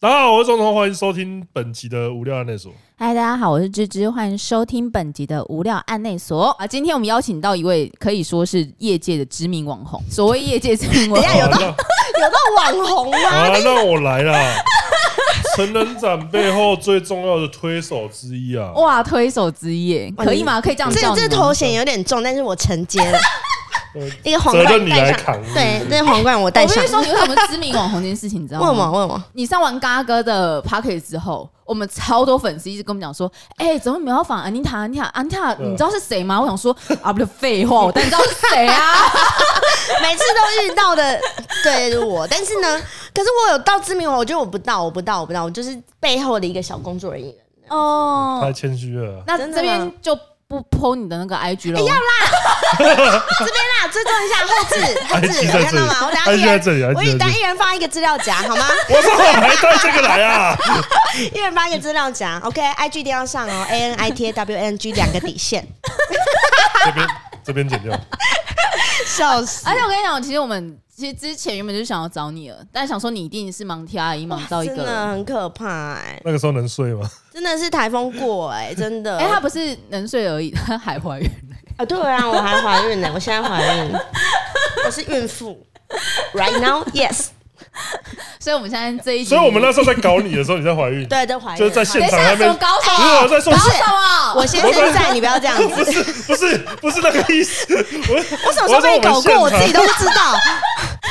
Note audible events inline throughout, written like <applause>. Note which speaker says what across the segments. Speaker 1: 大家好，我是钟彤，欢迎收听本期的无聊案内所。
Speaker 2: 嗨，大家好，我是芝芝，欢迎收听本集的无聊案内所啊。今天我们邀请到一位可以说是业界的知名网红，所谓业界知名
Speaker 3: <laughs>
Speaker 2: 网
Speaker 1: 好
Speaker 2: 红，
Speaker 1: 了，
Speaker 3: 有到网红
Speaker 1: 那
Speaker 2: <laughs>
Speaker 3: 吗？
Speaker 1: 好了，那我来啦。 <laughs> 成人展背后最重要的推手之一啊，
Speaker 2: 哇，推手之夜，
Speaker 3: 哇
Speaker 2: 可以吗？可以这样
Speaker 3: 这
Speaker 2: 叫你吗
Speaker 3: 这
Speaker 2: 嗯
Speaker 3: 头衔有点重，但是我承接了
Speaker 1: 呃。
Speaker 3: 一个皇
Speaker 1: 责任
Speaker 3: 冠
Speaker 1: 你
Speaker 3: 戴
Speaker 1: 来
Speaker 3: 上，
Speaker 1: 扛。
Speaker 3: 对，这个皇冠我戴
Speaker 2: 我跟
Speaker 3: 上
Speaker 2: 你。说，你为什么知名网红这件事情，你知道
Speaker 3: 问我，
Speaker 2: 吗？
Speaker 3: 问我，
Speaker 2: 你上完嘎哥的 p o c k e t 之后，我们超多粉丝一直跟我们讲说，哎、怎么没有访安妮塔？安妮塔，安妮塔，
Speaker 1: 嗯
Speaker 2: 你知道是谁吗？我 <laughs> 想说啊，不是废话，我当然知道是谁
Speaker 3: <laughs>
Speaker 2: 啊。
Speaker 3: 每次都遇到的， <laughs> 对就是我。但是呢，可是我有到知名网，我觉得我不到，我不到，我不到，我就是背后的一个小工作人员。
Speaker 2: 哦
Speaker 1: 太，谦虚了。
Speaker 2: 那
Speaker 3: 真的啊哎
Speaker 2: 这边
Speaker 3: 吗
Speaker 2: 就不 PO 你的那个 IG 了。
Speaker 3: 那追踪一下后置，
Speaker 1: <laughs>
Speaker 3: 后
Speaker 1: IG
Speaker 3: 置
Speaker 1: 在
Speaker 3: 有看
Speaker 1: 这里
Speaker 3: 到吗？我等下
Speaker 1: IG
Speaker 3: 一
Speaker 1: 在
Speaker 3: 人，
Speaker 1: 这里，IG
Speaker 3: 我一
Speaker 1: 在
Speaker 3: 单
Speaker 1: 这里。
Speaker 3: 一人发一个资料夹好吗？ <laughs>
Speaker 1: 我说我还带这个来啊！
Speaker 3: 一人发一个资料夹，OK，IG 一定要上哦，A N I T A W N G 两个
Speaker 2: <laughs>
Speaker 3: 底线，,
Speaker 1: 这边这边剪掉。
Speaker 3: 笑死。
Speaker 2: 而且我跟你讲，其实我们其实之前原本就想要找你了，但是想说你一定是忙 T R E 忙到一
Speaker 3: 真的啊
Speaker 2: 个。
Speaker 3: 很可怕哎、
Speaker 1: 那个时候能睡吗？
Speaker 3: 真的是台风过哎、真的。
Speaker 2: 哎、她不是能睡而已， <laughs> 她还怀孕了。
Speaker 3: 啊，对啊，我还怀 <laughs> 孕呢，我现在怀孕，我是孕妇。Right now, yes，
Speaker 2: 所以我们现在这一集，
Speaker 1: 所以我们那时候在搞你的时候，你在怀孕。
Speaker 3: 对，啊都怀孕了。
Speaker 1: 就是在现
Speaker 2: 等一
Speaker 1: 场还
Speaker 2: 下
Speaker 1: 没
Speaker 2: 什么高
Speaker 1: 不
Speaker 2: 手
Speaker 1: 是我
Speaker 2: 啊？
Speaker 1: 在说
Speaker 2: 搞什么？
Speaker 3: 啊我先生在，你不要这样子。
Speaker 1: <laughs> 不是不是不是那个意思。我
Speaker 3: 我什么时
Speaker 1: 我说
Speaker 3: 候被
Speaker 1: 们
Speaker 3: 搞
Speaker 1: 现
Speaker 3: 过，我自己
Speaker 1: 场
Speaker 3: 都不知道。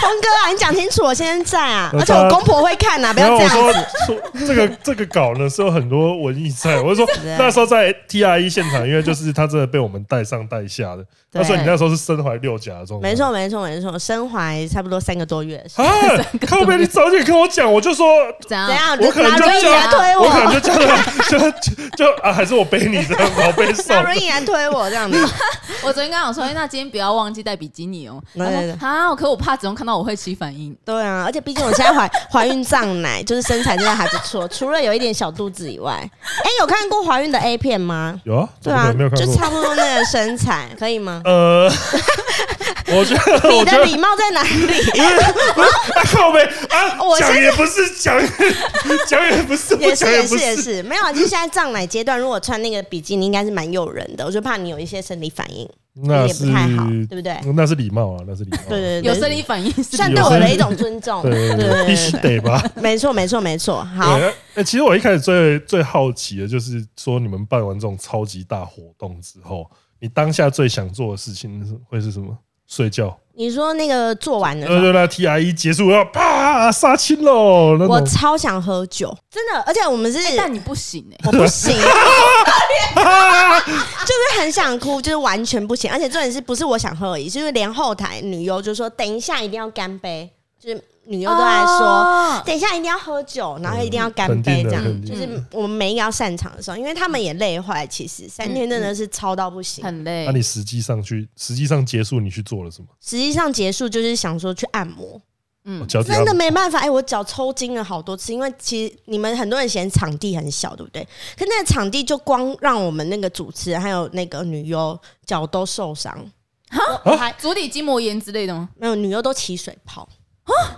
Speaker 3: 峰哥啊，你讲清楚，我先生在啊，
Speaker 1: 我
Speaker 3: 而且
Speaker 1: 知道
Speaker 3: 我公婆会看啊，不要这
Speaker 1: 我
Speaker 3: 样
Speaker 1: 说
Speaker 3: 子。
Speaker 1: 说这个这个稿呢是有很多文艺在，我
Speaker 3: <laughs>
Speaker 1: 就说
Speaker 3: 是
Speaker 1: 那时候在 T R E 现场，因为就是他真的被我们带上带下的。
Speaker 3: 对
Speaker 1: 他说你那时候是身怀六甲的状态，
Speaker 3: 没。错，没错，没错，身怀差不多三个多月。
Speaker 1: 啊！靠边，你早点跟我讲，我就说，
Speaker 2: 怎样？
Speaker 3: 怎样？
Speaker 1: 我可能
Speaker 3: 啊拿
Speaker 1: 就
Speaker 3: 轮椅
Speaker 1: 这
Speaker 3: 来
Speaker 1: 样
Speaker 3: 推
Speaker 1: 我可能就
Speaker 3: 我，
Speaker 1: 这样，就就就啊，还是我背你这样，宝贝手
Speaker 3: 拿。轮椅来推我这样子。
Speaker 2: 我昨天刚讲说，哎那今天不要忘记带比基尼哦。
Speaker 3: 对
Speaker 2: 他
Speaker 3: 对
Speaker 2: 说
Speaker 3: 对
Speaker 2: 啊，可我怕子龙看到我会起反应。
Speaker 3: 对啊，而且毕竟我现在怀 <laughs> 怀孕胀奶，就是身材真的还不错，除了有一点小肚子以外。哎、有看过怀孕的 A 片吗？
Speaker 1: 有啊，
Speaker 3: 对
Speaker 1: 怎么可
Speaker 3: 啊
Speaker 1: 能没有，看
Speaker 3: 就
Speaker 1: 过。
Speaker 3: 差不多那个身材，可以吗？
Speaker 1: 呃，我觉得，<laughs>
Speaker 3: 你
Speaker 1: 我觉
Speaker 3: 的
Speaker 1: 得
Speaker 3: 礼貌在
Speaker 1: <laughs>
Speaker 3: 哪里？
Speaker 1: 啊靠背啊，
Speaker 3: 我
Speaker 1: 讲
Speaker 3: 现
Speaker 1: 也不是，讲 <laughs> 讲也不是，不
Speaker 3: <laughs> 也是
Speaker 1: 讲也
Speaker 3: 也
Speaker 1: 不
Speaker 3: 是也
Speaker 1: 是。
Speaker 3: 是，没有啊，就现在胀奶阶段，如果穿那个比基尼，应该是蛮诱人的。我就怕你有一些生理反应，
Speaker 1: 那
Speaker 3: 也
Speaker 1: 是
Speaker 3: 不太好，对不对？
Speaker 1: 那是礼貌啊，那是礼貌。
Speaker 3: 对对
Speaker 2: 有
Speaker 3: 对
Speaker 2: 生
Speaker 3: 对，
Speaker 2: 理反应是
Speaker 3: 算
Speaker 1: 有
Speaker 3: 对我
Speaker 1: 生
Speaker 3: 的
Speaker 1: 理
Speaker 3: 一种尊重。
Speaker 1: 对对对，必须得吧。
Speaker 3: 没错没错没错。好，
Speaker 1: 对，呃其实我一开始最最好奇的就是说，你们办完这种超级大活动之后，你当下最想做的事情是会是什么？睡觉。
Speaker 3: 你说那个做完了
Speaker 1: 对
Speaker 3: 吗
Speaker 1: 对对，T R E 结束要啪杀青喽，那
Speaker 3: 我
Speaker 1: 种
Speaker 3: 超想喝酒，真的，而且我们是
Speaker 2: 但你不行哎、
Speaker 3: 我不行， <laughs> 就是很想哭，就是完全不行。而且重点是不是我想喝而已，就是连后台女优就说等一下一定要干杯，就是女优都在说。
Speaker 2: 哦
Speaker 3: 等一下一定要喝酒，然后一定要干
Speaker 1: 肯定
Speaker 3: 杯，
Speaker 1: 的
Speaker 3: 这样
Speaker 1: 肯定
Speaker 3: 就
Speaker 1: 的
Speaker 2: 嗯
Speaker 3: 是我们每一个要擅长的时候，因为他们也累坏，其实三天真的是超到不行。
Speaker 2: 嗯很累
Speaker 1: 那、。啊你实际上去，实际上结束你去做了什么？
Speaker 3: 实际上结束就是想说去按摩，
Speaker 2: 嗯，
Speaker 1: 脚底
Speaker 3: 真的
Speaker 1: 按摩
Speaker 3: 没办法，哎、我脚抽筋了好多次，因为其实你们很多人嫌场地很小，对不对？可那个场地就光让我们那个主持人还有那个女优脚都受伤，
Speaker 1: 啊
Speaker 3: 我我还
Speaker 2: 足底筋膜炎之类的吗？
Speaker 3: 没有女优都起水泡。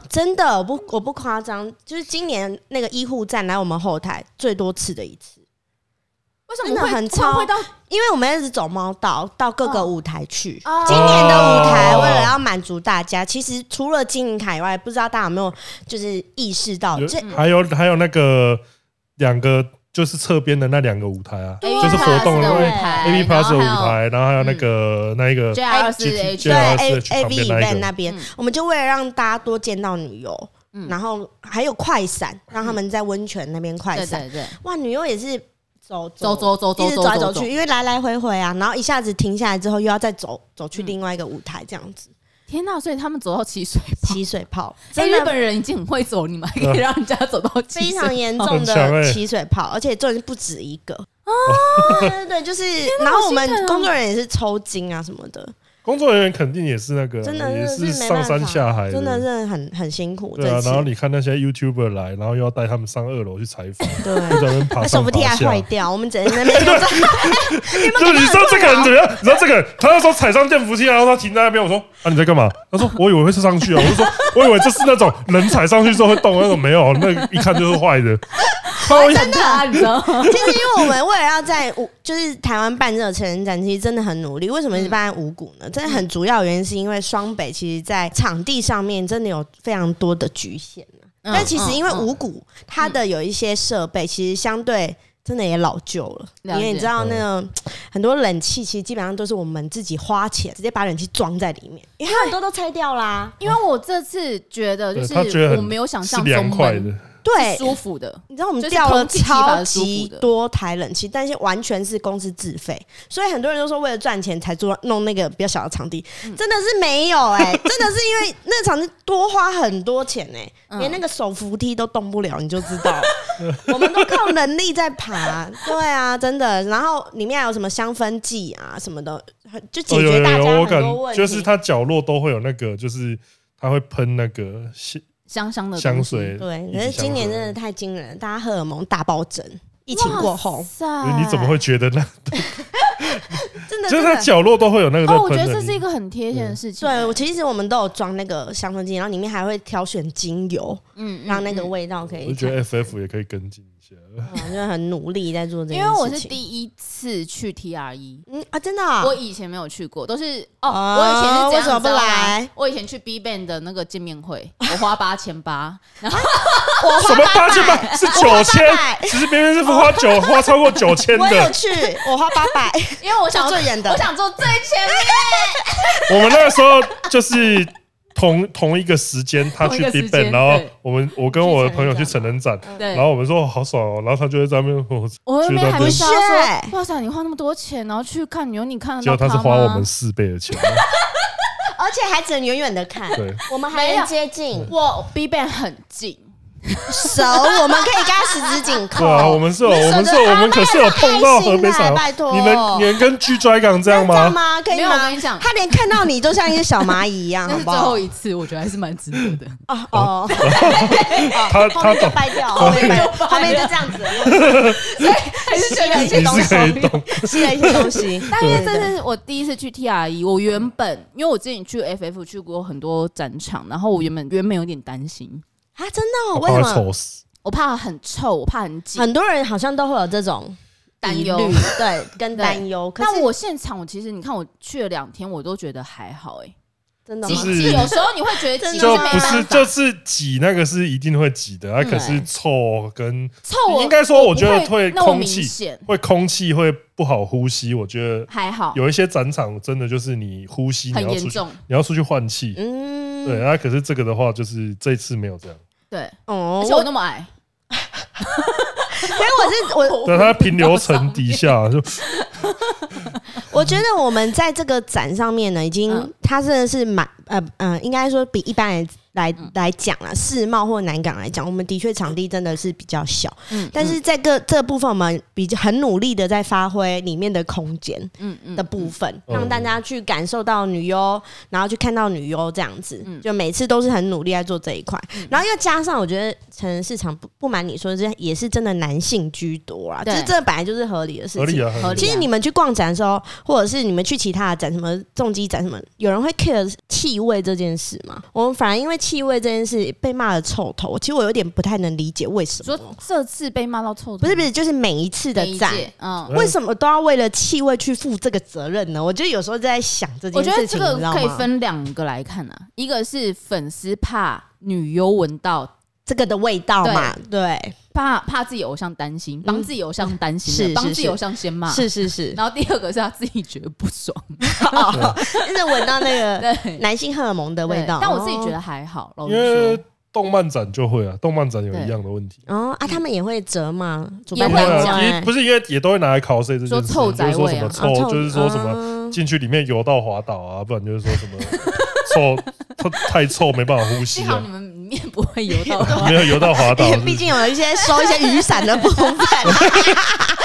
Speaker 3: 真的，我不我不夸张，就是今年那个医护站来我们后台最多次的一次，
Speaker 2: 为什么
Speaker 3: 真的
Speaker 2: 会
Speaker 3: 很
Speaker 2: 会
Speaker 3: 超
Speaker 2: 会到
Speaker 3: 因为我们一直走猫道到各个舞台去。
Speaker 2: 哦
Speaker 3: 今年的舞台
Speaker 1: 哦
Speaker 3: 为了要满足大家，其实除了金银卡以外，不知道大家有没有就是意识到，
Speaker 1: 有
Speaker 3: 这
Speaker 1: 还有还有那个两个就是侧边的那两个舞台啊，
Speaker 3: 对
Speaker 1: 就是活动
Speaker 3: 的
Speaker 1: 了
Speaker 3: 对
Speaker 1: A B Plus 的舞台，然后还有那个、那一个
Speaker 2: J R 四
Speaker 1: GT
Speaker 2: H，
Speaker 1: 对啊
Speaker 3: 对
Speaker 1: 是
Speaker 3: A
Speaker 1: 旁
Speaker 3: V
Speaker 1: 边那一
Speaker 3: event
Speaker 1: 个
Speaker 3: 那边
Speaker 2: 嗯，
Speaker 3: 我们就为了让大家多见到女优，
Speaker 2: 嗯
Speaker 3: 然后还有快闪，让他们在温泉那边快
Speaker 2: 对
Speaker 3: 闪。
Speaker 2: 对对，
Speaker 3: 哇，女优也是走
Speaker 2: 走走走
Speaker 3: 一
Speaker 2: 走
Speaker 3: 直
Speaker 2: 走
Speaker 3: 走来
Speaker 2: 走
Speaker 3: 走去，。因为来来回回啊，然后一下子停下来之后，又要再走走
Speaker 2: 嗯
Speaker 3: 去另外一个舞台，这样子
Speaker 2: 天呐！所以他们走到起水泡。
Speaker 3: 起水泡，
Speaker 2: 哎，
Speaker 3: 真
Speaker 2: 日
Speaker 3: 的
Speaker 2: 本人已经很会走，你们还可以
Speaker 1: 啊
Speaker 2: 让人家走到起
Speaker 3: 非
Speaker 2: 水
Speaker 3: 常严
Speaker 1: 很
Speaker 3: 重
Speaker 1: 强欸
Speaker 3: 的起水泡，而且重点是不止 <laughs> 一个。哦，对对对，就是，然后我
Speaker 2: 好心疼
Speaker 3: 们
Speaker 2: 哦
Speaker 3: 工作人员也是抽筋啊什么的，
Speaker 1: 工作人员肯定也是那个，
Speaker 3: 真的
Speaker 1: 也
Speaker 3: 是没
Speaker 1: 上
Speaker 3: 办法
Speaker 1: 山下海，
Speaker 3: 真的是很很辛苦。
Speaker 1: 对啊
Speaker 3: 这。次
Speaker 1: 然后你看那些 YouTuber 来，然后又要带他们上二楼去采访，就
Speaker 3: 对，
Speaker 1: 在那边爬
Speaker 3: 那手
Speaker 1: 上
Speaker 3: 扶
Speaker 1: 爬
Speaker 3: 梯还
Speaker 1: 下
Speaker 3: 坏。掉，我们只能在那边坐着。
Speaker 1: 就你知道这个人怎么样？你知道这个人，他那时候踩上电扶梯，然后他停在那边，我说：“啊，你在干嘛？”他说：“我以为会是上去啊。”我就说：“我以为就是那种人踩上去之后会动，那种没有，那个一看就是坏的。”
Speaker 2: 好想他，啊你知道吗？
Speaker 3: 其实因为我们为了要在五，就是台湾办这个成人展，其实真的很努力。为什么是办在五谷呢？真的很主要的原因是因为双北其实，在场地上面真的有非常多的局限。 <laughs> 但其实因为
Speaker 2: 嗯嗯
Speaker 3: 五谷它的有一些设备，其实相对。真的也老旧了，因
Speaker 2: 了
Speaker 3: 为你
Speaker 2: 解
Speaker 3: 知道那个很多冷气，其实基本上都是我们自己花钱直接把冷气装在里面，因为它很多都拆掉啦。
Speaker 2: 因为我这次觉得就
Speaker 1: 对他觉得
Speaker 2: 是
Speaker 1: 很
Speaker 2: 我没有想
Speaker 1: 是
Speaker 2: 象
Speaker 1: 凉
Speaker 2: 中
Speaker 1: 快的
Speaker 2: 闷，，
Speaker 3: 对
Speaker 2: 是，舒服的，
Speaker 3: 你知道我们
Speaker 2: 就是
Speaker 3: 掉了
Speaker 2: 空气其实反
Speaker 3: 超
Speaker 2: 而是舒
Speaker 3: 级
Speaker 2: 服的
Speaker 3: 多台冷气，但是完全是公司自费，所以很多人都说为了赚钱才做弄那个比较小的场地，
Speaker 2: 嗯
Speaker 3: 真的是没有
Speaker 2: <laughs>
Speaker 3: 哎、真的是因为那个场地多花很多钱哎、
Speaker 2: 嗯
Speaker 3: 连那个手扶梯都动不了，你就知
Speaker 2: <laughs>
Speaker 3: 道我们都靠能力在爬，对啊，真的。然后里面还有什么香氛剂啊什么的，就解
Speaker 1: 哦有
Speaker 3: 决
Speaker 1: 有
Speaker 3: 大
Speaker 1: 有，
Speaker 3: 家
Speaker 1: 我
Speaker 3: 很
Speaker 1: 感
Speaker 3: 多问题。
Speaker 1: 就是它角落都会有那个，就是它会喷那个香
Speaker 2: 香香的
Speaker 1: 香
Speaker 2: 东西。
Speaker 1: 水。
Speaker 3: 对，
Speaker 1: 一
Speaker 3: 可
Speaker 1: 起
Speaker 3: 是
Speaker 1: 香
Speaker 3: 今年
Speaker 1: 水
Speaker 3: 真的太惊人了，大家荷尔蒙大暴增，疫情过后，
Speaker 2: 塞
Speaker 1: 哎你怎么会觉得那？
Speaker 3: 真
Speaker 1: <laughs>
Speaker 3: 的
Speaker 1: 就是
Speaker 3: 真
Speaker 1: 它
Speaker 3: 的。
Speaker 1: 角落都会有那个在
Speaker 2: 哦，
Speaker 1: 喷的。
Speaker 2: 我觉得这是一个很贴切的事情。啊
Speaker 3: 对，我其实我们都有装那个香氛精，然后里面还会挑选精油，
Speaker 2: 嗯，嗯
Speaker 3: 让那个
Speaker 2: 嗯
Speaker 3: 味道可
Speaker 1: 我就
Speaker 3: 以
Speaker 1: 觉
Speaker 3: 产生。
Speaker 1: 得 FF 也可以跟进一下。
Speaker 3: 嗯就很努力在做这件
Speaker 2: 因
Speaker 3: 事
Speaker 2: 为我是
Speaker 3: 情
Speaker 2: 第一次去 T R E，
Speaker 3: 嗯啊，真的啊、
Speaker 2: 我以前没有去过，都是哦，
Speaker 3: 啊
Speaker 2: 我以前是
Speaker 3: 为
Speaker 2: 这
Speaker 3: 什么
Speaker 2: 样
Speaker 3: 不
Speaker 2: 子
Speaker 3: 来？
Speaker 2: 我以前去 B Ban 的那个见面会，我花八千 <laughs> 八，
Speaker 3: 我
Speaker 1: 什
Speaker 3: 花
Speaker 1: 么
Speaker 3: 八
Speaker 1: 八千八是
Speaker 3: 我
Speaker 1: 九
Speaker 3: 花
Speaker 1: 千
Speaker 3: 八百，
Speaker 1: 其实明明是花九花超过九千
Speaker 3: 我有
Speaker 1: 的。
Speaker 3: 去，我花八百，
Speaker 2: 因 <laughs> 为我想
Speaker 3: 是最远的
Speaker 2: 我想坐最前面。
Speaker 1: 我们那个时候就是同同一个时间，他
Speaker 2: 同一
Speaker 1: 去
Speaker 2: 个
Speaker 1: Big
Speaker 2: 时
Speaker 1: Bang，
Speaker 2: 间
Speaker 1: 然后
Speaker 2: 对
Speaker 1: 我们我跟我的朋友去成人展，
Speaker 2: <laughs> 对
Speaker 1: 然，后我们说好爽哦，然后他就会在那边我
Speaker 2: 我那边还没
Speaker 1: 觉
Speaker 2: 笑
Speaker 3: 得不
Speaker 2: 说，哇塞，你花那么多钱，然后去看，有你看得
Speaker 1: 结
Speaker 2: 到
Speaker 1: 果他是
Speaker 2: 吗
Speaker 1: 花我们四倍的钱，
Speaker 3: 而且还只能远远的看，
Speaker 1: 对，
Speaker 3: 我们还
Speaker 2: 没
Speaker 3: 能
Speaker 2: 有
Speaker 3: 接近
Speaker 2: 我 B Ban 很近，
Speaker 3: 手，我们可以跟他十指紧扣。
Speaker 1: 对啊，我们是有，我们是有，我们可是有碰到河北
Speaker 3: 那
Speaker 1: 省
Speaker 3: 个很开心啊，拜托
Speaker 1: 你能你能跟 G d r a g o n 这样
Speaker 3: 这样
Speaker 1: 吗？
Speaker 3: 吗？可以
Speaker 2: 没有我
Speaker 3: 吗
Speaker 2: 跟你？讲
Speaker 3: 他连看到你都像一只小蚂蚁一样，
Speaker 2: 那
Speaker 3: 好
Speaker 2: 是
Speaker 3: 不
Speaker 2: 最
Speaker 3: 好
Speaker 2: 后？一次，我觉得还是蛮值得的。
Speaker 3: 哦哦，
Speaker 1: 他
Speaker 3: 后
Speaker 1: 他
Speaker 3: 面就
Speaker 1: 懂，
Speaker 3: 掰掉，后面
Speaker 2: 后面就
Speaker 3: 掰
Speaker 2: 掰
Speaker 3: 后面就这样子了，
Speaker 2: <laughs> 还是觉得有一些
Speaker 1: 你
Speaker 2: 东
Speaker 1: 是
Speaker 2: 西
Speaker 1: 可以
Speaker 3: <laughs>
Speaker 1: 懂，
Speaker 3: 吸了一些东西。
Speaker 2: <laughs> 但因为这是我第一次去 T R E，我原本因为我之前去 F F 去过很多展场，然后我原本原本有点担心，
Speaker 3: 啊，真的、哦？为
Speaker 1: 他
Speaker 3: 什
Speaker 1: 会
Speaker 3: 么
Speaker 1: 丑死。
Speaker 2: 我怕很臭，我怕很挤，
Speaker 3: 很多人好像都会有这种
Speaker 2: 担
Speaker 3: 疑
Speaker 2: 忧
Speaker 3: 虑，对，跟
Speaker 2: <laughs> 对
Speaker 3: 担忧。可
Speaker 2: 但
Speaker 3: 是
Speaker 2: 我现场，我其实你看，我去了两天，我都觉得还好哎、
Speaker 3: 真的
Speaker 2: 挤
Speaker 3: 吗？
Speaker 1: 就是
Speaker 2: 挤有时候你会
Speaker 1: <laughs>
Speaker 2: 觉得
Speaker 1: 就
Speaker 2: 挤啊
Speaker 3: 真
Speaker 2: 是
Speaker 3: 的
Speaker 2: 没
Speaker 1: 不
Speaker 2: 办
Speaker 1: 是，
Speaker 2: 法，
Speaker 1: 就是挤那个是一定会挤的，啊，
Speaker 3: 对
Speaker 1: 可是臭跟
Speaker 2: 臭我
Speaker 1: 应该说，我觉得
Speaker 2: 不
Speaker 1: 会
Speaker 2: 会那么
Speaker 1: 空
Speaker 2: 明
Speaker 1: 气
Speaker 2: 显，
Speaker 1: 会空气会不好呼吸，我觉得
Speaker 2: 还好，
Speaker 1: 有一些展场真的就是你呼吸你
Speaker 2: 很
Speaker 1: 要
Speaker 2: 严
Speaker 1: 出去，
Speaker 2: 重。
Speaker 1: 你要出去换气，
Speaker 3: 嗯，
Speaker 1: 对，啊，可是这个的话就是这次没有这样，
Speaker 2: 对，
Speaker 3: 哦
Speaker 2: 而，且
Speaker 3: 我
Speaker 2: 我那么矮，
Speaker 3: 因为我是我，
Speaker 2: <laughs>
Speaker 1: 对，它在平流层底下就
Speaker 3: 我觉得我们在这个展上面呢，已经
Speaker 2: 嗯
Speaker 3: 它真的是蛮呃呃，应该说比一般人来
Speaker 2: 嗯
Speaker 3: 来讲啊，世贸或南港来讲，我们的确场地真的是比较小，
Speaker 2: 嗯，
Speaker 3: 但是在各这部分我们比较很努力的在发挥里面的空间。
Speaker 2: 嗯嗯
Speaker 3: 的部分，
Speaker 1: 嗯
Speaker 3: 让大家去感受到女优，然后去看到女优这样子，
Speaker 2: 嗯
Speaker 3: 就每次都是很努力在做这一块。然后又加上，我觉得成人市场不不瞒你说，这也是真的男性居多啊，这
Speaker 2: 对
Speaker 3: 这本来就是合理的事
Speaker 1: 合理
Speaker 3: 情。
Speaker 1: 啊，
Speaker 2: 合
Speaker 1: 合
Speaker 2: 理
Speaker 1: 理
Speaker 3: 其
Speaker 1: 啊。
Speaker 3: 实你们去逛展的时候，或者是你们去其他的展，什么重机展什么，有人会 care 气味这件事吗？我们反而因为气味这件事被骂的臭头，其实我有点不太能理解为什
Speaker 2: 说
Speaker 3: 么。
Speaker 2: 这次被骂到臭头，
Speaker 3: 不是不是，就是每一次的
Speaker 2: 每一
Speaker 3: 展，
Speaker 2: 届，嗯。
Speaker 1: 嗯
Speaker 3: 为什么都要为了气味去负这个责任呢？我就有时候在想这
Speaker 2: 我
Speaker 3: 件
Speaker 2: 觉得
Speaker 3: 事
Speaker 2: 这
Speaker 3: 情，
Speaker 2: 个
Speaker 3: 你知道
Speaker 2: 可以
Speaker 3: 吗？
Speaker 2: 分两个来看啊，一个是粉丝怕女优闻到，
Speaker 3: 这个的味道嘛，对，
Speaker 2: 怕怕自己偶像担心，帮自己偶像担
Speaker 3: 是
Speaker 2: 心
Speaker 3: 嗯是
Speaker 2: 的，帮自
Speaker 3: 是
Speaker 2: 己偶像先骂。
Speaker 3: 是是是，
Speaker 2: 然后第二个是他自己觉得不爽，
Speaker 3: 就是闻到那个
Speaker 2: <laughs> 对，
Speaker 3: 男性荷尔蒙的味道。
Speaker 2: 对但我自己觉
Speaker 3: 哦
Speaker 2: 得还好，老实
Speaker 1: 因为啊
Speaker 2: 说，
Speaker 1: 动漫展就会啊，动漫展有
Speaker 2: 对
Speaker 1: 一样的问题，
Speaker 3: 哦啊，他们也会折嘛，主
Speaker 2: 也
Speaker 3: 办
Speaker 2: 会欸
Speaker 3: 单
Speaker 1: 对
Speaker 3: 位
Speaker 1: 啊
Speaker 2: 讲
Speaker 1: 因为不是因为也都会拿来 cos 这件事
Speaker 2: 哎说
Speaker 1: 情，
Speaker 2: 臭嗯
Speaker 1: 就
Speaker 2: 宅
Speaker 1: 是说
Speaker 2: 味
Speaker 1: 什么
Speaker 2: 啊
Speaker 1: 臭，就是说什么
Speaker 3: 么
Speaker 1: 进去里面游到滑倒啊，不然就是说什么臭，臭太臭没办法呼吸
Speaker 2: 幸好
Speaker 1: 啊
Speaker 2: 你。们里面不会游
Speaker 1: <laughs>
Speaker 2: 到花。
Speaker 1: 没有游到滑倒
Speaker 3: 因为
Speaker 1: 是不
Speaker 3: <laughs> 毕
Speaker 1: 是
Speaker 3: 竟有一些收一些雨伞的
Speaker 2: <laughs>
Speaker 3: 部分。对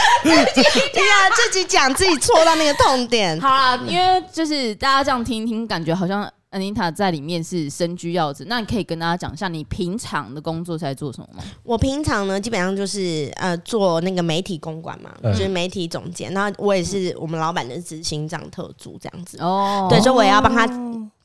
Speaker 3: 呀，自己讲自己戳到那个痛点。
Speaker 2: <laughs> 好啦，因为就是大家这样听一听，感觉好像 Anita 在里面是身居要职。那你可以跟大家讲一下你平常的工作是在做什么吗？
Speaker 3: 我平常呢，基本上就是呃做那个媒体公关嘛，
Speaker 1: 嗯
Speaker 3: 就是媒体总监。然后我也是我们老板的执行长特助这样子。
Speaker 2: 哦，嗯
Speaker 3: 对，所以我也要帮他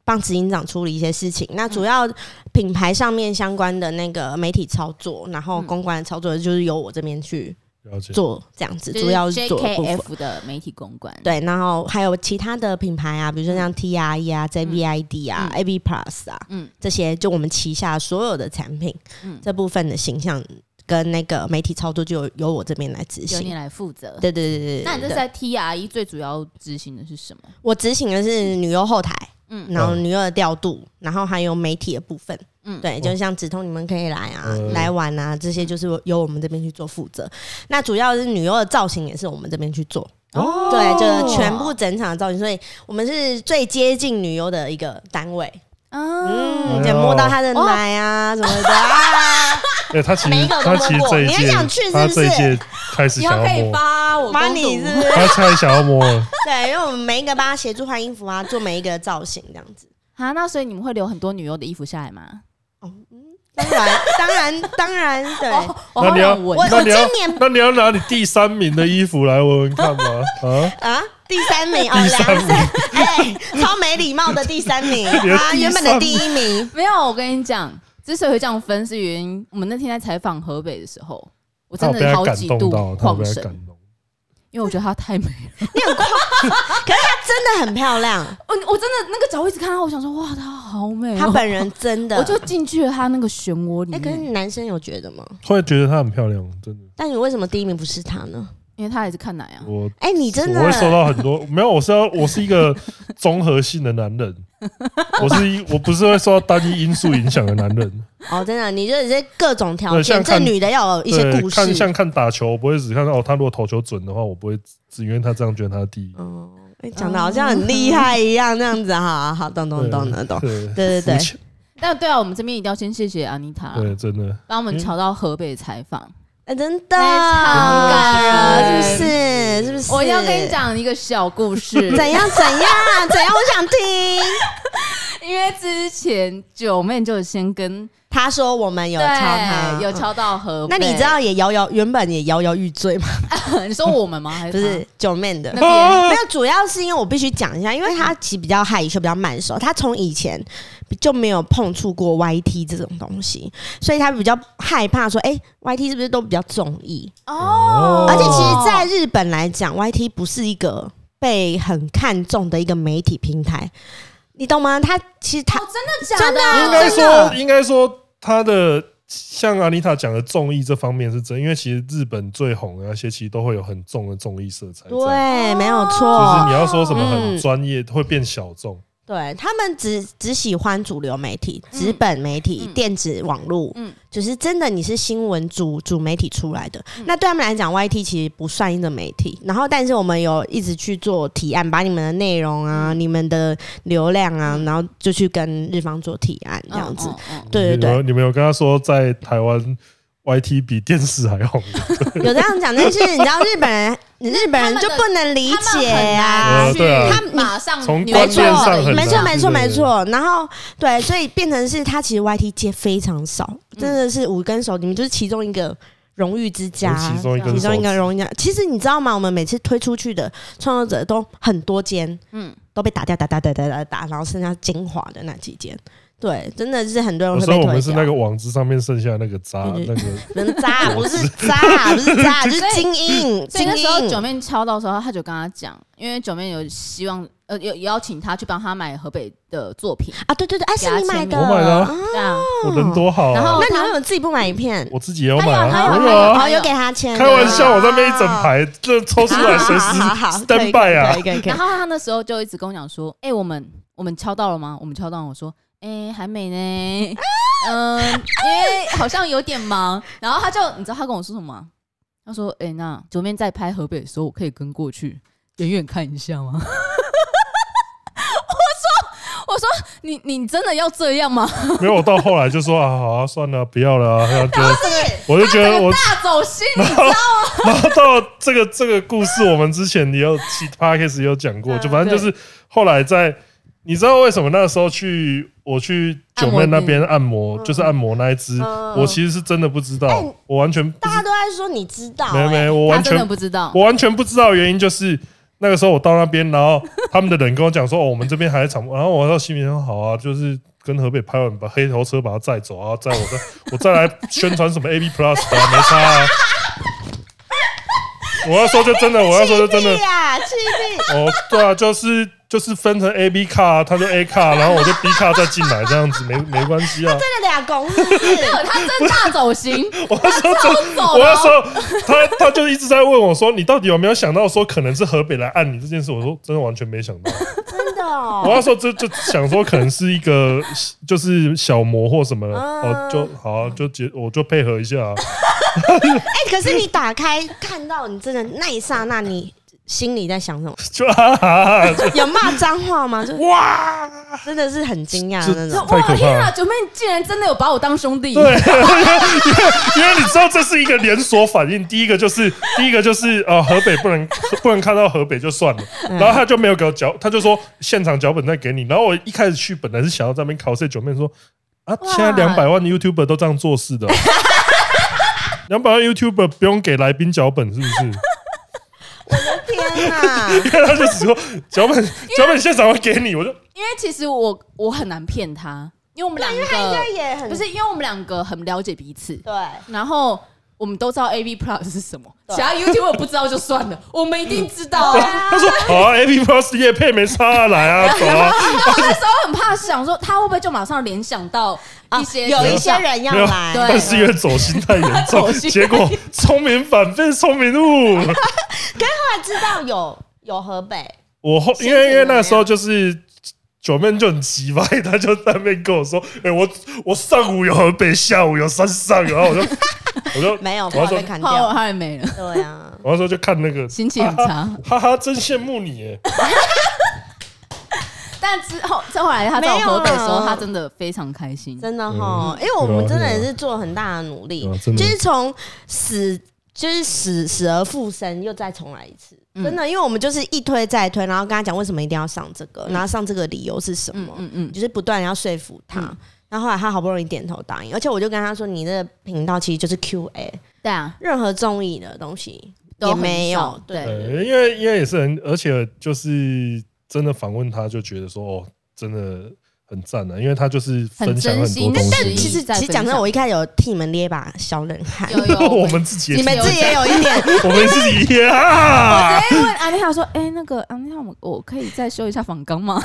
Speaker 3: 帮执行长处理一些事情。那主要品牌上面相关的那个媒体操作，然后公关的操作，就是由我这边去
Speaker 1: 了解。
Speaker 3: 做这样子，
Speaker 2: 就
Speaker 3: 主要是做的部分。
Speaker 2: JKF 的媒体公关。，
Speaker 3: 对，然后还有其他的品牌啊，比如说像 T R E 啊、J V I D 啊、
Speaker 2: 嗯
Speaker 3: A B Plus 啊，
Speaker 2: 嗯
Speaker 3: 这些就我们旗下所有的产品，
Speaker 2: 嗯
Speaker 3: 这部分的形象跟那个媒体操作就由由我这边来执
Speaker 2: 由你
Speaker 3: 行。
Speaker 2: 来负责。
Speaker 3: 对对对对对。
Speaker 2: 那你这
Speaker 3: 对
Speaker 2: 次在 TRE 最主要执行的是什么？
Speaker 3: 我执行的是女优后台，
Speaker 2: 嗯
Speaker 3: 嗯，然后女优的调度，然后还有媒体的部分，
Speaker 2: 嗯
Speaker 3: 嗯，
Speaker 1: 哦
Speaker 3: 对，就像止痛你们可以来啊，
Speaker 1: 嗯
Speaker 3: 来玩啊，这些就是由我们这边去做负责。那主要是女优的造型也是我们这边去做。
Speaker 2: 哦
Speaker 3: 对，就是全部整场的造型，所以我们是最接近女优的一个单位，
Speaker 2: 嗯，哦
Speaker 3: 嗯，就摸到她的奶啊什么的啊，
Speaker 1: 哎，他其
Speaker 3: 每一
Speaker 1: 实
Speaker 3: 个都
Speaker 1: 他其实
Speaker 3: 摸过
Speaker 1: 这一
Speaker 3: 你还
Speaker 1: 届
Speaker 3: 想去是，不
Speaker 1: 他这一
Speaker 3: 是
Speaker 1: 届开始
Speaker 2: 以后
Speaker 1: 想
Speaker 2: 可
Speaker 1: 要
Speaker 2: 以
Speaker 1: 摸，
Speaker 2: 发 <laughs> 我
Speaker 3: 妈
Speaker 2: 公
Speaker 3: 你
Speaker 2: 主
Speaker 3: 是不是？
Speaker 1: 他开始想要摸 <laughs> 了。
Speaker 3: 对，因为我们每一个帮她协助换衣服啊，做每一个造型这样子。
Speaker 2: 啊，那所以你们会留很多女优的衣服下来吗？
Speaker 3: 当然，当然，当然，对。
Speaker 2: 哦，我
Speaker 1: 那
Speaker 2: 好
Speaker 1: 你要
Speaker 2: 想闻
Speaker 3: 我
Speaker 1: 那你要
Speaker 3: 今年
Speaker 1: 那你要拿你第三名的衣服来闻闻看吗？啊，
Speaker 3: 啊，第三名哦，
Speaker 1: 第
Speaker 3: 梁
Speaker 1: 三
Speaker 3: 生，哎、超没礼貌的第三
Speaker 1: <laughs>
Speaker 3: 名，
Speaker 1: 你的
Speaker 3: 啊，
Speaker 1: 第
Speaker 3: 原本
Speaker 1: 三
Speaker 3: 的第一名，
Speaker 2: 没有，我跟你讲，之所以会这样分，是原因我们那天在采访河北的时候，我
Speaker 1: 他
Speaker 2: 真
Speaker 1: 有被
Speaker 2: 的
Speaker 1: 他
Speaker 2: 好
Speaker 1: 感
Speaker 2: 几
Speaker 1: 动
Speaker 2: 度
Speaker 1: 到，他有
Speaker 2: 晃
Speaker 1: 被他
Speaker 2: 神，
Speaker 1: 感动。
Speaker 2: 因为我觉得她太美了。
Speaker 3: 真的很
Speaker 1: <laughs>
Speaker 3: 漂亮，
Speaker 2: 我哦我真的那个脚一直看她，我想说哇，她好
Speaker 1: 哎
Speaker 2: 美哦，
Speaker 3: 她本人真的，
Speaker 2: 我就进去了她那个漩涡里
Speaker 3: 哎、可是
Speaker 2: 面，
Speaker 3: 男生有觉得吗？
Speaker 1: 突然觉得她很漂亮，真的，
Speaker 3: 但你为什么第一名不是她呢？
Speaker 2: 因为她也是看奶啊。
Speaker 1: 我
Speaker 3: 哎、你真的
Speaker 1: 我会受到很多 <laughs> 没有，我是要我是一个综合性的男
Speaker 3: <laughs>
Speaker 1: 人，我是一我不是会受到单一因素影响的男人。
Speaker 3: 哦，真的，你就得这各种条
Speaker 1: 对像
Speaker 3: 件，这
Speaker 1: 看
Speaker 3: 女的要 <laughs> 有一些
Speaker 1: 对，
Speaker 3: 故
Speaker 1: 看像
Speaker 3: 事，
Speaker 1: 看打球，我不会只看到哦，他如果投球准的话，我不会只只因为他这样觉得他是第一。
Speaker 3: 哦，哎讲的好像很厉害一样，这样子，好好，懂懂懂懂懂，
Speaker 1: 对
Speaker 3: 对对
Speaker 1: <laughs>
Speaker 3: 对啊
Speaker 1: 肤浅
Speaker 2: 但对啊，我们这边一定要先谢谢 Anita
Speaker 1: 对，真的。
Speaker 2: 帮我们瞧到河北采访。
Speaker 3: 哎、真的，
Speaker 2: 超感人
Speaker 3: 是不是？是不是？
Speaker 2: 我要跟你。讲一个小故事，
Speaker 3: 怎样怎样怎样？我想听。
Speaker 2: 因为之前九妹就先跟
Speaker 3: 他说我们有敲他，
Speaker 2: 对有敲到河北。
Speaker 3: 那你知道也摇摇原本也摇摇欲坠吗？
Speaker 2: <laughs> 你说我们吗？还
Speaker 3: 不
Speaker 2: 是
Speaker 3: 是九妹的
Speaker 2: 嗯那。边
Speaker 3: 没有，主要是因为我必须讲一下，因为他其实比较害羞，比较慢熟，他从以前就没有碰触过 YT 这种东西，所以他比较害怕说，哎、y t 是不是都比较综艺？
Speaker 2: 哦
Speaker 3: 而且其实，在日本来讲，YT 不是一个被很看重的一个媒体平台，你懂吗？他其实他 <laughs>
Speaker 2: 哦，真的假
Speaker 3: 真
Speaker 2: 的？
Speaker 3: 的
Speaker 1: 啊应该
Speaker 3: 真的
Speaker 1: 说，应该说他的像阿妮塔讲的综艺这方面是真，因为其实日本最红的那些，其实都会有很重的综艺色彩在。
Speaker 3: 对，没有
Speaker 1: 就是
Speaker 3: 错
Speaker 1: 你，要说什么很
Speaker 3: 嗯
Speaker 1: 专业，会变小众。
Speaker 3: 对他们只只喜欢主流媒体、纸本媒体、
Speaker 2: 嗯
Speaker 3: 电子网络，
Speaker 2: 嗯
Speaker 3: 嗯，就是真的你是新闻主主媒体出来的，那对他们来讲，YT 其实不算一个媒体。然后，但是我们有一直去做提案，把你们的内容啊、你们的流量啊，然后就去跟日方做提案，这样子。
Speaker 2: 嗯，嗯嗯
Speaker 3: 对对
Speaker 1: 你
Speaker 3: 对，
Speaker 1: 们你们有跟他说在台湾 YT 比电视还红？
Speaker 3: 有这样讲，但是你知道日本人，日本人就不能理解啊
Speaker 1: 他们很难，呃对啊
Speaker 2: 他们马上
Speaker 1: 从
Speaker 2: 扭
Speaker 1: 观
Speaker 3: 没
Speaker 2: 转
Speaker 3: 错
Speaker 1: 念上很难，
Speaker 3: 没错，没错，
Speaker 1: 对
Speaker 3: 没。错。然后对，所以变成是他其实 YT 接非常少，真的是五根手，你们就是其中一个荣誉之家，
Speaker 1: 我是其中一个，
Speaker 3: 其中一个，荣誉之家。其实你知道吗？我们每次推出去的创作者都很多间，
Speaker 2: 嗯
Speaker 3: 嗯，都被打掉，打打打打打打，然后剩下精华的那几间。对，真的是很多人
Speaker 1: 我
Speaker 3: 会
Speaker 1: 说
Speaker 3: 被
Speaker 1: 我
Speaker 3: 推
Speaker 1: 们是
Speaker 3: 掉
Speaker 1: 那。个网子上面剩下那个渣，
Speaker 3: 对
Speaker 1: 那个
Speaker 3: 对人
Speaker 1: <laughs>
Speaker 3: 渣不是渣，不是渣，就是精英，
Speaker 2: 所以
Speaker 3: 精
Speaker 2: 那时候九
Speaker 3: 英。
Speaker 2: 妹敲到的时候，他就跟他讲，因为九妹有希望，呃，有有邀请他去帮他买河北的作品，
Speaker 3: 啊，对对对，哎，是你买的，
Speaker 1: 我买的啊
Speaker 3: 啊
Speaker 2: 这样
Speaker 1: 我人多好啊，
Speaker 2: 然后
Speaker 3: 那你为什么自己不买一片？
Speaker 1: 我自己也有
Speaker 2: 他
Speaker 1: 买
Speaker 2: 有他
Speaker 1: 啊，我
Speaker 2: 有他
Speaker 1: 有啊，
Speaker 3: 哦，有给他签，
Speaker 1: 开玩笑，我在那边一整排，这抽出来随时
Speaker 3: 好好好好
Speaker 1: stand by 啊
Speaker 3: 可以可以可以可以
Speaker 2: 然后他那时候就一直跟我讲说：“哎、我们我们敲到了吗？我们敲到了。”我说：“哎、还没
Speaker 1: <laughs>
Speaker 2: 呢。嗯，因为好像有点忙。然后他就你知道他跟我说什么吗？他说：“哎、那九面在拍河北的时候，我可以跟过去远远看一下吗？” <laughs> 我说：“我说说你你真的要这样吗？
Speaker 1: 没有，我到后来就说啊，好啊，算了，不要了、啊，然后就我就觉
Speaker 2: 这
Speaker 1: 得
Speaker 2: 个
Speaker 1: 我，
Speaker 2: 大走心，
Speaker 1: <laughs>
Speaker 2: 你
Speaker 1: 然后到这个这个故事，我们之前也有其他 case 也有讲过，
Speaker 2: 嗯
Speaker 1: 就反正就是后来在，你知道为什么那时候去我去九妹那边按摩，就是按摩那一只，
Speaker 3: 嗯
Speaker 1: 我其实是真的不知道
Speaker 3: 哎，
Speaker 1: 我完全不
Speaker 3: 大家
Speaker 1: 知，
Speaker 3: 都在说你知道、
Speaker 1: 没没，
Speaker 3: 哎
Speaker 1: 我
Speaker 2: 他
Speaker 1: 完
Speaker 2: 真
Speaker 1: 全
Speaker 2: 的不知道。
Speaker 1: <laughs> 我完全不知道的原因就是那个时候我到那边，然后他们的人跟我讲说，哦，我们这边还在 <laughs> 场，然后我到心里想，好啊，就是跟河北拍完把黑头车把它载走啊，载我再 <laughs> 我再来宣传什么 AB Plus 的、啊，没差啊。 <laughs> 我要说就真的，我要说就真的
Speaker 3: 气，屁呀，气屁！
Speaker 1: 哦，对啊，就是就是分成 A B 卡，他就 A 卡，然后我就 B 卡再进来，这样子没没关系啊。
Speaker 3: <laughs> 真的俩公是不是？
Speaker 2: 对他真大走心，
Speaker 1: 我要说真
Speaker 2: 走哦了
Speaker 3: 哦
Speaker 1: 我那时候他他就一直在问我说：“你到底有没有想到说可能是河北来按你这件事？”我说：“真的完全没想到。
Speaker 3: 真 <laughs> 的”
Speaker 1: 我
Speaker 3: 哦，
Speaker 1: 那时候就就想说可能是一个 <laughs> 就是小魔或什么的，
Speaker 3: 嗯
Speaker 1: 哦就好啊就结我就配合一下啊。 <laughs>
Speaker 3: 哎、可 <laughs> 是你打开看到你真的那一刹那，你心里在想
Speaker 1: <laughs>
Speaker 3: 什么？
Speaker 1: 就啊哈哈，就
Speaker 3: 有骂脏话吗？就
Speaker 1: 哇，
Speaker 3: 真的是很惊讶
Speaker 1: 就
Speaker 3: 的那种。
Speaker 1: 太可
Speaker 2: 哇
Speaker 1: 怕
Speaker 2: 天啊！
Speaker 1: 了。
Speaker 2: 九妹竟然真的有把我当兄弟，
Speaker 1: 对，因为因为你知道这是一个连锁反应，第一个就是第一个就是呃河北不能不能看到河北就算了，然后他就没有给我脚，他就说现场脚本再给你。然后我一开始去本来是想要在那边 cos 九妹说啊，
Speaker 2: 哇
Speaker 1: 现在两百万 YouTuber 都这样做事的、哦两百万 YouTuber 不用给来宾脚本是不是？
Speaker 3: 我的天 <laughs> 哪、
Speaker 1: 因为他就只说脚本脚本现场会给你，我就
Speaker 2: 因为其实我我很难骗他，因为我们两
Speaker 3: 应该
Speaker 2: 个
Speaker 3: 也很
Speaker 2: 不是因为我们两个很了解彼此，
Speaker 3: 对，
Speaker 2: 然后我们都知道 A B Plus 是什么，
Speaker 3: 对
Speaker 2: 其他 YouTube 不知道就算
Speaker 3: <laughs>
Speaker 2: 了，我们一定知道
Speaker 1: 他
Speaker 2: 啊。
Speaker 1: 他说好啊，A P Plus 叶配没差、啊，来
Speaker 3: <laughs>
Speaker 1: 啊，走啊。
Speaker 2: 我那时候很怕想说他会不会就马上联想到一些
Speaker 3: 啊哦有一些
Speaker 2: 人。
Speaker 3: 人要
Speaker 1: 没有
Speaker 3: 来，啊
Speaker 2: 对
Speaker 1: 但是因为走心太
Speaker 3: <laughs>
Speaker 1: 严
Speaker 2: 走
Speaker 1: 重，
Speaker 2: 心
Speaker 1: 结果聪明反被聪明误。
Speaker 3: 他知道有有河北，
Speaker 1: 我后
Speaker 3: 心情
Speaker 1: 因为因为
Speaker 3: 怎么
Speaker 1: 那
Speaker 3: 样
Speaker 1: 时候就是九妹就很急吧，她就在那边跟我说：“ <laughs> 哎、我我上午有河北，下午有山上。”然后我就
Speaker 3: <laughs>
Speaker 1: 我就
Speaker 3: 没有，
Speaker 1: 我
Speaker 3: 不好
Speaker 1: 要
Speaker 3: 被
Speaker 1: 说
Speaker 3: 砍
Speaker 2: 后
Speaker 3: 掉。
Speaker 2: 他也没了，
Speaker 3: 对啊，
Speaker 1: 我那时候就看那个，
Speaker 2: 心情很差。
Speaker 1: 哈哈，真羡慕你耶！
Speaker 2: 但之后，再后来他在我河北的时
Speaker 3: 没有
Speaker 2: 候，
Speaker 3: 啊
Speaker 2: 他真的非常开心。
Speaker 3: 真的哈，
Speaker 2: 啊
Speaker 3: 因为我们真的也是做很大的努力
Speaker 1: 对啊，真的
Speaker 3: 就是从死。就是死死而复生，又再重来一次，
Speaker 2: 嗯
Speaker 3: 真的，因为我们就是一推再推，然后跟他讲为什么一定要上这个，然后上这个理由是什
Speaker 2: 嗯
Speaker 3: 么，
Speaker 2: 嗯嗯，
Speaker 3: 就是不断地要说服他。
Speaker 2: 嗯
Speaker 3: 然后后来他好不容易点头答应，而且我就跟他说，你的频道其实就是 Q&A，
Speaker 2: 对啊，
Speaker 3: 任何综艺的东西
Speaker 2: 都
Speaker 3: 也
Speaker 2: 很
Speaker 3: 没
Speaker 2: 少
Speaker 3: 有，
Speaker 1: 对
Speaker 2: 对，
Speaker 1: 呃因为因为也是很，而且就是真的访问他，就觉得说哦，真的很赞啊，因为他就是分享
Speaker 2: 很真
Speaker 1: 很
Speaker 2: 心
Speaker 1: 多东
Speaker 2: 但
Speaker 1: 西。
Speaker 3: 其
Speaker 1: <laughs>
Speaker 3: 实
Speaker 2: 在
Speaker 3: 其实
Speaker 2: 分
Speaker 3: 讲真的，
Speaker 2: 享
Speaker 3: 我一开始有替你们捏一把小冷汗，
Speaker 2: 有
Speaker 1: <laughs>
Speaker 2: 有
Speaker 1: 我们自己也
Speaker 3: 你们
Speaker 1: 是
Speaker 3: 自己也
Speaker 2: <laughs>
Speaker 3: 有一点，
Speaker 1: 我们自己
Speaker 3: <laughs>
Speaker 1: 也啊。
Speaker 2: 哎，问安妮塔说：“哎，那个安妮塔，我我可以再修一下仿钢吗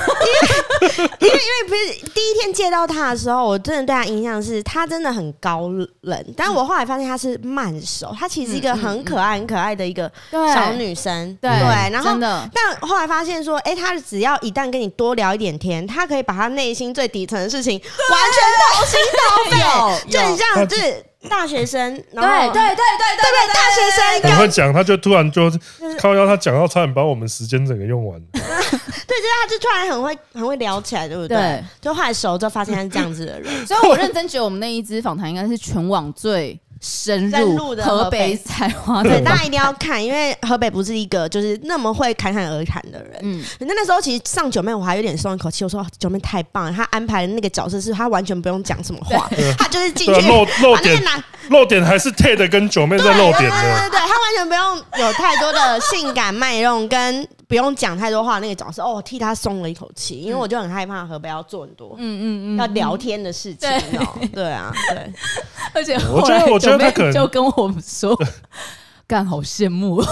Speaker 3: 因为不是第一天见到他的时候，我真的对他印象是他真的很高冷，但我后来发现他是慢熟，他其实是一个很可爱、很可爱的一个？”
Speaker 2: 对
Speaker 3: 小，女生，
Speaker 2: 对，
Speaker 3: 然后
Speaker 2: 真。的，
Speaker 3: 但后来发现说，哎、他只要一旦跟你多聊一点天，他可以把他内心最底层的事情完全掏心掏肺，
Speaker 2: 有
Speaker 3: 就很
Speaker 1: 有
Speaker 3: 像就是大学生，哦然后
Speaker 2: 对对对对
Speaker 3: 对
Speaker 2: 对
Speaker 3: 对，大学生
Speaker 1: 很
Speaker 3: 刚
Speaker 1: 会讲，他就突然就
Speaker 3: 嗯
Speaker 1: 靠腰，他讲到差点把我们时间整个用
Speaker 3: <laughs>
Speaker 1: 完。
Speaker 3: 对，就是他就突然很会很会聊起来，对不对？
Speaker 2: 对
Speaker 3: 就后来熟之后发现他是这样子的
Speaker 2: 对。
Speaker 3: 人，
Speaker 2: 所以我认真觉得我们那一支访谈应该是全网最深
Speaker 3: 深
Speaker 2: 入
Speaker 3: 入的
Speaker 2: 河
Speaker 3: 河
Speaker 2: 北
Speaker 3: 北
Speaker 2: 采花
Speaker 3: <laughs> 对，
Speaker 2: <laughs> 的。
Speaker 3: 大家一定要看，因为河北不是一个就是那么会侃侃而谈的人。
Speaker 2: 嗯，
Speaker 3: 那那时候其实上九妹我还有点松一口气，我说哦九妹太棒了，她安排的那个角色是她完全不用讲什么话
Speaker 1: 对，
Speaker 3: 她就是进
Speaker 1: 对啊，
Speaker 3: 去
Speaker 1: 漏漏
Speaker 3: 把那个
Speaker 1: 点，
Speaker 3: 男
Speaker 1: 漏点还是 Ted 跟九妹在漏点的。
Speaker 3: 对对对，啊她完全不用有太多的性感卖弄，跟不用讲太多话那个角色，哦，我替她松了一口气，因为我就很害怕河北要做很多
Speaker 2: 嗯嗯嗯，
Speaker 3: 要聊天的事情
Speaker 2: 对
Speaker 3: 哦，对啊，对。
Speaker 2: 而且
Speaker 1: 我
Speaker 2: 后
Speaker 1: 觉得
Speaker 2: 来
Speaker 1: 我觉得
Speaker 2: 九妹
Speaker 1: 他可能
Speaker 2: 就跟我们说，
Speaker 1: <laughs>
Speaker 2: 干好羡慕哦。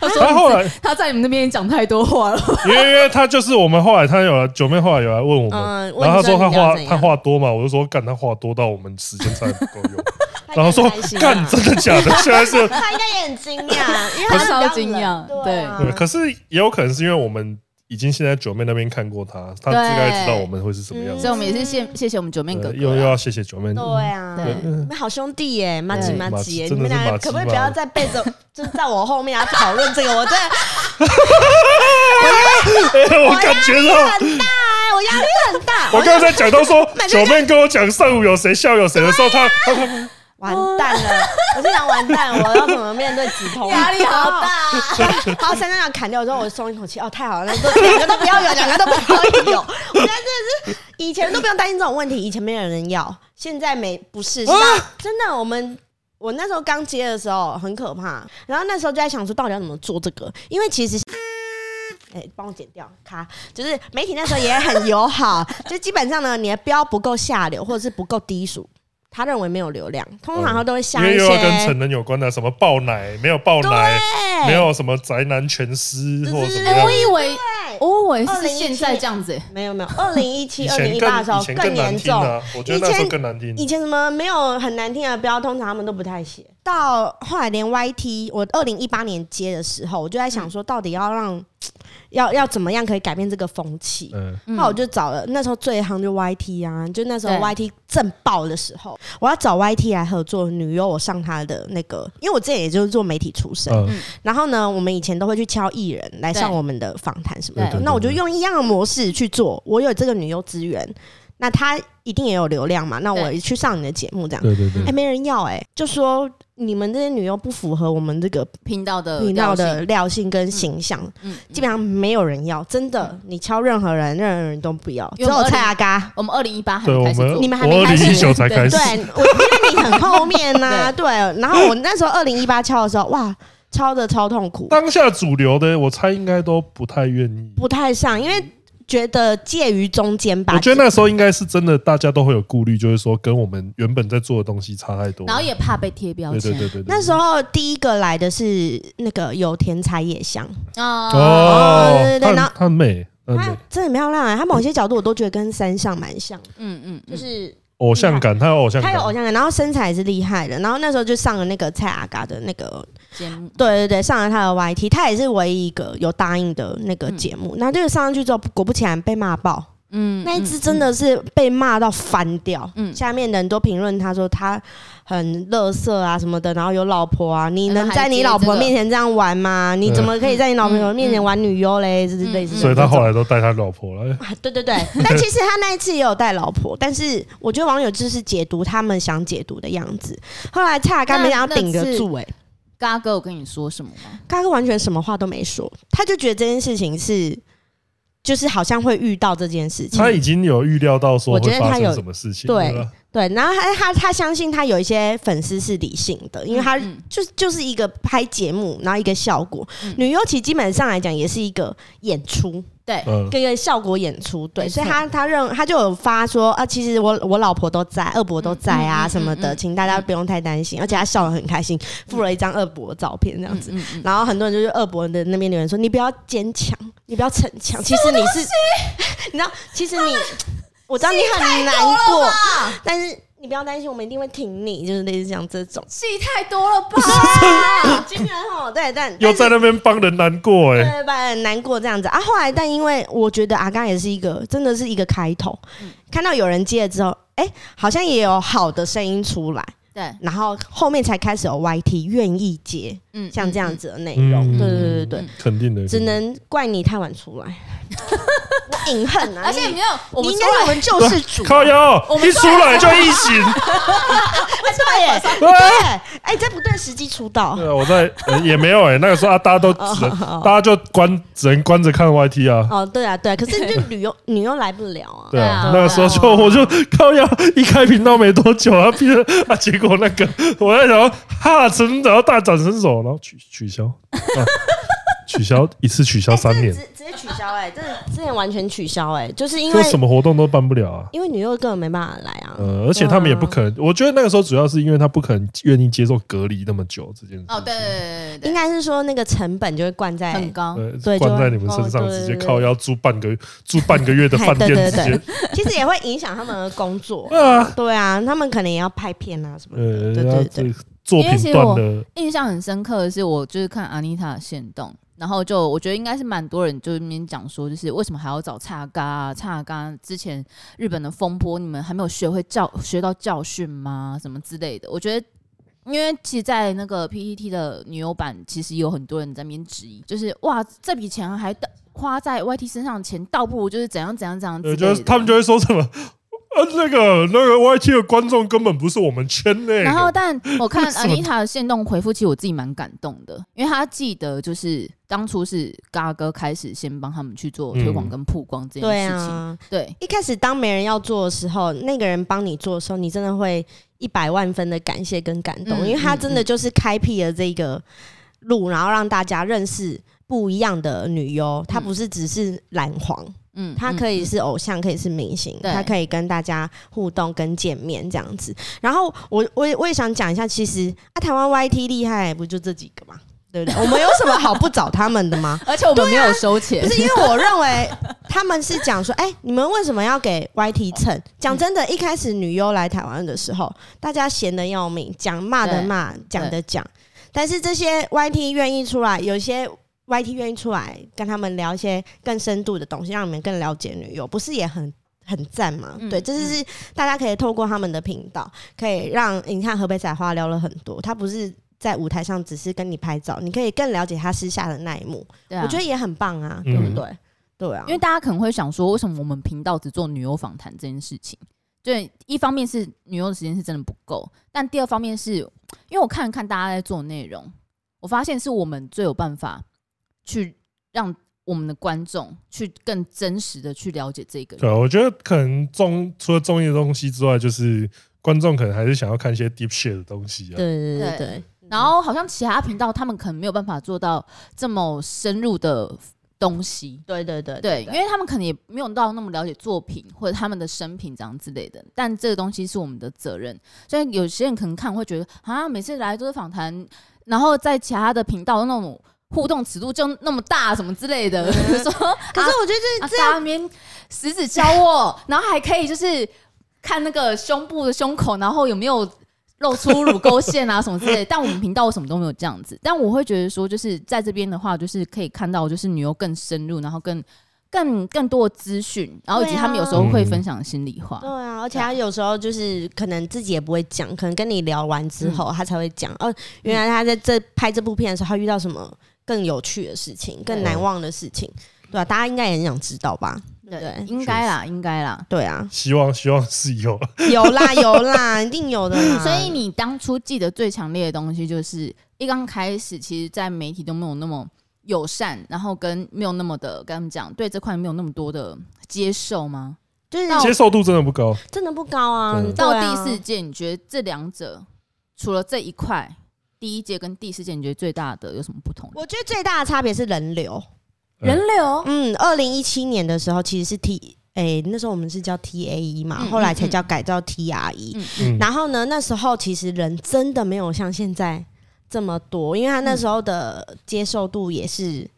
Speaker 2: 他说
Speaker 3: 啊
Speaker 1: 他后来，
Speaker 2: 他在你们那边讲太多话了，
Speaker 1: 因为因为他就是我们后来，他有来九妹后来有来问我们
Speaker 3: 嗯，
Speaker 1: 然后他说他
Speaker 3: 问你说你
Speaker 1: 话
Speaker 3: 要怎样
Speaker 1: 他话多嘛，我就说干他话多到我们时间差点不够用，然后说
Speaker 3: 太开心了啊
Speaker 1: 干真的
Speaker 3: <laughs>
Speaker 1: 假的？现在是
Speaker 3: 他啊应该也很惊讶，因为
Speaker 2: 他
Speaker 3: 他
Speaker 2: 是
Speaker 3: 是
Speaker 2: 比较冷
Speaker 3: 对
Speaker 1: 对，
Speaker 3: 啊，
Speaker 1: 可是也有可能是因为我们已经现在九妹那边看过他，他大概知道我们会是什么
Speaker 3: 嗯
Speaker 1: 样
Speaker 2: 所以
Speaker 1: 子。
Speaker 2: 我们也是谢谢谢我们九妹哥
Speaker 1: 对
Speaker 2: 啊哥
Speaker 1: 又又
Speaker 2: 啦。
Speaker 1: 要谢谢九妹，
Speaker 3: 对啊
Speaker 2: 对
Speaker 3: 你们好兄弟耶，马吉
Speaker 2: 对
Speaker 3: 马吉
Speaker 1: 嗯
Speaker 3: 耶，
Speaker 1: 马吉
Speaker 3: 你们两个可不可以不要再背着， <laughs> 就是在我后面要讨论这个？我真的啊
Speaker 1: 哎我感觉到
Speaker 3: 很大哎，我压力很大，
Speaker 1: <laughs> 我
Speaker 3: 我就
Speaker 1: 刚才讲到
Speaker 3: <laughs>
Speaker 1: 说
Speaker 3: 每，次
Speaker 1: 九妹跟我讲上午有谁校友谁的时候，她她她
Speaker 3: 完蛋了，我就想完蛋，我要怎么面对止痛？
Speaker 2: 压力好。
Speaker 3: <laughs>
Speaker 2: 大，
Speaker 3: 然后三张要砍掉之后，我松一口气，哦，太好了，那都两个都不要有，两个都不要 <laughs> 有。我现在真的是以前都不用担心这种问题，以前没有人要，现在没不是，是吧真的我们。我那时候刚接的时候很可怕，然后那时候就在想说到底要怎么做这个，因为其实，哎、帮我剪掉，咔，就是媒体那时候也很友好，就基本上呢，你的标不够下流或者是不够低俗，他认为没有流量，通常他都会
Speaker 1: 因
Speaker 3: 下
Speaker 1: 为
Speaker 3: 一
Speaker 1: 又
Speaker 3: 些
Speaker 1: 要跟成人有关的，什么爆奶没有爆奶，没
Speaker 3: 对，
Speaker 1: 有什么宅男全尸或者怎么
Speaker 2: 哎，
Speaker 1: 样
Speaker 2: 我。以为
Speaker 3: 对
Speaker 2: 我以为是现在这样子，哎
Speaker 3: 没有没有，二零一
Speaker 1: 以
Speaker 3: 七、二零
Speaker 1: 前
Speaker 3: 一八的时
Speaker 1: 更
Speaker 3: 候
Speaker 1: 以前难
Speaker 3: 严
Speaker 1: 听
Speaker 3: 重。
Speaker 1: 啊，我觉得那时候更难听。
Speaker 3: 以前什么没有很难听的标，通常他们都不太写。到后来连 YT，我二零一八年接的时候，我就在
Speaker 1: 嗯
Speaker 3: 想说，到底要让、要要怎么样可以改变这个风气？
Speaker 1: 嗯，
Speaker 2: 嗯
Speaker 3: 那我就找了那时候最夯就 YT 啊，就那时候
Speaker 2: 对
Speaker 3: YT 正爆的时候，我要找 YT 来合作女优，我上他的那个，因为我之前也就是做媒体出身，
Speaker 1: 嗯
Speaker 3: 然后呢，我们以前都会去敲艺人来上
Speaker 2: 对
Speaker 3: 我们的访谈什么的
Speaker 2: 对，
Speaker 3: 那我就用一样的模式去做。我有这个女优资源，那她一定也有流量嘛，那我
Speaker 2: 对
Speaker 3: 去上你的节目这样。
Speaker 1: 对对对
Speaker 3: 哎、没人要哎、就说你们这些女优不符合我们这个
Speaker 2: 频道的
Speaker 3: 频道
Speaker 2: 呃调
Speaker 3: 的
Speaker 2: 性，
Speaker 3: 料性跟形象，
Speaker 2: 嗯，
Speaker 3: 基本上没有人要，真的，你敲任何人，任何人都不要，只
Speaker 2: 因为我
Speaker 3: 有
Speaker 2: 们
Speaker 3: 蔡阿嘎。
Speaker 2: 我们二零一八还
Speaker 1: 对，
Speaker 2: 没
Speaker 1: 我
Speaker 2: 开始
Speaker 1: 们
Speaker 2: 做，
Speaker 3: 你们还没
Speaker 1: 我二
Speaker 3: 开始
Speaker 1: 零一九才开始
Speaker 3: 对，，我因为你很后面
Speaker 2: <laughs>
Speaker 3: 呐、对。然后我那时候二零一八敲的时候，哇，敲的超痛苦。
Speaker 1: 当下主流的，我猜应该都不太愿意。
Speaker 3: 不太上，因为觉得介于中间吧。
Speaker 1: 我觉得那时候应该是真的，大家都会有顾虑，就是说跟我们原本在做的东西差太多。
Speaker 2: 然后也怕被贴标
Speaker 1: 对对对
Speaker 2: 签
Speaker 1: 对，对
Speaker 3: 那时候第一个来的是那个有田彩野香，
Speaker 2: 啊，
Speaker 1: 哦，
Speaker 3: 对对对
Speaker 1: 她
Speaker 3: 然后
Speaker 1: 她很美，她很
Speaker 3: 她
Speaker 1: 美，
Speaker 3: 真的很漂亮啊！她某些角度我都觉得跟山上蛮像，
Speaker 2: 嗯嗯，
Speaker 3: 就
Speaker 2: 嗯
Speaker 3: 是
Speaker 1: 偶像感，她有偶像
Speaker 3: 她
Speaker 1: 感
Speaker 3: 有，偶像感，然后身材也是厉害的。然后那时候就上了那个蔡阿嘎的那个，
Speaker 2: 节目
Speaker 3: 对对对，上了她的 YT，她也是唯一一个有答应的那个节目。然后就是上上去之后，果不其然被骂爆。
Speaker 2: 嗯
Speaker 3: 那一次真的是被骂到翻掉，
Speaker 2: 嗯
Speaker 3: 下面的人都评论他说他很乐色啊什么的，然后有老婆啊，你能在你老婆面前这样玩吗？你怎么可以在你老婆面前玩女优
Speaker 2: 嗯
Speaker 3: 嘞？之类似的。
Speaker 1: 所以她后来都带她老婆了。
Speaker 3: 啊，对对对，但其实他那一次也有带老婆，但是我觉得网友就是解读他们想解读的样子。后来蔡雅刚没想到顶得住哎、欸，
Speaker 2: 嘎哥，我跟你说什么吗？
Speaker 3: 嘎哥完全什么话都没说，他就觉得这件事情是，就是好像会遇到这件事情。
Speaker 1: 她已经有预料到说
Speaker 3: 我觉
Speaker 1: 会
Speaker 3: 得她
Speaker 1: 发生
Speaker 3: 有
Speaker 1: 什么事情，
Speaker 3: 对
Speaker 1: 吧
Speaker 3: 对，然后他他他相信他有一些粉丝是理性的，因为他
Speaker 2: 嗯嗯
Speaker 3: 就就是一个拍节目，然后一个效果。女优其实基本上来讲也是一个演出，
Speaker 2: 对，
Speaker 1: 嗯，
Speaker 3: 跟一个效果演出。对，
Speaker 2: 没
Speaker 3: 所以
Speaker 2: 错
Speaker 3: 他他认他就有发说啊，其实我我老婆都在，二伯都在
Speaker 2: 嗯嗯
Speaker 3: 啊
Speaker 2: 嗯
Speaker 3: 什么的，
Speaker 2: 嗯。
Speaker 3: 请大家不用太担心。而且他笑得很开心，附了一张二伯的照片这样子。然后很多人就是二伯的那边留言说：“你不要坚强，你不要逞强，其实你是， <laughs> 你知道，其实你， <laughs> 我知道你很难过，但是你不要担心，我们一定会挺你，就是类似像这种
Speaker 2: <laughs> 戏太多了吧？
Speaker 3: 竟然哦，对，但
Speaker 1: 又
Speaker 3: 但是
Speaker 1: 在那边帮人难过，哎，
Speaker 3: 对吧？很难过这样子啊。后来，但因为我觉得阿刚也是一个，真的是一个开头。看到有人接了之后，哎、好像也有好的声音出来，
Speaker 2: 对，
Speaker 3: 然后后面才开始有 YT 愿意接
Speaker 2: 嗯，
Speaker 3: 像这样
Speaker 2: 嗯，
Speaker 3: 子的内容。
Speaker 1: 嗯
Speaker 3: 对对对对，
Speaker 1: 肯定的，
Speaker 3: 只能怪你太晚出来，我隐恨啊！
Speaker 2: 而且
Speaker 3: 你
Speaker 2: 没有，我
Speaker 3: 你
Speaker 2: 们
Speaker 3: 应
Speaker 2: 出
Speaker 3: 该是我
Speaker 2: 来
Speaker 3: 们救世主，
Speaker 1: 啊靠腰
Speaker 2: 我，们
Speaker 1: 一出来就疫情，
Speaker 3: 对耶，对，哎、在不对时机出道。
Speaker 1: 对啊，我在、呃也没有哎、那个时候啊，大家都只
Speaker 3: <laughs>
Speaker 1: 能，大家就关，只能关着看 YT 啊。
Speaker 3: 哦，对啊，对啊，可是就旅游，你又来不了啊。
Speaker 1: 对啊
Speaker 2: 对啊，
Speaker 1: 那个时候就我就靠要一开频道没多久啊，变成啊，结果那个我在想说哈成，然后大展身手，然后取取消、
Speaker 3: <laughs>
Speaker 1: 啊取消一次取消
Speaker 3: 哎
Speaker 1: 三
Speaker 3: 真的
Speaker 1: 年
Speaker 3: 直，直接取消哎、真的之前完全取消哎、就是因
Speaker 1: 这
Speaker 3: 为
Speaker 1: 什么活动都办不了啊。
Speaker 3: 因为女优根本没办法来啊。
Speaker 1: 呃，而且他们也不可能，我觉得那个时候主要是因为他不可能愿意接受隔离那么久这件事。
Speaker 2: 哦，对对对对
Speaker 3: 应该是说那个成本就会灌在
Speaker 2: 对，很高，
Speaker 1: 呃，
Speaker 3: 对就
Speaker 1: 关在你们身
Speaker 3: 哦
Speaker 1: 上，
Speaker 3: 对
Speaker 1: 直接
Speaker 3: 对对
Speaker 1: 靠要住半个月，住半个月的饭店
Speaker 3: <laughs> 对对，
Speaker 1: 直接
Speaker 3: 对其实也会影响他们的工作。
Speaker 2: <laughs>
Speaker 1: 啊，
Speaker 3: 对啊，他们可能也要拍片啊什
Speaker 2: 嗯
Speaker 3: 么
Speaker 1: 呃，
Speaker 3: 的。对对对，
Speaker 1: 这作品段的，呃
Speaker 2: 印象很深刻的是，我就是看阿妮塔的线动，然后就我觉得应该是蛮多人就那边讲说，就是为什么还要找叉嘎啊？叉嘎之前日本的风波，你们还没有学会教学到教训吗？什么之类的？我觉得因为其实，在那个 PPT 的女友版，其实有很多人在那边质疑，就是哇，这笔钱还倒花在 YT 身上的钱，倒不如就是怎样怎样怎样之
Speaker 1: 呃，
Speaker 3: 嗯
Speaker 2: 类
Speaker 1: 就是
Speaker 2: 的。
Speaker 1: 他们就会说什么， <laughs> 呃，那个那个 YT 的观众根本不是我们圈内的，
Speaker 2: 然后，但
Speaker 1: <laughs>
Speaker 2: 我看
Speaker 1: 什么
Speaker 2: Anita 的线动回复，其实我自己蛮感动的，因为他记得就是当初是嘎哥开始先帮他们去做推广
Speaker 1: 嗯
Speaker 2: 跟曝光这
Speaker 3: 对
Speaker 2: 件事情，
Speaker 3: 啊，
Speaker 2: 对，
Speaker 3: 一开始当没人要做的时候，那个人帮你做的时候，你真的会一百万分的感谢跟感动，
Speaker 2: 嗯
Speaker 3: 因为他
Speaker 2: 嗯
Speaker 3: 真的就是开辟了这个路，然后让大家认识不一样的女优，她
Speaker 2: 嗯
Speaker 3: 不是只是蓝黄，
Speaker 2: 嗯，
Speaker 3: 他
Speaker 2: 嗯
Speaker 3: 可以
Speaker 2: 嗯
Speaker 3: 是偶像，可以是明星，
Speaker 2: 对
Speaker 3: 他可以跟大家互动跟见面这样子。然后我我也我也想讲一下，其实啊，台湾 YT 厉害不就这几个嘛，对不对？我们有什么好不找他们的吗？
Speaker 2: 而且我们没有收钱
Speaker 3: 啊不，是因为我认为 <laughs> 他们是讲说，哎、你们为什么要给 YT 蹭？讲真的，一开始女优来台湾的时候，大家闲得要命，讲骂的
Speaker 2: 对
Speaker 3: 骂，讲的讲。但是这些 YT 愿意出来，有些 YT 愿意出来跟他们聊一些更深度的东西，让你们更了解女优，不是也很很赞吗？
Speaker 2: 嗯
Speaker 3: 对，这就是大家可以透过他们的频道，可以让你看河北彩花聊了很多，他不是。在舞台上只是跟你拍照，你可以更了解他私下的那一幕。
Speaker 2: 对啊
Speaker 3: 我觉得也很棒啊，
Speaker 1: 嗯
Speaker 3: 对不对？对啊，
Speaker 2: 因为大家可能会想说，为什么我们频道只做女优访谈这件事情？对，一方面是女优的时间是真的不够，但第二方面是因为我看了看大家在做的内容，我发现是我们最有办法去让我们的观众去更真实的去了解这个人。
Speaker 1: 对，啊我觉得可能综除了综艺的东西之外，就是观众可能还是想要看一些 deep shit 的东西啊。
Speaker 3: 对对对
Speaker 2: 对
Speaker 3: 对，
Speaker 2: 然后好像其他频道他们可能没有办法做到这么深入的东西。
Speaker 3: 对对对
Speaker 2: 对，因为他们可能也没有到那么了解作品或者他们的生平这样之类的，但这个东西是我们的责任。所以有些人可能看会觉得啊，每次来都是访谈，然后在其他的频道那种互动尺度就那么大什么之类的， <laughs> 说
Speaker 3: 嗯可是我觉得
Speaker 2: 啊，在那边十指交握，然后还可以就是看那个胸部的胸口，然后有没有露出乳沟线啊什么之类的。但我们频道什么都没有这样子，但我会觉得说，就是在这边的话，就是可以看到就是女优更深入，然后更 <laughs> 更更多的资讯，然后以及
Speaker 3: 对啊
Speaker 2: 他们有时候会分享心里话
Speaker 3: 这。对啊，而且他有时候就是可能自己也不会讲，可能跟你聊完之后
Speaker 2: 嗯
Speaker 3: 他才会讲。哦，原来他在这拍这部片的时候，他遇到什么更有趣的事情、更难忘的事情，对吧？大家应该也很想知道吧？对啊不对
Speaker 2: 应该啦，应该啦。
Speaker 3: 对啊，
Speaker 1: 希望希望是有，
Speaker 3: 有啦有
Speaker 2: <laughs>
Speaker 3: 啦，一定有的啦。
Speaker 2: 所以你当初记得最强烈的东西，就是一刚开始，其实，在媒体都没有那么友善，然后跟没有那么的跟他们讲，对这块没有那么多的接受吗？
Speaker 3: 就是
Speaker 2: 到
Speaker 1: 接受度真的不
Speaker 3: <laughs>
Speaker 1: 高。
Speaker 3: 真的不高啊
Speaker 1: 对，
Speaker 2: 到
Speaker 3: 对啊
Speaker 2: 第四届，你觉得这两者除了这一块，第一届跟第四届，你觉得最大的有什么不同？
Speaker 3: 我觉得最大的差别是人流。
Speaker 1: 人
Speaker 2: 流，
Speaker 3: 嗯，二零一七年的时候其实是 T，诶、那时候我们是叫 TAE 嘛，
Speaker 2: 嗯
Speaker 3: 后来才叫改叫 TRE、
Speaker 2: 嗯
Speaker 1: 嗯，
Speaker 3: 然后呢，那时候其实人真的没有像现在这么多，因为他那时候的接受度也是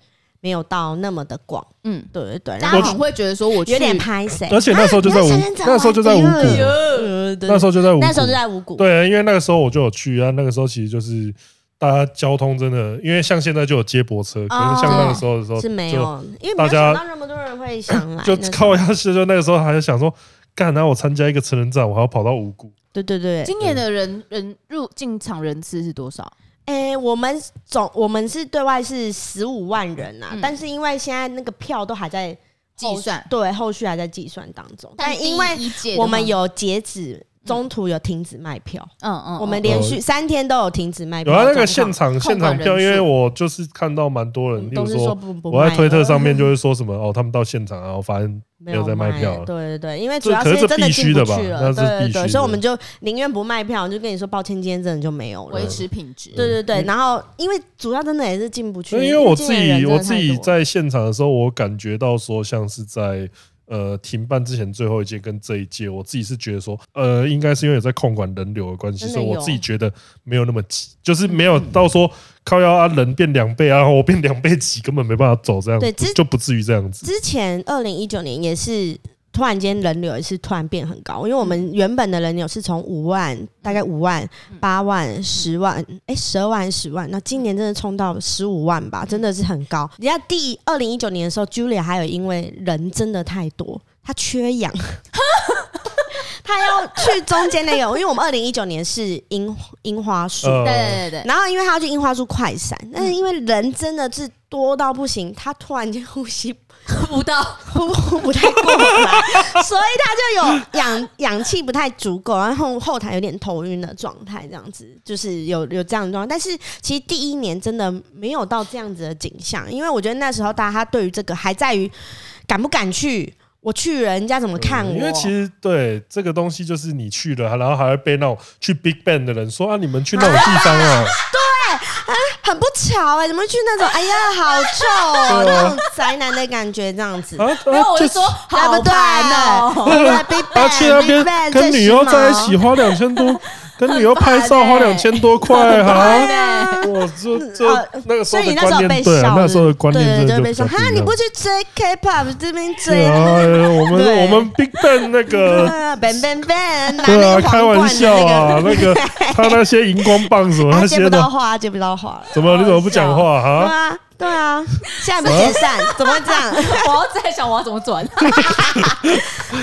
Speaker 3: 没有到那么的广，
Speaker 2: 嗯，
Speaker 3: 对对对，
Speaker 2: 大家
Speaker 3: 然后
Speaker 1: 我
Speaker 2: 可能会觉得说我去
Speaker 3: 有点拍谁，
Speaker 1: 而且那时候就在五，
Speaker 3: 啊你要想
Speaker 1: 那时候就在五
Speaker 3: 哎呦
Speaker 1: 谷，
Speaker 3: 呃对
Speaker 1: 那时候就在五谷，
Speaker 3: 那时候就在五谷，
Speaker 1: 对，因为那个时候我就有去啊，那个时候其实就是大家交通真的，因为像现在就有接驳车，可是
Speaker 3: 哦啊
Speaker 1: 像那个时候的时候
Speaker 3: 是没有，因为没
Speaker 1: 大
Speaker 3: 有
Speaker 1: 家
Speaker 3: 想到那么多人会想来，
Speaker 1: 就
Speaker 3: 那
Speaker 1: 就
Speaker 3: 时候
Speaker 1: 靠下去，就那个时候还是想说，干，然后我参加一个成人展，我还要跑到五谷，
Speaker 3: 对对对，
Speaker 2: 今年的人人入进场人次是多少？
Speaker 3: 诶、我们总我们是对外是十五万人啊、
Speaker 2: 嗯
Speaker 3: 但是因为现在那个票都还在
Speaker 2: 计
Speaker 3: 后续
Speaker 2: 算
Speaker 3: 对，后续还在计算当中。但
Speaker 2: 第
Speaker 3: 因为
Speaker 2: 一届的
Speaker 3: 我们
Speaker 2: 话，
Speaker 3: 有截止，中途有停止卖票，
Speaker 2: 嗯嗯，
Speaker 3: 我们
Speaker 2: 嗯
Speaker 3: 连续三天都有停止卖
Speaker 1: 有
Speaker 3: 票的
Speaker 1: 啊
Speaker 3: 状况。
Speaker 1: 那个现场现场
Speaker 2: 控管
Speaker 1: 票，
Speaker 2: 人数
Speaker 1: 因为我就是看到蛮多人，
Speaker 3: 嗯
Speaker 1: 例
Speaker 3: 都
Speaker 1: 如
Speaker 3: 是说不不卖
Speaker 1: 我
Speaker 3: 了，
Speaker 1: 在推特上
Speaker 3: <laughs>
Speaker 1: 面就会说什么哦，他们到现场啊，我发现
Speaker 3: 没
Speaker 1: 有在卖票了
Speaker 3: 对对对，因为主
Speaker 1: 这
Speaker 3: 要
Speaker 1: 可是这
Speaker 3: 真的
Speaker 1: 必
Speaker 3: 进
Speaker 1: 须
Speaker 3: 不
Speaker 1: 的吧
Speaker 3: 去了，
Speaker 1: 那是
Speaker 3: 对对
Speaker 1: 必须
Speaker 3: 对，
Speaker 1: 的
Speaker 3: 所以我们就宁愿不卖票，就跟你说抱歉，今天真的就没有了
Speaker 2: 维。持品质，
Speaker 3: 对对对，然后因为主要真的也是进不去，
Speaker 1: 因为我自
Speaker 3: 今年人
Speaker 1: 己
Speaker 3: 真的
Speaker 1: 我自己
Speaker 3: 太多了
Speaker 1: 在现场的时候，我感觉到说像是在呃停办之前最后一届跟这一届，我自己是觉得说呃应该是因为有在控管人流的关系，
Speaker 3: 真的
Speaker 1: 所以我
Speaker 3: 有嗯
Speaker 1: 自己觉得没有那么挤，就是没有到说靠要啊人变两倍啊，然后我变两倍挤，根本没办法走这样
Speaker 3: 对之，
Speaker 1: 就不至于这样子。
Speaker 3: 之前二零一九年也是突然间人流也是突然变很高，因为我们原本的人流是从五万，大概五万、八万、十万，哎、十二万、十万，那今年真的冲到十五万吧，真的是很高。人家第二零一九年的时候，Julia 还有因为人真的太多，她缺氧。他要去中间那个，因为我们二零一九年是樱樱花树，
Speaker 1: 呃
Speaker 2: 对对对对，
Speaker 3: 然后因为他要去樱花树快闪，但是因为人真的是多到不行，他突然间呼吸 <laughs>
Speaker 2: 不到，
Speaker 3: 呼呼不太过来，所以他就有氧氧气不太足够，然后后台有点头晕的状态，这样子就是有有这样的状态。但是其实第一年真的没有到这样子的景象，因为我觉得那时候大家对于这个还在于敢不敢去，我去了人家怎么看我？
Speaker 1: 嗯因为其实对这个东西，就是你去了，然后还会被那种去 Big Bang 的人说啊，你们去那种地方啊，
Speaker 3: <laughs> 很不巧哎、怎么会去那种哎呀好臭、哦、
Speaker 1: 对啊
Speaker 3: 那种宅男的感觉这样子？
Speaker 1: 啊，
Speaker 2: 然后我就是
Speaker 3: <laughs>
Speaker 2: 说
Speaker 3: 对
Speaker 2: 好
Speaker 3: 不对
Speaker 2: 烦哦，
Speaker 3: 对，Big
Speaker 1: 他 <laughs>
Speaker 3: Bang，
Speaker 1: 去那
Speaker 3: Big Bang
Speaker 1: 边跟
Speaker 3: 最
Speaker 1: 女优
Speaker 3: 时髦
Speaker 1: 在一起，花两千多， <laughs> 跟女优拍照花
Speaker 2: 很
Speaker 1: 两
Speaker 2: 烦欸
Speaker 1: 千多块
Speaker 2: 烦
Speaker 1: 哈。
Speaker 2: 欸
Speaker 1: 我这这那个时
Speaker 3: 哦所
Speaker 1: 候
Speaker 3: 以你
Speaker 1: 的
Speaker 3: 那
Speaker 1: 观
Speaker 3: 时候被
Speaker 1: 念，对
Speaker 3: 笑
Speaker 1: 啊，
Speaker 3: 了，
Speaker 1: 那时候的观念
Speaker 3: 对
Speaker 1: 真
Speaker 3: 对
Speaker 1: 的
Speaker 3: 对，
Speaker 1: 就
Speaker 3: 被
Speaker 1: 比较不
Speaker 3: 笑。哈
Speaker 1: 一，样
Speaker 3: 你不去追 K-pop 这边追
Speaker 1: 对啊，
Speaker 3: 啊，
Speaker 1: 哎我们
Speaker 3: <laughs> 对
Speaker 1: 我们 Big Bang 那
Speaker 3: <laughs>
Speaker 1: 个，
Speaker 3: ben ben
Speaker 1: <laughs>
Speaker 3: ben，拿
Speaker 1: 对
Speaker 3: 那
Speaker 1: 啊，
Speaker 3: 个
Speaker 1: 开
Speaker 3: 皇
Speaker 1: 玩
Speaker 3: 冠的
Speaker 1: 笑
Speaker 3: 那 <laughs>
Speaker 1: 啊，
Speaker 3: 个，
Speaker 1: 那个他那些荧光棒什么
Speaker 3: <laughs> 啊
Speaker 1: 那
Speaker 3: 接
Speaker 1: 些
Speaker 3: 不
Speaker 1: 的
Speaker 3: 到，话，接不到话了，
Speaker 1: 怎么你怎么不讲话
Speaker 3: 对
Speaker 1: 哈？
Speaker 3: 啊，对啊，现在不解散，
Speaker 1: 啊
Speaker 3: 怎么会这样？
Speaker 2: <laughs> 我要在想我要怎么
Speaker 3: <laughs>
Speaker 2: 转，嗯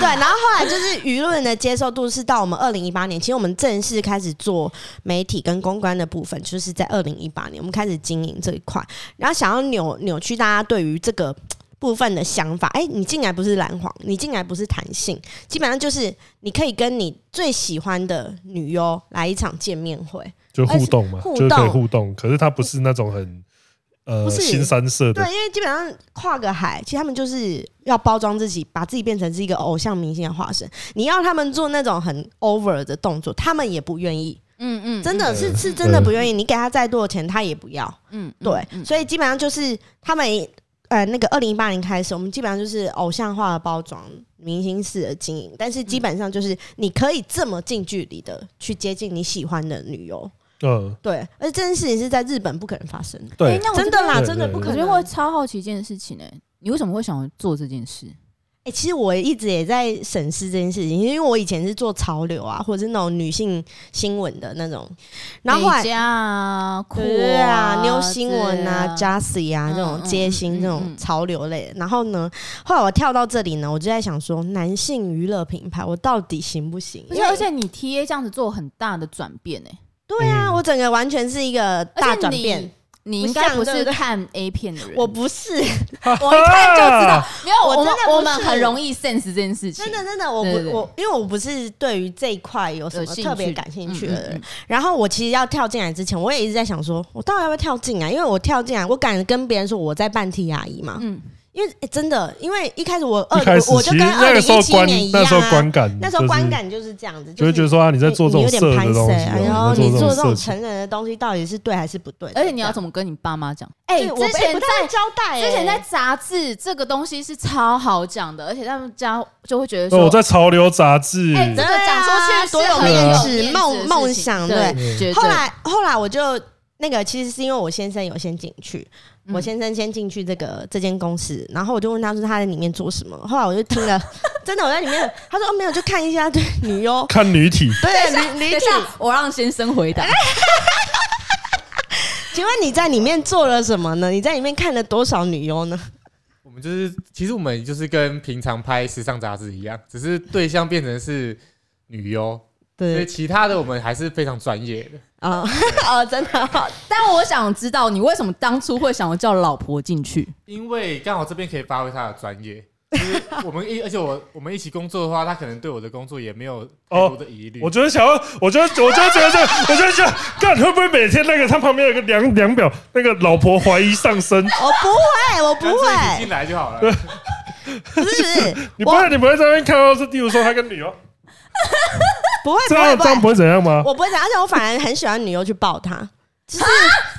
Speaker 3: 对，然后后来就是舆论的接受度是到我们二零一八年，其实我们正式开始做媒体跟公关的部分，就是在二零一八年我们开始经营这一块，然后想要扭扭曲大家对于这个。部分的想法，哎、你进来不是蓝黄，你进来不是弹性，基本上就是你可以跟你最喜欢的女优来一场见面会，
Speaker 1: 就互动嘛，
Speaker 3: 互
Speaker 1: 就是可以
Speaker 3: 动
Speaker 1: 互动，可是他不是那种很呃
Speaker 3: 啊不是
Speaker 1: 新三色
Speaker 3: 对，
Speaker 1: 的，
Speaker 3: 因为基本上跨个海，其实他们就是要包装自己，把自己变成是一个偶像明星的化身。你要他们做那种很 over 的动作，他们也不愿意，
Speaker 2: 嗯嗯，
Speaker 3: 真的是
Speaker 1: 嗯
Speaker 3: 是真的不愿意。你给他再多的钱，他也不要。
Speaker 2: 嗯，嗯，
Speaker 3: 对，
Speaker 2: 嗯
Speaker 3: 所以基本上就是他们呃，那个二零一八年开始，我们基本上就是偶像化的包装，明星式的经营，但是
Speaker 2: 嗯
Speaker 3: 基本上就是你可以这么近距离的去接近你喜欢的女优。
Speaker 1: 嗯，
Speaker 3: 对，而且这件事情是在日本不可能发生的，
Speaker 1: 对
Speaker 2: 哎，，那我
Speaker 3: 真的啦，
Speaker 1: 对
Speaker 3: 真的
Speaker 1: 对
Speaker 3: 不
Speaker 2: 我
Speaker 3: 可
Speaker 2: 觉
Speaker 3: 能。
Speaker 2: 得我超好奇一件事情呢、欸你为什么会想要做这件事？
Speaker 3: 哎、其实我一直也在审视这件事情，因为我以前是做潮流啊，或者是那种女性新闻的那种，然后后来
Speaker 2: 美加啊，酷
Speaker 3: 对啊，妞新闻啊
Speaker 2: 啊，
Speaker 3: ，Jesse 啊，
Speaker 2: 嗯
Speaker 3: 这种
Speaker 2: 嗯
Speaker 3: 街新
Speaker 2: 嗯
Speaker 3: 这种
Speaker 2: 嗯
Speaker 3: 潮流类的。然后呢，后来我跳到这里呢，我就在想说，男性娱乐品牌我到底行不行？
Speaker 2: 不
Speaker 3: 因
Speaker 2: 是，
Speaker 3: 为
Speaker 2: 而且你 T A 这样子做很大的转变欸呢、
Speaker 3: 对啊，
Speaker 1: 嗯
Speaker 3: 我整个完全是一个大转变。
Speaker 2: 你应该不
Speaker 3: 不像对
Speaker 2: 是
Speaker 3: 不对
Speaker 2: 看 A 片的人，
Speaker 3: 我不是，
Speaker 2: 我一看就知
Speaker 1: 啊
Speaker 2: 道，没有
Speaker 3: 我
Speaker 2: 我
Speaker 3: 真的
Speaker 2: 们
Speaker 3: 不是
Speaker 2: 我们很容易 sense 这件事情，
Speaker 3: <laughs> 真的真的，我不
Speaker 2: 对对对
Speaker 3: 我，因为我不是对于这一块有什
Speaker 2: 有
Speaker 3: 么
Speaker 2: 兴
Speaker 3: 特别
Speaker 2: 趣
Speaker 3: 感兴趣的人。
Speaker 2: 嗯嗯嗯
Speaker 3: 然后我其实要跳进来之前，我也一直在想说，我到底要不要跳进来？因为我跳进来，我敢跟别人说我在办 T 牙医嘛。
Speaker 2: 嗯，
Speaker 3: 因为、诶真的，因为一开始我二
Speaker 1: 一开始
Speaker 3: 我就
Speaker 1: 其实
Speaker 3: 跟二
Speaker 1: 那
Speaker 3: 零
Speaker 1: 个时
Speaker 3: 一
Speaker 1: 候
Speaker 3: 七
Speaker 1: 观
Speaker 3: 年一样
Speaker 1: 那
Speaker 3: 啊。
Speaker 1: 时候观感，
Speaker 3: 那时候观
Speaker 1: 就是
Speaker 3: 感就是这样子，
Speaker 1: 就会觉
Speaker 3: 是
Speaker 1: 得说啊，你在做这种
Speaker 3: 你有点
Speaker 1: 色
Speaker 3: 拍
Speaker 1: 的东
Speaker 3: 谁
Speaker 1: 西
Speaker 3: 哎
Speaker 1: 哦，
Speaker 3: 呦，你
Speaker 1: 在
Speaker 3: 做
Speaker 1: 这
Speaker 3: 这种
Speaker 1: 种色情
Speaker 3: 成人的东西到底是对还是不对？
Speaker 2: 而且你要怎么跟你爸妈讲？哎、
Speaker 3: 对我
Speaker 2: 之
Speaker 3: 哎
Speaker 2: 前
Speaker 3: 不
Speaker 2: 在
Speaker 3: 太会交代、哎
Speaker 2: 之前在杂志这个东西是超好讲的，而且他们家就会觉得
Speaker 1: 哦
Speaker 2: 说，
Speaker 1: 我在嗯潮流杂志，
Speaker 2: 哎、这个讲出去
Speaker 3: 多啊有
Speaker 2: 很
Speaker 1: 面
Speaker 3: 子
Speaker 2: 面
Speaker 3: 梦
Speaker 2: 的事
Speaker 3: 梦
Speaker 2: 情
Speaker 3: 想
Speaker 2: 对，
Speaker 1: 对
Speaker 2: 绝对
Speaker 3: 后来后来我就那个，其实是因为我先生有先进去，
Speaker 2: 嗯
Speaker 3: 我先生先进去这个这间公司，然后我就问他说他在里面做什么，后来我就听
Speaker 2: <laughs>
Speaker 3: 了，真的我在里面，他说哦没有，就看一下对女优，
Speaker 1: 看女体，
Speaker 3: <laughs> 对女
Speaker 2: <laughs> 等
Speaker 3: 女
Speaker 2: 一
Speaker 3: 体，
Speaker 2: 下，我让先生回答。
Speaker 3: 请问你在里面做了什么呢？你在里面看了多少女优呢？
Speaker 4: 我们就是，其实我们就是跟平常拍时尚杂志一样，只是对象变成是女优，所以
Speaker 3: 对
Speaker 4: 其他的我们还是非常专业的。
Speaker 3: 啊
Speaker 2: <laughs>
Speaker 3: 哦，真的哦
Speaker 2: 但我想知道，你为什么当初会想要叫老婆进去？
Speaker 4: 因为刚好这边可以发挥他的专业，就是我们一，而且我我们一起工作的话，他可能对我的工作也没有太多的疑虑。
Speaker 1: 哦我觉得想要，我觉得，我就觉得这，我就觉得，干会不会每天那个他旁边有个量量表，那个老婆怀疑上升，
Speaker 3: 我不会，我不
Speaker 4: 干脆
Speaker 1: <laughs>
Speaker 3: 会
Speaker 4: 一起进，来就好了。
Speaker 3: 不是不是，
Speaker 1: 你不会，你不会在那边看到是，例如说他跟女哦，
Speaker 3: 不会
Speaker 1: 这
Speaker 3: 不会
Speaker 1: 样
Speaker 3: 不
Speaker 1: 这样
Speaker 3: 会
Speaker 1: 不，会怎样吗？
Speaker 3: 我不会讲，而且我反而很喜欢女优去抱他，就是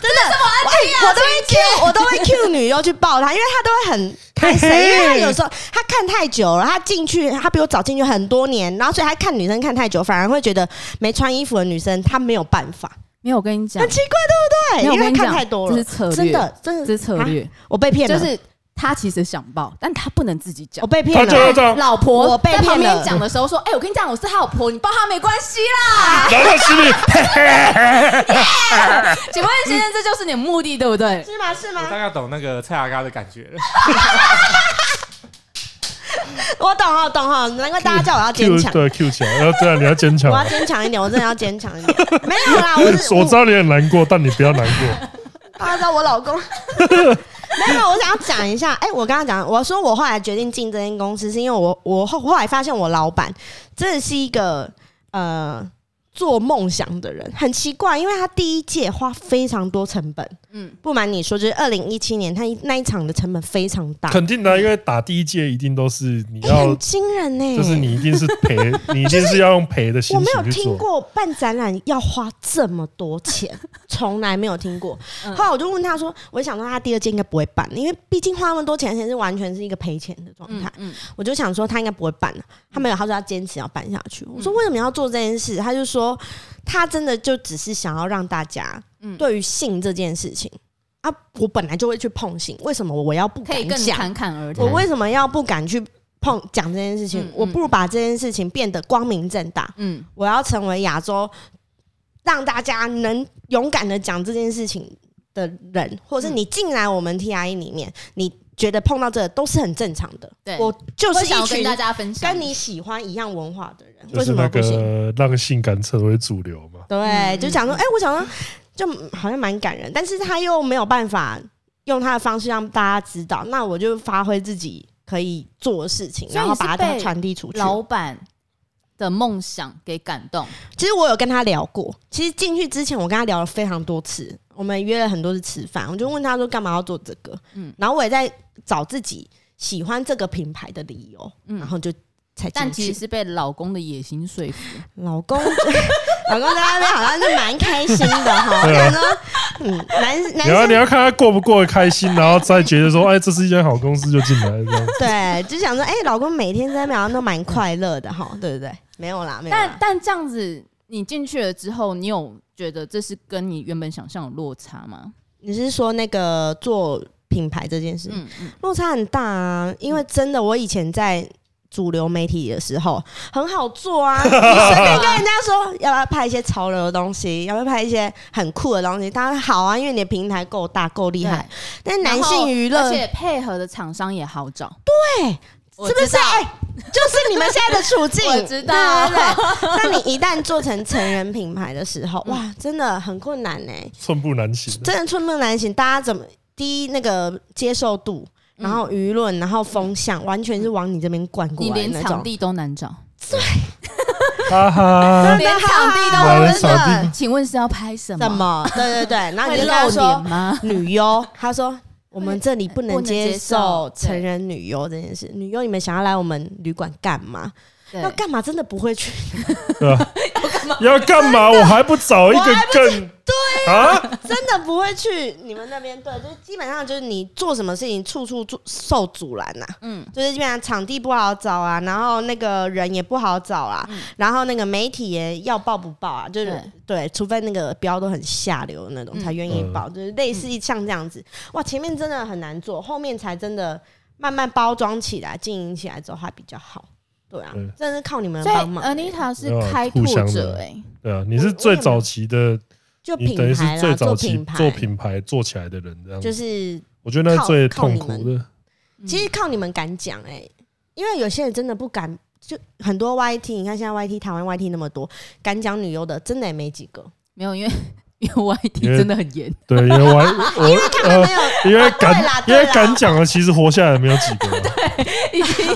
Speaker 3: 真的，我哎我都会 Q，我都会 Q 女优去抱他，因为她都会很开心，因
Speaker 1: 嘿嘿
Speaker 3: 为她啊有时候她看太久了，她进去，她比我早进去很多年，然后所以她看女生看太久，反而会觉得没穿衣服的女生她没有办法，
Speaker 2: 没有，我跟你讲
Speaker 3: 很，奇怪，对
Speaker 2: 没有我
Speaker 3: 不对？因为
Speaker 2: 跟你
Speaker 3: 她看
Speaker 2: 讲，
Speaker 3: 太多
Speaker 2: 这
Speaker 3: 了
Speaker 2: 是，策略，
Speaker 3: 真的真的
Speaker 2: 这是策
Speaker 3: 啊
Speaker 2: 略，
Speaker 3: 我被骗了，
Speaker 2: 就是他其实想报，但他不能自己
Speaker 3: 我
Speaker 2: 讲。
Speaker 3: 被骗
Speaker 1: 他就要
Speaker 3: 了，
Speaker 1: 这样，
Speaker 2: 老婆
Speaker 3: 我被
Speaker 2: 在旁
Speaker 3: 骗
Speaker 2: 边
Speaker 3: 了
Speaker 2: 讲的时候说：“哎，我跟你讲，我是他老婆，你抱他没关系啦。”
Speaker 1: 然后他心
Speaker 3: <laughs>
Speaker 1: 里，
Speaker 2: 请问先生，这就是你的目的，对不对？
Speaker 3: 是吗？是
Speaker 4: 我大
Speaker 3: 吗？
Speaker 4: 概懂那个蔡阿嘎的感觉了。
Speaker 3: 我懂哈，懂哈，难怪大家叫我要坚
Speaker 1: Q
Speaker 3: 强，
Speaker 1: 对 Q 起来，要这样你要坚强
Speaker 3: 我。要坚强一点，我真的要坚强一点。没有啦，我是
Speaker 1: 我知道你很难过，但你不要难过。
Speaker 3: 大家知道我老公。没有，我想要讲一下。哎、我刚刚讲，我说我后来决定进这间公司，是因为我我后后来发现我老板真的是一个呃做梦想的人，很奇怪，因为他第一届花非常多成本。
Speaker 2: 嗯，
Speaker 3: 不瞒你说，就是二零一七年，他一那一场的成本非常大，
Speaker 1: 肯定的，因为打第一届一定都是你
Speaker 3: 哎、
Speaker 1: 要
Speaker 3: 很，惊人呢、
Speaker 1: 就是你一定是
Speaker 3: <laughs>
Speaker 1: 赔，你一定是要用赔的心
Speaker 3: 我没有
Speaker 1: 情去做。
Speaker 3: 听过办展览要花这么
Speaker 2: <laughs>
Speaker 3: 多钱，从来没有听过。
Speaker 2: 嗯
Speaker 3: 后来我就问他说，我想说他第二届应该不会办，因为毕竟花那么多钱，钱是完全是一个赔钱的状态。
Speaker 2: 嗯
Speaker 3: 我就想说他应该不会办了，他没有，他说要坚持要办下去。
Speaker 2: 嗯
Speaker 3: 我说为什么要做这件事？他就说他真的就只是想要让大家
Speaker 2: 嗯
Speaker 3: 对于性这件事情啊，我本来就会去碰性，为什么我要不
Speaker 2: 嗯可
Speaker 3: 敢
Speaker 2: 以更
Speaker 3: 讲？
Speaker 2: 侃侃而谈
Speaker 3: 我。为什么要不敢去碰讲这件事情？
Speaker 2: 嗯
Speaker 3: 我不如把这件事情变得光明正大。
Speaker 2: 嗯
Speaker 3: 我要成为亚洲让大家能勇敢的讲这件事情的人，或者是
Speaker 2: 嗯
Speaker 3: 你进来我们 TIE 里面，你觉得碰到这个都是很正常的。
Speaker 2: 对
Speaker 3: 我就是
Speaker 2: 会想
Speaker 3: 一
Speaker 2: 要跟
Speaker 3: 群
Speaker 2: 大家分享，
Speaker 3: 跟你喜欢一样文化的人，
Speaker 1: 就
Speaker 3: 为
Speaker 1: 是
Speaker 3: 什
Speaker 1: 那
Speaker 3: 么不行？
Speaker 1: 个让性感成为主流嘛，
Speaker 3: 对，
Speaker 2: 嗯
Speaker 3: 就想说，
Speaker 2: 嗯
Speaker 3: 哎，我想说，就好像蛮感人，但是他又没有办法用他的方式让大家知道，那我就发挥自己可以做的事情，
Speaker 2: 所以
Speaker 3: 然后
Speaker 2: 你是
Speaker 3: 把它
Speaker 2: 被
Speaker 3: 传递出去。
Speaker 2: 老板的梦想给感动。
Speaker 3: 其实我有跟他聊过，其实进去之前我跟他聊了非常多次，我们约了很多次吃饭，我就问他说干嘛要做这个，
Speaker 2: 嗯
Speaker 3: 然后我也在找自己喜欢这个品牌的理由，
Speaker 2: 嗯
Speaker 3: 然后就才
Speaker 2: 但其
Speaker 3: 进
Speaker 2: 实
Speaker 3: 去。
Speaker 2: 是被老公的野心说服。
Speaker 3: 老公， <laughs> 老公在那边好像是蛮开心的哈，我
Speaker 1: 对啊
Speaker 3: 想说，嗯，男男
Speaker 1: 你要
Speaker 3: 生
Speaker 1: 你要看他过不过得开心，然后再觉得说，哎，这是一间好公司就进来这样。
Speaker 3: 对，就想说，哎、老公每天在那边好像都蛮快乐的哈，对不对？没有啦，没有
Speaker 2: 但
Speaker 3: 啦，
Speaker 2: 但这样子，你进去了之后，你有觉得这是跟你原本想象有落差吗？
Speaker 1: <laughs>
Speaker 3: 你是说那个做品牌这件事
Speaker 2: 嗯嗯
Speaker 3: 落差很大啊，因为真的，我以前在主流媒体的时候很好
Speaker 2: <laughs>
Speaker 3: 做啊，你随便跟人家说要不要拍一些潮流的东西，要不要拍一些很酷的东西，当然好啊，因为你的平台够大够厉害。但是男性娱
Speaker 2: 然后
Speaker 3: 乐，
Speaker 2: 而
Speaker 3: 对，
Speaker 2: 且配合的厂商也好找，我
Speaker 3: 是不
Speaker 2: 知
Speaker 3: 是？
Speaker 2: 道
Speaker 3: 哎、就是你们现在的处境，
Speaker 2: <laughs> 我知道
Speaker 3: 对对对那你一旦做成成人品牌的时
Speaker 2: 嗯
Speaker 3: 候，哇，真的很困难呢、
Speaker 1: 寸步难行。
Speaker 3: 真的寸步难行。大家怎么第一那个接受度，
Speaker 2: 嗯
Speaker 3: 然后舆论，然后风向，完全是往你这边灌过
Speaker 2: 你
Speaker 3: 来的
Speaker 2: 连
Speaker 3: 那
Speaker 2: 场
Speaker 3: 种。
Speaker 2: 地都难找，
Speaker 1: 哈
Speaker 3: <laughs>
Speaker 1: 哈，
Speaker 2: 连场地都
Speaker 1: 来了
Speaker 2: 难
Speaker 1: 场地
Speaker 2: 找。请问是要拍什
Speaker 3: 怎么？对
Speaker 2: <laughs>
Speaker 3: 对对，然后
Speaker 2: 会
Speaker 3: 你就跟
Speaker 2: 露脸
Speaker 3: 他说
Speaker 2: 吗？
Speaker 3: 女
Speaker 2: <laughs>
Speaker 3: 优，他说我们这里不能
Speaker 2: 不
Speaker 3: 接受
Speaker 2: 能接受对
Speaker 3: 成人女优这件事。女优，你们想要来我们旅馆干嘛？
Speaker 2: 对
Speaker 3: 要干嘛？真的不会去，
Speaker 1: 对吧？要干嘛？我还不找一个更对啊？
Speaker 3: 真的不会去你们那边。对，就是基本上就是你做什么事情，处处做受阻拦呐、
Speaker 2: 嗯，
Speaker 3: 就是基本上场地不好找啊，然后那个人也不好找啊，
Speaker 2: 嗯
Speaker 3: 然后那个媒体也要报不报啊，就是对，除非那个标都很下流的那种
Speaker 2: 嗯
Speaker 3: 才愿意报，就是类似像这样子。哇，前面真的很难做，后面才真的慢慢包装起来、经营起来之后还比较好。对啊
Speaker 1: 对，
Speaker 3: 真的是靠你们
Speaker 2: 所以
Speaker 3: 帮忙，欸
Speaker 2: Anita 是
Speaker 1: 没有
Speaker 2: 开
Speaker 1: 哦互
Speaker 2: 拓
Speaker 1: 相
Speaker 2: 者
Speaker 1: 的
Speaker 2: 哎，
Speaker 1: 对啊，你是最早期的，
Speaker 3: 就
Speaker 1: 你
Speaker 3: 品
Speaker 1: 等于是
Speaker 3: 牌
Speaker 1: 最
Speaker 3: 啦，
Speaker 1: 早
Speaker 3: 做
Speaker 1: 期
Speaker 3: 品牌，
Speaker 1: 做品牌做起来的人，这样
Speaker 3: 就
Speaker 1: 子。
Speaker 3: 是
Speaker 1: 我觉得那是最痛苦
Speaker 3: 靠靠你
Speaker 1: 的。
Speaker 2: 嗯
Speaker 3: 其实靠你们敢讲哎、因为有些人真的不敢，就很多 YT，你看现在 YT 台湾 YT 那么多，敢讲女优的真的也没几个，
Speaker 2: 没有因为 <laughs> 因为 YT
Speaker 1: 因为
Speaker 2: 真的很
Speaker 1: <laughs>
Speaker 2: 严，
Speaker 1: 对，因为我还
Speaker 3: <laughs>
Speaker 1: 我
Speaker 3: 他们
Speaker 1: 呃，
Speaker 3: 没
Speaker 1: <laughs>
Speaker 3: 有
Speaker 1: 因为
Speaker 3: 啊对
Speaker 1: 敢
Speaker 3: 啦
Speaker 1: 因
Speaker 3: 对啦
Speaker 1: 为敢讲的，其实活下来没有几个啊。
Speaker 2: 已经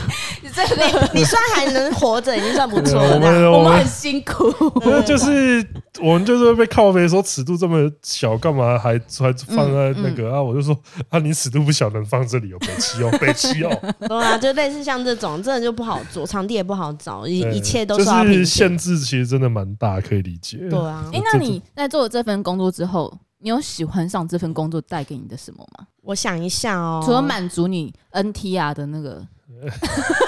Speaker 2: 真的
Speaker 3: 你算还能活着，已经算 <laughs> 不错
Speaker 1: 对啊
Speaker 3: 了
Speaker 1: 我 <laughs> 们
Speaker 2: 我
Speaker 3: 啦。
Speaker 2: 们
Speaker 1: 们
Speaker 2: 很辛苦，
Speaker 1: 那就是我
Speaker 3: 嗯
Speaker 1: 们就是被靠背说尺度这么小，干嘛还还放在那
Speaker 3: 嗯
Speaker 1: 个、啊？我就说啊，你尺度不小，能放这里哦，北七
Speaker 3: <laughs>
Speaker 1: 哦，北七哦，
Speaker 3: 对啊，就类似像这种，真的就不好做，场地也不好找，一
Speaker 1: 对
Speaker 3: 一切都
Speaker 1: 就
Speaker 3: 受到
Speaker 1: 是
Speaker 3: 瓶
Speaker 1: 限
Speaker 3: 颈。
Speaker 1: 制，其实真的蛮大，可以理解。
Speaker 3: 对啊，
Speaker 2: 哎、那你在做了这份工作之后，你有喜欢上这份工作带给你的什么吗？
Speaker 3: 我想一下哦，
Speaker 2: 除了满足你 NTR 的那
Speaker 3: <laughs>
Speaker 2: 个，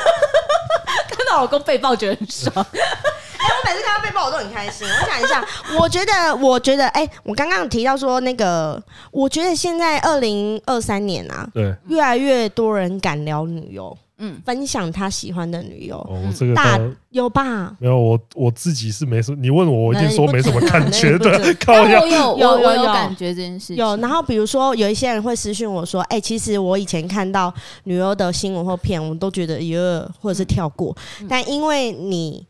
Speaker 2: 看到老公被抱觉得很 <laughs> 爽，
Speaker 3: 我每次看到被爆，我都很开心。我想一下，我觉得，我觉得，哎、我刚刚有提到说那个，我觉得现在二零二三年啊，
Speaker 1: 对，
Speaker 3: 越来越多人敢聊女优，
Speaker 2: 嗯，
Speaker 3: 分享他喜欢的女友，
Speaker 1: 哦，这个
Speaker 3: 大
Speaker 1: 当然
Speaker 3: 有吧？
Speaker 1: 没有我我自己是没什么，你问我我一定说没什么感 <laughs> 觉
Speaker 3: 那你不
Speaker 1: 的，靠
Speaker 2: 但
Speaker 1: 腰
Speaker 2: 我有
Speaker 3: 有
Speaker 2: 我我
Speaker 3: 有
Speaker 2: 有
Speaker 3: 有
Speaker 2: 感觉这件事情，
Speaker 3: 有，然后比如说有一些人会私讯我说：“哎、其实我以前看到女优的新闻或片，我都觉得哟，或者是跳过。
Speaker 2: 嗯
Speaker 3: 但因为你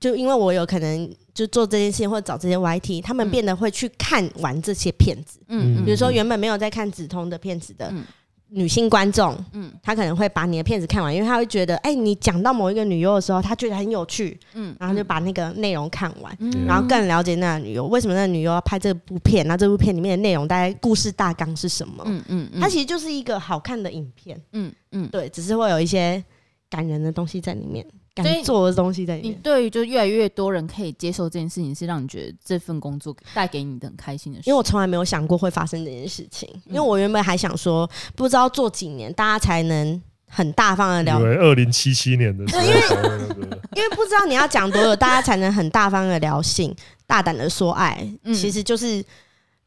Speaker 3: 就因为我有可能就做这件事情或者找这些 YT，他们
Speaker 2: 嗯
Speaker 3: 变得会去看完这些片子。
Speaker 2: 嗯，嗯
Speaker 3: 比如说原本没有在看止痛的片子的
Speaker 2: 嗯
Speaker 3: 女性观众，
Speaker 2: 嗯
Speaker 3: 她可能会把你的片子看完，因为她会觉得，哎、你讲到某一个女优的时候，她觉得很有趣，
Speaker 2: 嗯，
Speaker 3: 然后就把那个内容看完。
Speaker 2: 嗯，
Speaker 3: 然后更了解那个女优，为什么那个女优要拍这部片？那这部片里面的内容大概故事大纲是什么？
Speaker 2: 嗯嗯嗯，
Speaker 3: 它其实就是一个好看的影片，
Speaker 2: 嗯嗯，
Speaker 3: 对，只是会有一些感人的东西在里面，
Speaker 2: 所以
Speaker 3: 敢做的东西在里
Speaker 2: 你
Speaker 3: 面。
Speaker 2: 对于就越来越多人可以接受这件事情，是让你觉得这份工作带给你的很开心的事。
Speaker 3: 因为我从来没有想过会发生这件事情，因为我原本还想说，不知道做几年大家才能很大方的聊
Speaker 1: 以为二零七七年的时候才会那个，
Speaker 3: <laughs> 因为不知道你要讲多久，大家才能很大方的聊性，大胆的说爱，
Speaker 2: 嗯
Speaker 3: 其实就是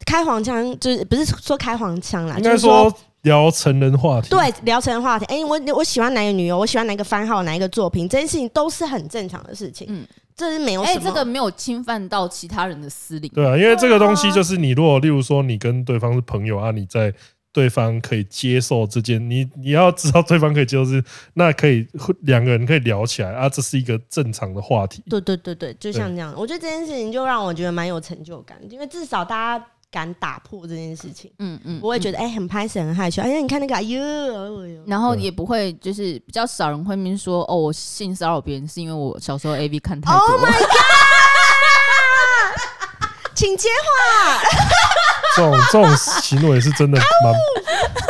Speaker 3: 开黄腔，就是不是说开黄腔啦，
Speaker 1: 应
Speaker 3: 就
Speaker 1: 该
Speaker 3: 是说
Speaker 1: 说聊成人话题，
Speaker 3: 对聊成话题。哎、我我喜欢哪个女优，我喜欢哪个番号，哪一个作品，这件事情都是很正常的事情，
Speaker 2: 嗯
Speaker 3: 这是没有
Speaker 2: 哎、
Speaker 3: 什么。
Speaker 2: 这个没有侵犯到其他人的私领。
Speaker 1: 对啊，因为这个东西就是你如果例如说你跟对方是朋友啊，你在对方可以接受这件，你你要知道对方可以接受是，那可以两个人可以聊起来啊，这是一个正常的话题。
Speaker 3: 对对对对，就像这样，我觉得这件事情就让我觉得蛮有成就感，因为至少大家敢打破这件事情，
Speaker 2: 嗯嗯，
Speaker 3: 不会觉
Speaker 2: 得，
Speaker 3: 得哎、很拍死很害羞。哎、你看那个，哎呦，哎呦
Speaker 2: 然后
Speaker 1: 对
Speaker 2: 也不会就是比较少人会明说哦，我性骚扰别人是因为我小时候 A V 看太
Speaker 3: Oh
Speaker 2: 多。
Speaker 3: my god！请接话。
Speaker 1: 这种这种行为是真的 <laughs> 蛮。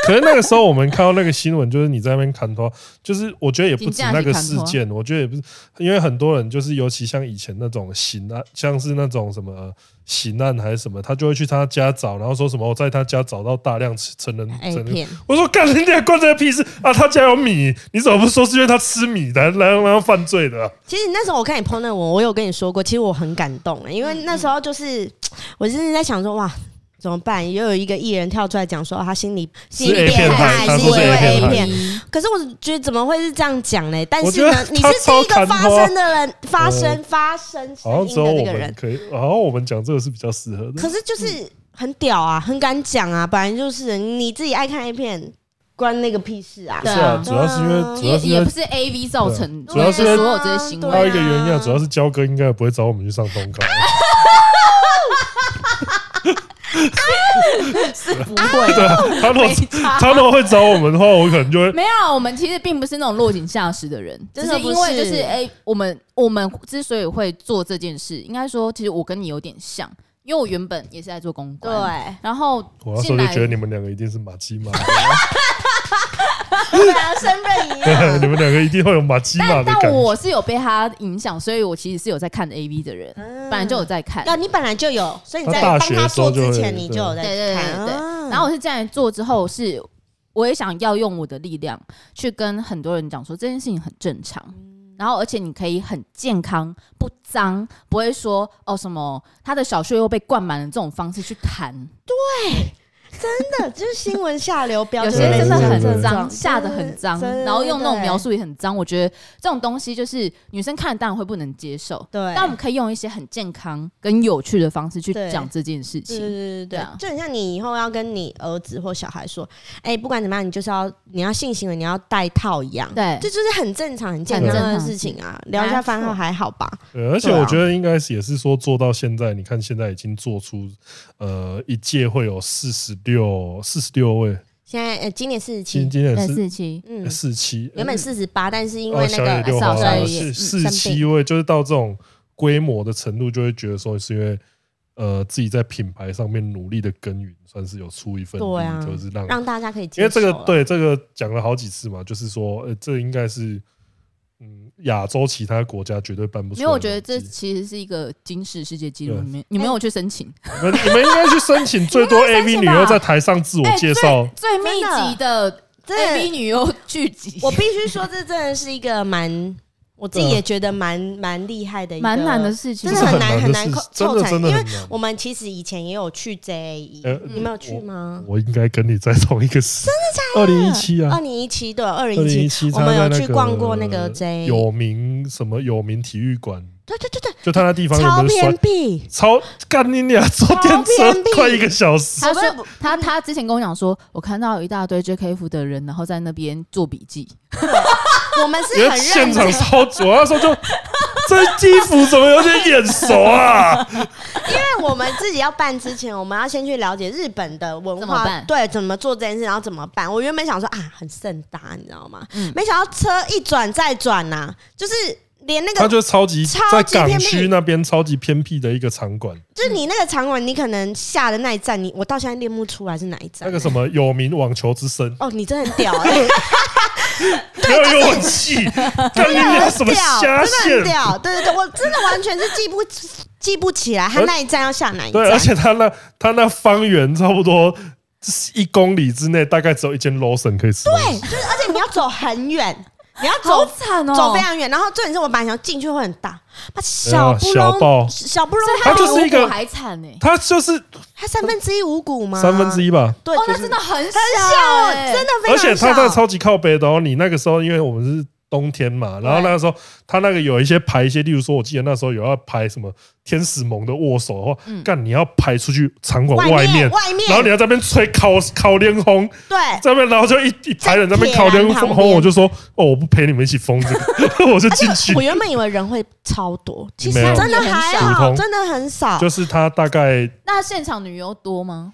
Speaker 1: 可是那个时候我们看到那个新闻，就是你在那边砍头，就是我觉得也不止那个事件，我觉得也不是，因为很多人就是尤其像以前那种刑案，像是那种什么呃刑案还是什么，他就会去他家找，然后说什么我在他家找到大量成人
Speaker 3: 哎，
Speaker 1: 成人。
Speaker 3: 片，
Speaker 1: 我说干人家关这个屁事啊！他家有米，你怎么不说是因为他吃米来来让他犯罪的啊、
Speaker 3: 其实那时候我看你 PO 那我，我有跟你说过，其实我很感动、欸因
Speaker 2: 嗯
Speaker 3: 为那时候就是、我真的在想说，哇。怎么办？又有一个艺人跳出来讲说、啊他心里心
Speaker 1: 是
Speaker 3: 里
Speaker 1: A 片
Speaker 3: 态，
Speaker 1: 派，他
Speaker 3: 是因
Speaker 1: 说是
Speaker 3: 为
Speaker 1: A
Speaker 2: 片
Speaker 1: 片
Speaker 2: 派
Speaker 1: 派，
Speaker 3: 可是我觉得怎么会是这样讲呢？但
Speaker 1: 我
Speaker 3: 是
Speaker 1: 觉得
Speaker 3: 呢，你是
Speaker 1: 他
Speaker 3: 第一
Speaker 1: 超
Speaker 3: 个
Speaker 1: 看
Speaker 3: 发
Speaker 1: 破
Speaker 3: 生的人，发生发生
Speaker 1: 好像
Speaker 3: 声音
Speaker 1: 只有
Speaker 3: 的
Speaker 1: 我
Speaker 3: 那个
Speaker 1: 们
Speaker 3: 人。
Speaker 1: 可以，好像我们讲这个是比较适合的。
Speaker 3: 可是就是很屌啊，很敢讲啊，本来就是你自己爱看 A 片，关那个屁事啊
Speaker 1: 不！是
Speaker 2: 对
Speaker 1: 啊
Speaker 2: 啊，
Speaker 1: 主要是因为主要
Speaker 2: 也
Speaker 1: 是因
Speaker 2: 也
Speaker 1: 为
Speaker 2: 不是 A V 造
Speaker 1: 啊
Speaker 2: 成的，
Speaker 1: 主要是因为
Speaker 2: 所有这些行
Speaker 1: 还有一
Speaker 2: 为。
Speaker 1: 个原因啊，主要是焦哥应该也不会找我们去上东考。
Speaker 2: 是不会
Speaker 1: <laughs> 对
Speaker 2: 的。
Speaker 1: 啊，他若
Speaker 2: 没差
Speaker 1: 他若会找我们的话，我可能就会
Speaker 2: 没有，我们其实并不是那种落井下石的人，只
Speaker 3: 真
Speaker 2: 是
Speaker 3: 的
Speaker 2: 因为
Speaker 3: 不
Speaker 2: 就是是哎、我们我们之所以会做这件事，应该说其实我跟你有点像，因为我原本也是在做公
Speaker 3: 对
Speaker 2: 关，，然后
Speaker 1: 我那时
Speaker 2: 进
Speaker 1: 候就
Speaker 2: 来
Speaker 1: 觉得你们两个一定是马鸡马，
Speaker 3: 对啊，身份一样。
Speaker 1: 你们两个一定会有马鸡马
Speaker 2: 但
Speaker 1: 的感
Speaker 2: 但
Speaker 1: 觉。
Speaker 2: 我是有被他影响，所以我其实是有在看 A V 的人，
Speaker 3: 嗯
Speaker 2: 本来就有在看。
Speaker 3: 那你本来就有，所以你在
Speaker 1: 他
Speaker 3: 帮
Speaker 1: 大学
Speaker 3: 他
Speaker 1: 的时候
Speaker 3: 做之
Speaker 1: 就会
Speaker 3: 前，你就有在
Speaker 2: 对对对
Speaker 3: 看
Speaker 2: 对对
Speaker 3: 啊 <laughs>
Speaker 2: 然后我是这样做之后是，我也想要用我的力量去跟很多人讲说这件事情很正常，然后而且你可以很健康、不脏，不会说哦什么他的小穴又被灌满了这种方式去谈，
Speaker 3: 真的就是新闻下流标，
Speaker 2: 有
Speaker 3: 就
Speaker 2: 些
Speaker 3: 是类似
Speaker 2: 真的
Speaker 1: 对对
Speaker 2: 很
Speaker 1: 对
Speaker 2: 脏，下的很脏，
Speaker 3: 真的
Speaker 2: 然后用那种描述也很脏。我觉得这种东西就是女生看了当然会不能接受，
Speaker 3: 对，
Speaker 2: 但我们可以用一些很健康跟有趣的方式去
Speaker 3: 对
Speaker 2: 讲这件事
Speaker 3: 对对
Speaker 2: 情。
Speaker 3: 对对
Speaker 2: 对
Speaker 3: 对
Speaker 2: 啊，
Speaker 3: 就很像你以后要跟你儿子或小孩说，哎，不管怎么样，你就是要你要性行为，你要戴套一样，
Speaker 2: 对
Speaker 3: 这就是很正常、很健康的事情啊。聊一下番号还好吧？
Speaker 1: 对，而且
Speaker 3: 对啊
Speaker 1: 我觉得应该是也是说做到现在，你看现在已经做出呃一届会有四十六四十六位，
Speaker 3: 现在呃，今年四十
Speaker 1: 今
Speaker 3: 七，
Speaker 1: 今年
Speaker 2: 对，
Speaker 1: 是哎
Speaker 2: 四期，
Speaker 3: 嗯，
Speaker 1: 四七，
Speaker 3: 原本四十八，但是因
Speaker 1: 哦，
Speaker 3: 为那
Speaker 1: 小野
Speaker 3: 个
Speaker 1: 六花
Speaker 2: 少帅
Speaker 1: 花
Speaker 2: 也
Speaker 1: 是
Speaker 3: 嗯
Speaker 1: 四
Speaker 3: 生
Speaker 1: 七位，就是到这种规模的程度，就会觉得说是因为呃自己在品牌上面努力的耕耘，算是有出一份力，
Speaker 3: 对啊
Speaker 1: 就是让
Speaker 3: 让大家可以接
Speaker 1: 因为这个
Speaker 3: 受啊，
Speaker 1: 对这个讲了好几次嘛，就是说呃这应该是嗯亚洲其他国家绝对办不出来的东西。
Speaker 2: 没有，我觉得这其实是一个金氏世界纪录，
Speaker 1: 对
Speaker 2: 你们你们有去申请？
Speaker 1: 你们你们应该去申请最多 AV 女优在台上自我介
Speaker 3: 哎
Speaker 1: 绍，
Speaker 2: 最密集的
Speaker 3: 真的
Speaker 2: AV 女优聚集，
Speaker 3: 我必须说，这真的是一个蛮我自己也觉得蛮蛮厉害的一个，
Speaker 2: 蛮难的事情
Speaker 3: 真
Speaker 1: 这
Speaker 3: 的
Speaker 1: 是
Speaker 3: 很
Speaker 1: 难
Speaker 3: 难
Speaker 1: 的
Speaker 3: 很难
Speaker 1: 事
Speaker 3: 扣
Speaker 1: 真
Speaker 3: 扣
Speaker 1: 的
Speaker 3: 产
Speaker 1: 真的
Speaker 3: 因为
Speaker 1: 很难。
Speaker 3: 我们其实以前也有去 JAE，、
Speaker 1: 呃
Speaker 3: 你没有去吗？
Speaker 1: 我应该跟你在同一个时，真的假的？二零一七啊
Speaker 3: 二，零一七对，二
Speaker 1: 二
Speaker 3: 零
Speaker 1: 零
Speaker 3: 一
Speaker 1: 一
Speaker 3: 七
Speaker 1: 七，
Speaker 3: 我们有去逛过那个 JAE，
Speaker 1: 有名什么有名体育馆，
Speaker 3: 对对对对，
Speaker 1: 就他那地方有
Speaker 3: 超
Speaker 1: 没有
Speaker 3: 偏
Speaker 1: 摔？
Speaker 3: 僻，
Speaker 1: 超干你俩坐电
Speaker 3: 超
Speaker 1: 车
Speaker 3: 偏僻
Speaker 1: 快一个小时，
Speaker 2: 他
Speaker 3: 我
Speaker 2: 说
Speaker 3: 不
Speaker 2: 他他之前跟我讲说，我看到有一大堆 JKF 的人，然后在那边做笔记，
Speaker 3: 我们
Speaker 1: 因
Speaker 3: 是
Speaker 1: 为
Speaker 3: 很
Speaker 1: 现
Speaker 3: 认
Speaker 1: 场
Speaker 3: 真，
Speaker 1: 超久，我那时候就这衣服怎么有点眼熟
Speaker 3: <laughs>
Speaker 1: 啊？
Speaker 3: 但我们自己要办之前，我们要先去了解日本的文
Speaker 2: 怎么
Speaker 3: 化，
Speaker 2: 办
Speaker 3: 对，怎么做这件事，然后怎么办。我原本想说啊，很盛大，你知道吗？
Speaker 2: 嗯
Speaker 3: 没想到车一转再转呐、就是连那
Speaker 1: 他
Speaker 3: 个，
Speaker 1: 就超级
Speaker 3: 超级
Speaker 1: 在港
Speaker 3: 偏
Speaker 1: 区
Speaker 3: 僻
Speaker 1: 那边超级偏僻的一个场馆，
Speaker 3: 就是你那个场馆，你可能下的那一站，你我到现在练不出来是哪一站。
Speaker 1: 那个什么有名网球之
Speaker 3: <laughs>
Speaker 1: 神，
Speaker 3: 哦，你真的很屌
Speaker 1: <laughs>
Speaker 3: 哎、欸，
Speaker 1: 不要有我气，干你
Speaker 3: 真的
Speaker 1: 俩什
Speaker 3: 很
Speaker 1: 么
Speaker 3: 屌，
Speaker 1: 虾
Speaker 3: 真的很
Speaker 1: 线？
Speaker 3: 屌，对对对，我真的完全是记不记不起来他那一站要下哪一
Speaker 1: 对，而啊
Speaker 3: 站。
Speaker 1: 且他那他那方圆差不多一公里之内，大概只有一间 Lawson 可以吃。
Speaker 3: 对，就是而且你要走很远，你要
Speaker 2: 好
Speaker 3: 走
Speaker 2: 惨哦，
Speaker 3: 走非常远，然后重点是我本来想进去会很大，把小不
Speaker 1: 哎小
Speaker 3: 隆
Speaker 1: 爆
Speaker 3: 小不隆
Speaker 2: 所以，
Speaker 1: 他
Speaker 2: 比
Speaker 1: 就是一个
Speaker 2: 五谷还惨欸呢。
Speaker 1: 他就是
Speaker 3: 它三分之一五股吗？
Speaker 1: 三分之
Speaker 3: 一，
Speaker 1: 一吧，
Speaker 3: 对，
Speaker 2: 哦，
Speaker 3: 就
Speaker 2: 那
Speaker 3: 是
Speaker 2: 真的很小
Speaker 3: 很小，
Speaker 2: 欸
Speaker 3: 真的
Speaker 1: 而
Speaker 3: 非
Speaker 1: 且
Speaker 3: 常
Speaker 1: 他那
Speaker 3: 小。
Speaker 1: 超级靠北的哦。你那个时候，因为我们是冬天嘛，然后那个时候他那个有一些排一些，例如说，我记得那时候有要排什么天使盟的握手的话，
Speaker 2: 嗯
Speaker 1: 干你要排出去场馆
Speaker 3: 外
Speaker 1: 面，
Speaker 3: 外
Speaker 1: 然后你
Speaker 3: 面，
Speaker 1: 要在那边吹烤烤莲红，
Speaker 3: 对，
Speaker 1: 在那边然后就一一排人在那边
Speaker 3: 铁
Speaker 1: 烤
Speaker 3: 栏
Speaker 1: 莲
Speaker 3: 旁
Speaker 1: 红，我
Speaker 3: 边
Speaker 1: 就说哦，我不陪你们一起疯这个， <laughs> 我就进去
Speaker 3: <laughs> 我。原本以为人会超多，其实
Speaker 1: 没有
Speaker 3: 真的还
Speaker 1: 普
Speaker 3: 好，
Speaker 1: 通
Speaker 3: 真的很少，
Speaker 1: 就是他大概
Speaker 2: 那现场女优多吗？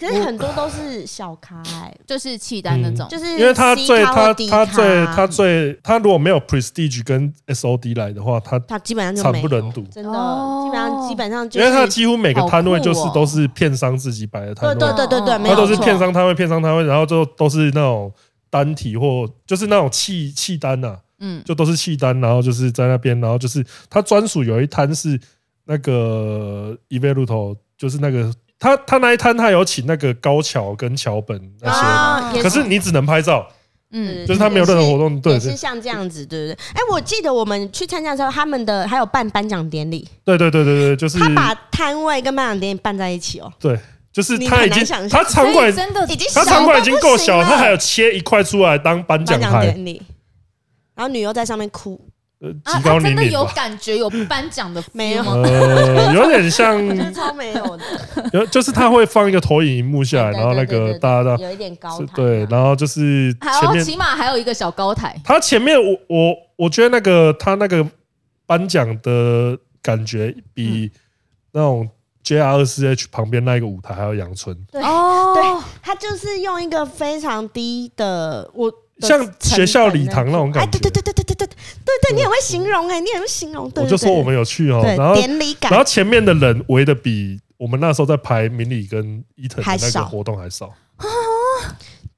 Speaker 3: 可是很多都是小咖欸，
Speaker 2: 就是契丹
Speaker 1: 嗯
Speaker 2: 那种，
Speaker 3: 就是是
Speaker 1: 因为他
Speaker 3: C
Speaker 1: 最
Speaker 3: 咖或
Speaker 1: 他
Speaker 3: D
Speaker 1: 他
Speaker 3: 咖
Speaker 1: 最他最他如果没有 Prestige 跟 SOD 来的话，他
Speaker 3: 他基本上就
Speaker 1: 惨
Speaker 3: 没
Speaker 1: 不
Speaker 3: 有
Speaker 1: 忍睹。
Speaker 3: 真的
Speaker 2: 哦
Speaker 3: 基本上基本上就
Speaker 1: 因为他
Speaker 3: 是
Speaker 1: 几乎每个摊位就是
Speaker 2: 好酷哦
Speaker 1: 都是片商自己摆的摊
Speaker 3: 对
Speaker 1: 位，
Speaker 3: 对对对对，
Speaker 1: 他
Speaker 3: 没有
Speaker 1: 都是
Speaker 3: 错
Speaker 1: 片商摊位、片商摊位，然后就都是那种单体或就是那种契契单呐、
Speaker 2: 嗯，
Speaker 1: 就都是契单，然后就是在那边，然后就是他专属有一摊是那个 e v 路头，就是那个他他那一摊他有请那个高桥跟桥本那些，
Speaker 3: 啊，也
Speaker 1: 可是你只能拍照，
Speaker 2: 嗯，
Speaker 1: 就是他没有任何活动，对
Speaker 3: 也
Speaker 1: 对
Speaker 3: 是像这样子，对不对？哎、我记得我们去参加的时候，他们的还有办颁奖典礼，
Speaker 1: 对对对对对，就是
Speaker 3: 他把摊位跟颁奖典礼办在一起哦，
Speaker 1: 对，就是
Speaker 3: 你
Speaker 1: 他
Speaker 3: 很
Speaker 1: 已
Speaker 3: 难
Speaker 1: 经
Speaker 3: 想象
Speaker 1: 他场馆
Speaker 2: 所以真的
Speaker 3: 已经
Speaker 1: 他
Speaker 3: 小
Speaker 1: 场
Speaker 3: 到
Speaker 1: 馆已经够
Speaker 3: 不行
Speaker 1: 小了，他
Speaker 3: 了
Speaker 1: 还有切一块出来当颁奖
Speaker 3: 颁奖
Speaker 1: 台，
Speaker 3: 典礼，然后女优在上面哭，
Speaker 1: 呃，
Speaker 2: 啊，
Speaker 1: 极高
Speaker 2: 他
Speaker 1: 年
Speaker 2: 真的
Speaker 1: 龄
Speaker 2: 有
Speaker 1: 吧，
Speaker 2: 感觉有颁奖的
Speaker 3: 没有
Speaker 2: feel 吗
Speaker 1: 呃，有点像，
Speaker 3: 超没有的，
Speaker 1: 有就是他会放一个投影荧幕下来，
Speaker 3: 对对
Speaker 1: 然后那
Speaker 3: 对对
Speaker 1: 个
Speaker 3: 对
Speaker 1: 大家
Speaker 3: 有一点高
Speaker 1: 啊
Speaker 3: 啊
Speaker 1: 是
Speaker 3: 台，
Speaker 1: 对，然后就是
Speaker 2: 还
Speaker 1: 前
Speaker 2: 有
Speaker 1: 面
Speaker 2: 起码还有一个小高台，
Speaker 1: 他前面我我我觉得那个他那个颁奖的感觉比
Speaker 3: 嗯
Speaker 1: 那种 JR 二四 H 旁边那一个舞台还要阳春，
Speaker 3: 对
Speaker 2: 哦
Speaker 3: 对他就是用一个非常低的我的
Speaker 1: 像
Speaker 3: 成
Speaker 1: 学校
Speaker 3: 本
Speaker 1: 礼堂那种
Speaker 3: 哎，
Speaker 1: 感
Speaker 3: 对
Speaker 1: 觉。
Speaker 3: 对对对对对对对对，你很会形容哎、你很会形容，对
Speaker 1: 我就说我
Speaker 3: 们
Speaker 1: 们有去哦，
Speaker 3: 对
Speaker 1: 然后
Speaker 3: 典礼感
Speaker 1: 然后前面的人围的比我们那时候在排明理跟伊藤的
Speaker 3: 还
Speaker 1: 那个
Speaker 3: 少
Speaker 1: 活动还少。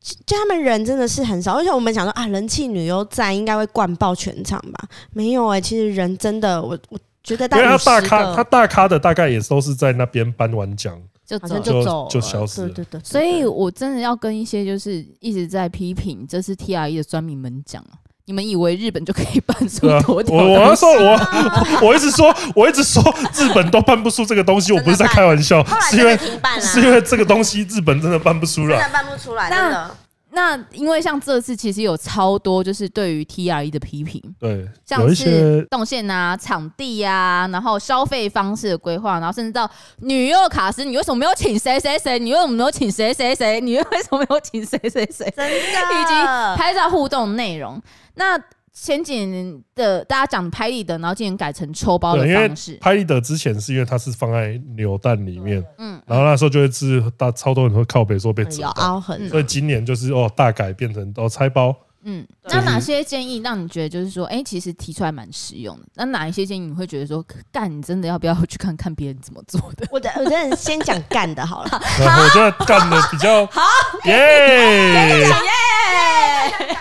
Speaker 3: 就他们人真的是很少，而且我们想说啊，人气女优在应该会灌爆全场吧？没有哎、其实人真的，我我觉得
Speaker 1: 因
Speaker 3: 大
Speaker 1: 为
Speaker 3: 概
Speaker 1: 他大
Speaker 3: 50个
Speaker 1: 咖，他大咖的大概也都是在那边颁完奖，
Speaker 2: 就
Speaker 3: 好
Speaker 2: 走
Speaker 3: 像
Speaker 2: 了。
Speaker 3: 就走了
Speaker 1: 就就消失了
Speaker 3: 对对对，对
Speaker 2: 所以我真的要跟一些就是一直在批评这次 T R E 的专民们讲啊，你们以为日本就可以办出
Speaker 1: 对
Speaker 3: <laughs>
Speaker 1: 啊。
Speaker 2: 多
Speaker 1: 我
Speaker 2: 屌
Speaker 1: 我那
Speaker 2: 的
Speaker 1: 时候我我一直说，我一直说日本都办不出这个东西，我不是在开玩笑，
Speaker 3: 后来
Speaker 1: 是因
Speaker 3: 真的
Speaker 1: 为
Speaker 3: 停办了、
Speaker 2: 啊
Speaker 1: 是因为这个东西日本真的办不出
Speaker 3: 真
Speaker 1: 来。
Speaker 3: 的办不出来，
Speaker 2: 那
Speaker 3: 真的。
Speaker 2: 那因为像这次其实有超多就是对于 T R E 的批评，
Speaker 1: 对，有
Speaker 2: 像
Speaker 1: 一
Speaker 2: 是
Speaker 1: 些
Speaker 2: 动线啊、场地啊，然后消费方式的规划，然后甚至到女优卡司，你为什么没有请谁谁谁？你为什么没有请谁谁谁？你为什么没有请谁谁谁？
Speaker 3: 真
Speaker 2: <laughs>
Speaker 3: 的，
Speaker 2: 以及
Speaker 1: <laughs>
Speaker 2: 拍照互动内容。那前几年的大家讲拍立得，然后今年改成抽包的
Speaker 1: 对，因为
Speaker 2: 方式，
Speaker 1: 拍立得之前是因为它是放在扭蛋里面，
Speaker 2: 嗯，
Speaker 1: 然后那时候就会是大超多人会靠北说被
Speaker 3: 有
Speaker 1: 折到，
Speaker 3: 凹痕，
Speaker 1: 所以今年就是哦大改变成哦拆
Speaker 3: <laughs>
Speaker 1: 包。
Speaker 2: 嗯，
Speaker 1: 就
Speaker 2: 那
Speaker 1: 是
Speaker 2: 哪些建议让你觉得就是说，哎、其实提出来蛮实用的？那哪一些建议你会觉得说，干，你真的要不要去看看别人怎么做的？
Speaker 3: 我的我真的先讲干的好了，
Speaker 1: 然后我觉得干的比
Speaker 3: <laughs>
Speaker 1: 较好，耶！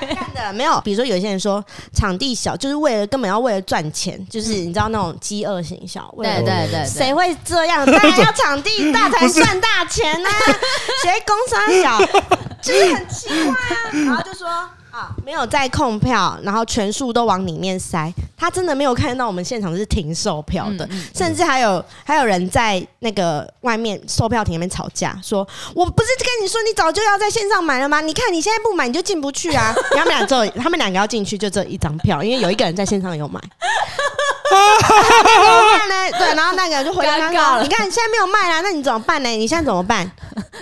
Speaker 3: 干的没有，比如说有些人说场地小，就是为了根本要为了赚钱，就是你知道那种饥饿行销，为
Speaker 1: 哦
Speaker 3: 了
Speaker 2: 嗯对对对对，
Speaker 3: 谁会这样？当然要场地大才
Speaker 1: 不是
Speaker 2: <laughs>
Speaker 3: 赚大钱呐、啊！谁工商小，就是很奇怪啊。然后就说啊，没有在控票，然后全数都往里面塞。他真的没有看到我们现场是停售票的，
Speaker 2: 嗯
Speaker 3: 甚至还有还有人在那个外面售票亭那边吵架，说我不是跟你说你早就要在线上买了吗？你看你现在不买你就进不去啊！ <laughs> 然后他们俩只有他们两个要进去就这一张票，因为有一个人在线上
Speaker 2: <laughs>
Speaker 3: 有买。然后呢，对，然后那个人就回
Speaker 2: 尴
Speaker 3: 答
Speaker 2: 尬
Speaker 3: 说：“
Speaker 2: 了
Speaker 3: 你看你现在没有卖啦，那你怎么办呢？你现在怎么办？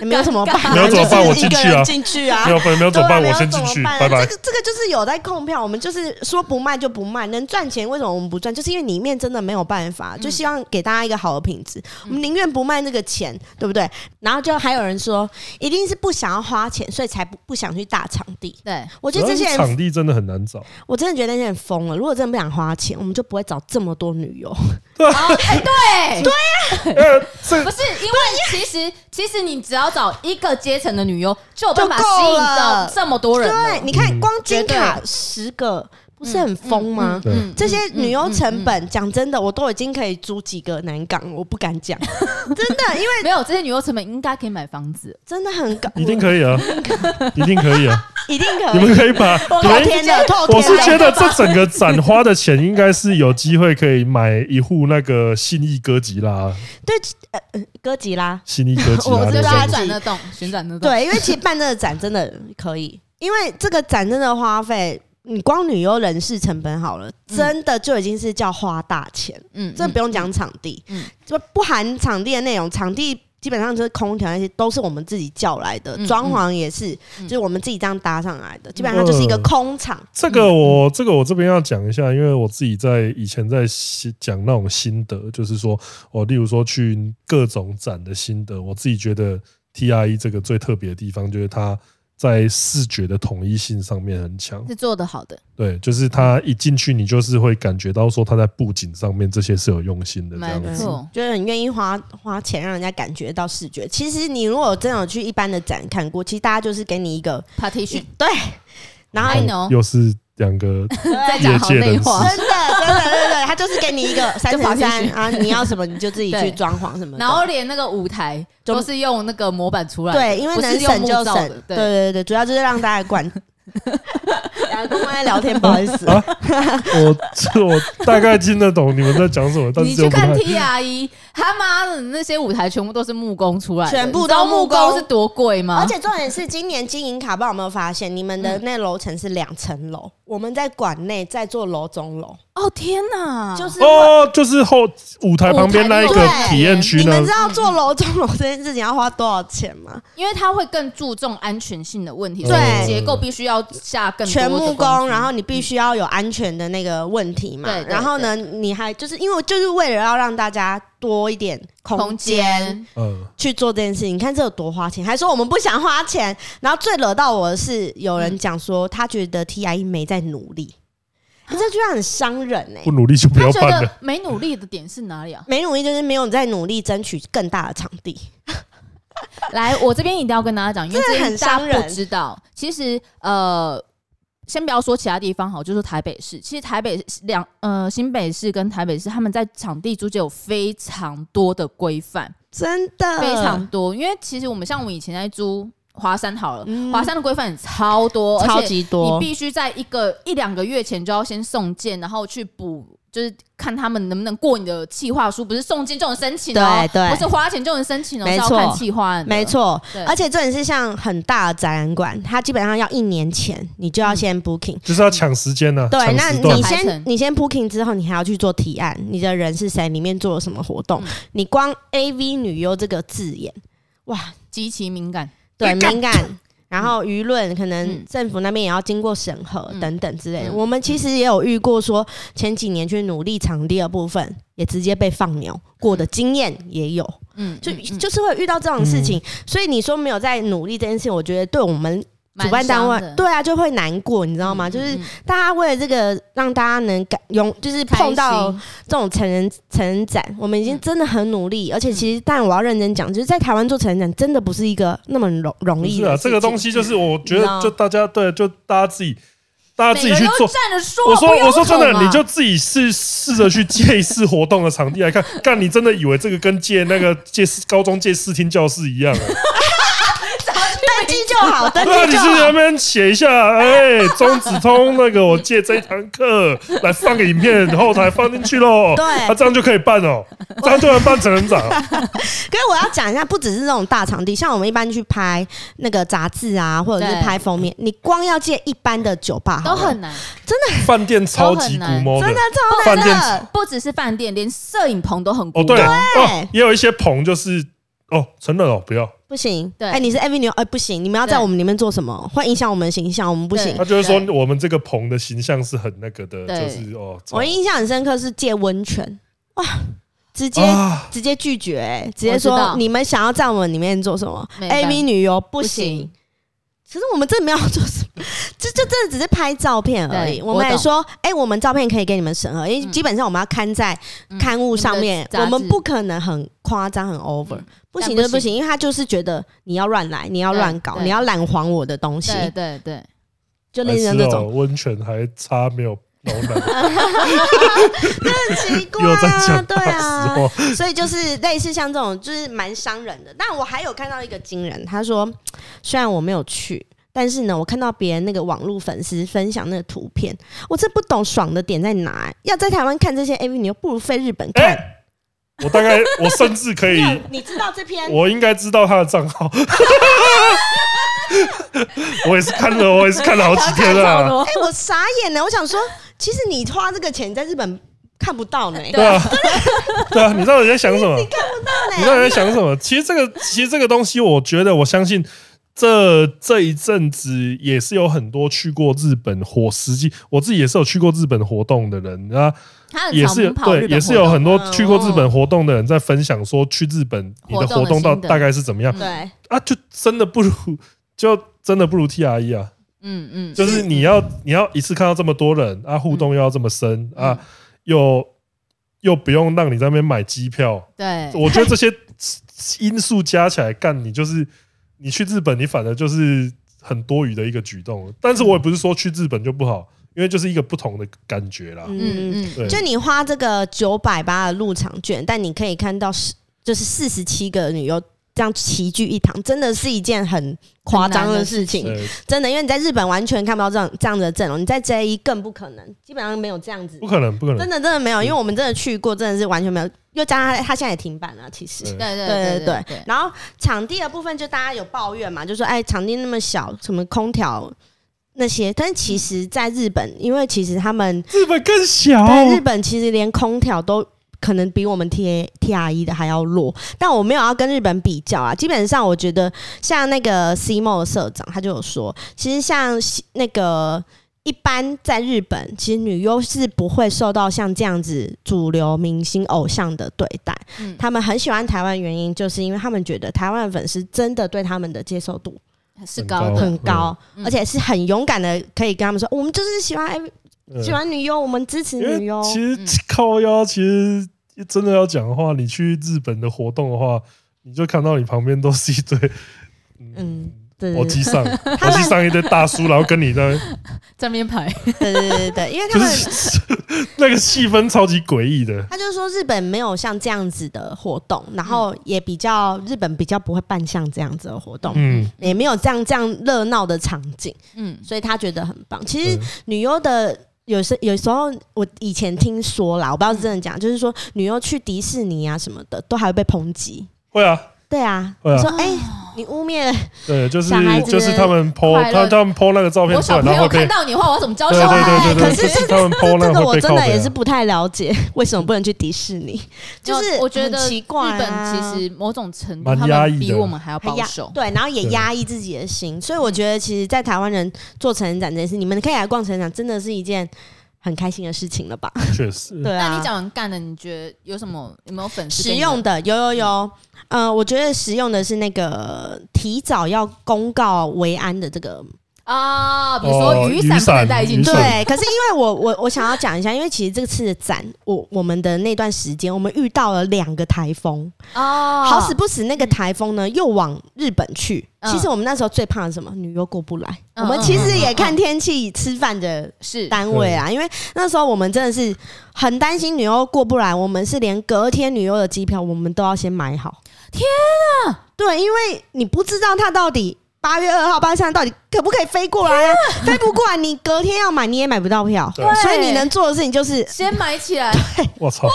Speaker 3: 你没有怎么办？
Speaker 1: 没有怎么办我进去啊
Speaker 3: 就是一个人进去啊
Speaker 1: 没！有没有怎
Speaker 3: 对
Speaker 1: 么
Speaker 3: 啊
Speaker 1: 办？
Speaker 3: 没
Speaker 1: 我
Speaker 3: 有
Speaker 1: 先
Speaker 3: 怎
Speaker 1: 进
Speaker 3: 么
Speaker 1: 去，
Speaker 3: 办
Speaker 1: 拜拜
Speaker 3: 这。个这个就是有在控票，我们就是说不卖就不卖，能赚钱为什么我们不赚？就是因为里面真的没有办法，
Speaker 1: 嗯
Speaker 3: 就希望给大家一个好的品质，我们宁愿不卖那个钱，对不对？然后就还有人说，一定是不想要花钱，所以才不不想去大场地。
Speaker 2: 对，
Speaker 3: 我觉得这些人，
Speaker 1: 场地真的很难
Speaker 3: <laughs>
Speaker 1: 找，
Speaker 3: 我真的觉得那些人疯了。如果真的不想花钱，我们就不会找这么多女友。
Speaker 2: 哦，哎，对，
Speaker 1: 呃，这
Speaker 2: 不是因为其实其实你只要找一个阶层的女优，就有办法
Speaker 3: 就够
Speaker 2: 吸引到
Speaker 3: 了
Speaker 2: 这么多人哦了。
Speaker 3: 对，你看
Speaker 1: 嗯
Speaker 3: 光金卡
Speaker 2: 绝
Speaker 3: 十个，不是很疯吗？
Speaker 1: 对
Speaker 2: 嗯
Speaker 3: 这些女优成本，讲真的，我都已经可以租几个南港，我不敢讲，真的，因为
Speaker 2: 没有这些女优成本应该可以买房子。哦
Speaker 3: 真的很高，
Speaker 1: 一定可以啊，一定可以啊，
Speaker 3: 一定可
Speaker 1: 你
Speaker 3: 以
Speaker 1: 们可以把你
Speaker 3: 透
Speaker 1: 们
Speaker 3: 天的，透
Speaker 1: 我是觉
Speaker 3: 天的，
Speaker 1: 得这整个展花的钱，应该是有机会可以买一户那个信义哥吉拉，
Speaker 3: 对，呃，呃哥吉拉，
Speaker 1: 信义哥吉拉
Speaker 3: <laughs> 我知
Speaker 1: 那
Speaker 3: 道
Speaker 2: 旋
Speaker 1: 种。
Speaker 2: 转得动，旋转得动。，
Speaker 3: 对，因为其实办这个展真的可以，因为这个展真的花费。你光女优人事成本好了，真的就已经是叫花大钱，
Speaker 2: 嗯
Speaker 3: 这不用讲场地
Speaker 2: 嗯嗯，
Speaker 3: 就不含场地的内容，场地基本上就是空调那些都是我们自己叫来的
Speaker 2: 嗯，
Speaker 3: 装潢也是，
Speaker 2: 嗯
Speaker 3: 就是我们自己这样搭上来的，
Speaker 1: 嗯
Speaker 3: 基本上就是一个空场。
Speaker 1: 这个我这个我这边要讲一下，因为我自己在以前在心讲那种心得，就是说我例如说去各种展的心得，我自己觉得 T R E 这个最特别的地方，就是它在视觉的统一性上面很强。
Speaker 2: 是做的好的，
Speaker 1: 对，就是它一进去，你就是会感觉到说它在布景上面这些是有用心的这样
Speaker 2: 没
Speaker 1: 子。
Speaker 2: 错。
Speaker 3: 就是很愿意花花钱，让人家感觉到视觉。其实你如果真的有去一般的展看过，其实大家就是给你一个
Speaker 2: Partition
Speaker 3: 对，然后
Speaker 2: I know
Speaker 1: 哦又是两个 <laughs>
Speaker 2: 在
Speaker 1: 业
Speaker 2: 讲行
Speaker 1: 界
Speaker 2: 内
Speaker 1: 人士，
Speaker 2: 话
Speaker 3: 真的，真的，对对，他就是给你一个三乘三啊，你要什么你就自己去
Speaker 2: 对
Speaker 3: 装潢什么的。
Speaker 2: 然后连那个舞台
Speaker 3: 就
Speaker 2: 都是用那个模板出来的，
Speaker 3: 对，因为
Speaker 2: 不
Speaker 3: 能
Speaker 2: 是用
Speaker 3: 省
Speaker 2: 木
Speaker 3: 就
Speaker 2: 造
Speaker 3: 省
Speaker 2: 的，对，
Speaker 3: 对对对，主要就是让大
Speaker 2: <laughs>
Speaker 3: 家管。两个公关在聊天，不好意思，
Speaker 1: 啊我这我大概听得懂你们在讲什么，但
Speaker 2: 你
Speaker 1: 是
Speaker 2: 去
Speaker 1: 又不
Speaker 2: 看
Speaker 1: 太
Speaker 2: T R E，他妈的那些舞台全部都是木工出来的，
Speaker 3: 全部
Speaker 2: 你知道
Speaker 3: 都
Speaker 2: 木
Speaker 3: 木工
Speaker 2: 是多贵吗？
Speaker 3: 而且重点是，今年经营卡，不知道有没有发现，你们
Speaker 2: 嗯
Speaker 3: 的那楼层是两层楼，我们在馆内在做楼中楼，
Speaker 2: 哦天哪，
Speaker 3: 就是
Speaker 1: 哦，就是后舞台旁边那一个
Speaker 3: 舞
Speaker 2: 哦
Speaker 3: 台
Speaker 1: 体验区
Speaker 3: 你
Speaker 1: 呢
Speaker 3: 们知，道做楼 <laughs> 中楼这件事情要花多少钱吗？
Speaker 2: 因为它会更注重安全性的问题，
Speaker 1: 对
Speaker 2: 所以结构必须要下更多的
Speaker 3: 全木
Speaker 2: 功夫
Speaker 3: 工，然后你必须要有安全的那个问题嘛。
Speaker 2: 对对
Speaker 3: 然后呢，你还就是因为我就是为了要让大家多一点空
Speaker 2: 空
Speaker 3: 间
Speaker 2: 间，
Speaker 1: 嗯，
Speaker 3: 去做这件事情，你看这有多花钱，还说我们不想花钱。然后最惹到我的是有
Speaker 2: 嗯
Speaker 3: 人讲说他觉得 TIE 没在努力，欸这居然很伤人哎、
Speaker 1: 不努力就不
Speaker 2: 他
Speaker 1: 要
Speaker 2: 觉
Speaker 1: 办
Speaker 2: 得
Speaker 1: 了。
Speaker 2: 没努力的点是哪里啊？
Speaker 3: 没努力就是没有在努力争取更大的场地，
Speaker 2: 来，我这边一定要跟大家讲，因为
Speaker 3: 这
Speaker 2: 这
Speaker 3: 很
Speaker 2: 些大
Speaker 3: 伤
Speaker 2: 家
Speaker 3: 人
Speaker 2: 不知道，其实呃，先不要说其他地方好，就说台北市，其实台北市两呃新北市跟台北市，他们在场地租借有非常多的规范，
Speaker 3: 真的
Speaker 2: 非常多，因为其实我们像我们以前在租华山好了，
Speaker 3: 嗯
Speaker 2: 华山的规范也超多，而且
Speaker 3: 超级多
Speaker 2: 你。必须在一个一两个月前就要先送件，然后去补，就是看他们能不能过你的企划书，不是送件就能申请哦，
Speaker 3: 对对
Speaker 2: 不是花钱就能申请哦，
Speaker 3: 没
Speaker 2: 是
Speaker 3: 错
Speaker 2: 要看企划案的，
Speaker 3: 没错
Speaker 2: 对，
Speaker 3: 而且这点是像很大的展览馆，它基本上要一年前你就要先 booking，
Speaker 1: 就是要抢时间呢、
Speaker 3: 对，
Speaker 1: 抢
Speaker 3: 那
Speaker 1: 时段
Speaker 3: 你
Speaker 2: 嗯排
Speaker 3: 先
Speaker 2: 程
Speaker 3: 你先 booking 之后，你还要去做提案，你的人是谁，里面做了什么活
Speaker 2: 嗯
Speaker 3: 动，你光 AV 女优这个字眼，哇，
Speaker 2: 极其敏感。
Speaker 3: 对，敏感。然后舆论可能
Speaker 2: 嗯
Speaker 3: 政府那边也要经过审核
Speaker 2: 嗯
Speaker 3: 等等之类的。
Speaker 2: 嗯
Speaker 3: 我们其实也有遇过，说前几年去努力场地的部分，也直接被放牛过的经验也有。
Speaker 2: 嗯，
Speaker 3: 就
Speaker 2: 嗯嗯嗯
Speaker 3: 就是会遇到这种事情，所以你说没有在努力这件事情，我觉得对我们
Speaker 2: 蛮
Speaker 3: 主办单
Speaker 2: 伤的
Speaker 3: 位，对啊，就会难过，你知道吗？就是
Speaker 2: 嗯
Speaker 3: 大家为了这个，让大家能感用，就是碰到
Speaker 2: 开心
Speaker 3: 这种成人成人展，我们已经
Speaker 2: 嗯
Speaker 3: 真的很努力，而且其实，但我要认真讲，就是在台湾做成人展，真的不是一个那么容容
Speaker 1: 不
Speaker 3: 易
Speaker 1: 是
Speaker 3: 的、
Speaker 1: 啊，这个东，西就是我觉
Speaker 3: 你知
Speaker 1: 得
Speaker 3: 道
Speaker 1: 就大家对，就大家自己，大家自己去
Speaker 2: 每个人
Speaker 1: 做
Speaker 2: 都。站着说，
Speaker 1: 我说
Speaker 2: 不要
Speaker 1: 我说真
Speaker 2: 捅
Speaker 1: 的，
Speaker 2: 啊
Speaker 1: 你就自己试试着去借一次活动的场地来看，干你真的以为这个跟借那个借高中借视听教室一样啊？
Speaker 3: 但登记就好，
Speaker 1: <laughs>
Speaker 3: <laughs> 登
Speaker 1: 对啊，
Speaker 3: 记
Speaker 1: 你
Speaker 3: 就是
Speaker 1: 不是在。
Speaker 3: 好
Speaker 1: 那边写一下，哎，钟子通那个，我借这一堂课来放个影片，然后台放进去喽。
Speaker 3: <laughs> 对
Speaker 1: 啊，这样就可以办
Speaker 3: <laughs>
Speaker 1: 哦，这样就能办成人展。
Speaker 3: 可是我要讲一下，不只是这种大场地，像我们一般去拍那个杂志啊，或者是
Speaker 2: 对
Speaker 3: 拍封面，你光要借一般的酒吧好
Speaker 2: 嗯都
Speaker 3: 了
Speaker 2: 很难，
Speaker 1: 饭店超级古猫
Speaker 3: 真的超
Speaker 1: 饭
Speaker 3: 难
Speaker 1: 店
Speaker 3: 的。
Speaker 2: 不只是饭店，连摄影棚都很
Speaker 1: 哦，
Speaker 2: 孤
Speaker 1: 对，
Speaker 2: 单
Speaker 1: 哦，也有一些棚就是哦，承认哦，不要，
Speaker 3: 不行，
Speaker 2: 对
Speaker 3: 哎、你是 MV 牛，哎、不行，你们要在
Speaker 2: 对
Speaker 3: 我们里面做什么，会影响我们的形象，我们不行
Speaker 2: 对
Speaker 1: 他。就是说我们这个棚的形象是很那个的，
Speaker 2: 对
Speaker 1: 就是哦，
Speaker 3: 我印象很深刻是借温泉，哇，直接、
Speaker 1: 啊，
Speaker 3: 直接拒绝、哎直接
Speaker 2: 我知
Speaker 3: 说
Speaker 2: 道
Speaker 3: 你们想要在我们里面做什么
Speaker 2: 没办法
Speaker 3: ？MV 女优不
Speaker 2: 不
Speaker 3: 行。，其实我们真的没有做什么， <laughs> 这就真的只是拍照片而已。
Speaker 2: 对
Speaker 3: 我们
Speaker 2: 我
Speaker 3: 也
Speaker 2: 懂
Speaker 3: 说，哎、我们照片可以给你们审核，因为
Speaker 2: 嗯
Speaker 3: 基本上我们要刊在
Speaker 2: 嗯
Speaker 3: 刊物上面，
Speaker 2: 你们的杂
Speaker 3: 我
Speaker 2: 志
Speaker 3: 们不可能很夸张、很 over，、
Speaker 2: 嗯
Speaker 3: 不行就是
Speaker 2: 但
Speaker 3: 不
Speaker 2: 不
Speaker 3: 行，因为他就是觉得你要乱来，你要乱搞，
Speaker 2: 对
Speaker 3: 你要染黄我的东西，
Speaker 2: 对对对，
Speaker 3: 就类
Speaker 1: 白
Speaker 3: 似像
Speaker 1: 痴
Speaker 3: 这
Speaker 1: 哦，
Speaker 3: 种，
Speaker 1: 温泉还差没有老奶，
Speaker 3: 很奇
Speaker 1: <laughs>
Speaker 3: 怪
Speaker 1: 又在
Speaker 3: 啊，
Speaker 1: 讲
Speaker 3: 对
Speaker 1: 大实
Speaker 3: 啊，
Speaker 1: 话。
Speaker 3: 所以就是类似像这种，就是蛮伤人的。但我还有看到一个惊人，他说虽然我没有去，但是呢，我看到别人那个网络粉丝分享那个图片，我真不懂爽的点在哪、要在台湾看这些 AV，你又不如飞日本看。
Speaker 1: 哎我大概，我甚至可以
Speaker 3: <laughs> 你，哎有你知道这篇？
Speaker 1: 我应该知道他的账号。 <laughs> 我也是看了，我也是看了好几天
Speaker 2: <laughs> 超
Speaker 1: 了。啊
Speaker 2: 多
Speaker 3: <laughs> 哎、我傻眼了，我想说，其实你花这个钱在日本看不到呢、
Speaker 1: 对啊，对啊，你知道人在想什么？你
Speaker 3: 看
Speaker 1: 知道人在想什么？其实这个，其实这个东西，我觉得，我相信这这一阵子也是有很多去过日本活，实际我自己也是有去过日本活动的人啊，
Speaker 2: 他很
Speaker 1: 也
Speaker 2: 常
Speaker 1: 是
Speaker 2: 跑
Speaker 1: 对，
Speaker 2: 日本
Speaker 1: 也是
Speaker 2: 活
Speaker 1: 有
Speaker 2: 动嗯
Speaker 1: 很多去过日
Speaker 3: 哦
Speaker 1: 本活动的人在分享说，去日本你的活
Speaker 2: 活动的
Speaker 1: 动到
Speaker 2: 心得
Speaker 1: 大概是怎么样
Speaker 3: 对，
Speaker 1: 啊？就真的不如，就真的不如 T R E 啊。
Speaker 2: 嗯
Speaker 3: <laughs>
Speaker 2: 嗯，
Speaker 1: 就是你要你要一次看到这么多人啊，互
Speaker 3: 嗯
Speaker 1: 动又要这么深啊，又又不用让你在那边买机票，
Speaker 2: 对，
Speaker 3: 嗯
Speaker 1: 我觉得这些 <laughs> 因素加起来，干你就是你去日本，你反而就是很多余的一个举动。但是我也不是说去日本就不好，因为就是一个不同的感觉啦。
Speaker 3: 嗯嗯。
Speaker 2: 嗯嗯，
Speaker 1: 对，
Speaker 3: 就你花这个九百八的入场券，但你可以看到是就是四十七个女优这样齐聚一堂，真的是一件很夸张的事情。
Speaker 1: 对
Speaker 3: 真的，因为你在日本完全看不到这种这样的阵容，你在 J 一更不可能，基本上没有这样子
Speaker 1: 不。可能，不可
Speaker 3: 真
Speaker 1: 能。
Speaker 3: 的真的没有，因为我们真的去过，真的是完全没有。又加上他他现在也停办了，其实。
Speaker 1: 对
Speaker 2: 对
Speaker 3: 对
Speaker 2: 对
Speaker 3: 对
Speaker 2: 对
Speaker 3: 对然后场地的部分，就大家有抱怨嘛，就说哎，场地那么小，什么空调那些。但是其实，在日本，因为其实他们
Speaker 1: 日本更小，
Speaker 3: 对，日本其实连空调都可能比我们 T A T R E 的还要弱，但我没有要跟日本比较啊。基本上，我觉得像那个 CMO 的社长他就有说，其实像西那个。一般在日本，其实女优是不会受到像这样子主流明星偶像的对待。
Speaker 2: 嗯
Speaker 3: 他们很喜欢台湾，原因就是因为他们觉得台湾的粉丝真的对他们的接受度
Speaker 2: 是
Speaker 1: 很
Speaker 2: 高
Speaker 1: 高
Speaker 2: 的，
Speaker 3: 很高，
Speaker 2: 嗯
Speaker 3: 而且是很勇敢的，可以跟他们说，我们就是喜欢 AV
Speaker 1: 嗯
Speaker 3: 喜欢女优，我们支持
Speaker 1: 因为
Speaker 3: 女优。
Speaker 1: 其实靠腰，其实真的要讲的话，你去日本的活动的话，你就看到你旁边都是一堆，
Speaker 3: 嗯
Speaker 1: 嗯，
Speaker 3: 对
Speaker 1: 我
Speaker 3: 对
Speaker 1: 机上，
Speaker 3: <laughs> 他
Speaker 1: 我
Speaker 3: 们
Speaker 1: 机上一堆大叔，然后跟你在
Speaker 2: 正面牌，
Speaker 3: <laughs> 对对对对，因 <laughs> 为他
Speaker 1: 就
Speaker 3: 们
Speaker 1: 是那个气氛超级诡异的。
Speaker 3: 他就说日本没有像这样子的活动，
Speaker 2: 嗯
Speaker 3: 然后也比较日本比较不会办像这样子的活动，
Speaker 1: 嗯，
Speaker 3: 也没有这样这样热闹的场景，
Speaker 2: 嗯，
Speaker 3: 所以他觉得很棒。其实女优的。有时有时候，我以前听说啦，我不知道是真的假的，就是说女优去迪士尼啊什么的，都还会被抨击。
Speaker 1: 会啊，
Speaker 3: 对啊，
Speaker 1: 会啊哦
Speaker 3: 说哎、你污蔑了
Speaker 1: 对，就是
Speaker 3: 小孩子
Speaker 1: 就是他们 PO
Speaker 2: 快
Speaker 1: 他
Speaker 2: 乐
Speaker 1: 他们 PO 那个照片
Speaker 2: 我
Speaker 1: 出
Speaker 2: 小
Speaker 1: 来，
Speaker 2: 朋
Speaker 1: 然
Speaker 2: 友
Speaker 1: 后被
Speaker 2: 看到你的话，我要怎么教
Speaker 1: 对
Speaker 2: 小孩？
Speaker 1: 对对
Speaker 3: 哎可
Speaker 1: 对对，
Speaker 3: 是
Speaker 1: 就是他们 PO 那个
Speaker 3: 这个
Speaker 1: 会
Speaker 3: 我
Speaker 1: 被啊
Speaker 3: 真
Speaker 1: 告
Speaker 3: 的也是
Speaker 1: 的。
Speaker 3: 不太了解，为什么不能去迪士尼？就是
Speaker 2: 我觉
Speaker 3: 很
Speaker 2: 得
Speaker 3: 奇怪
Speaker 2: 日
Speaker 3: 啊
Speaker 2: 本其实某种程度
Speaker 1: 蛮
Speaker 2: 他
Speaker 1: 压
Speaker 2: 们
Speaker 1: 抑
Speaker 2: 比
Speaker 1: 的
Speaker 2: 我们还要
Speaker 3: 还
Speaker 2: 保
Speaker 3: 压
Speaker 2: 守，
Speaker 3: 对，然后也
Speaker 1: 对
Speaker 3: 压抑自己的心，所以我觉得其实，在台湾人做成人展这件事，你们可以来逛成人展，真的是一件很开心的事情了吧？
Speaker 1: 确实，
Speaker 3: <laughs> 对
Speaker 2: 那
Speaker 3: 啊
Speaker 2: 你，讲完干的，你觉得有什么有没有粉丝
Speaker 3: 实用
Speaker 2: 的？
Speaker 3: 的有有有，呃，我觉得实用的是那个呃提早要公告维安的这个，
Speaker 2: 啊？比如说
Speaker 1: 哦
Speaker 2: 雨
Speaker 1: 雨
Speaker 2: 伞不
Speaker 1: 伞
Speaker 2: 能带进
Speaker 1: 雨
Speaker 2: 去，
Speaker 1: 伞
Speaker 3: 对。可是因为我 <laughs> 我我想要讲一下，因为其实这次的展，我我们的那段时间，我们遇到了两个台风，
Speaker 2: 哦，
Speaker 3: 好死不死，那个台风呢又往日本去。
Speaker 2: 嗯
Speaker 3: 其实我们那时候最怕的是什么？女优过不来。我
Speaker 2: 嗯
Speaker 3: 们
Speaker 2: 嗯
Speaker 3: 其实
Speaker 2: 嗯
Speaker 3: 也
Speaker 2: 嗯
Speaker 3: 看天气吃饭的
Speaker 2: 是
Speaker 3: 单位啊，因为那时候我们真的是很担心女优过不来，我们是连隔天女优的机票我们都要先买好。
Speaker 2: 天
Speaker 3: 啊！对，因为你不知道她到底八月二号八项到底可不可以飞过来啊？飞不过来，你隔天要买你也买不到票，
Speaker 1: 对
Speaker 3: 所以你能做的事
Speaker 2: <laughs>
Speaker 3: 情就是
Speaker 2: 先买起
Speaker 3: <laughs>
Speaker 2: 来，
Speaker 1: 我操，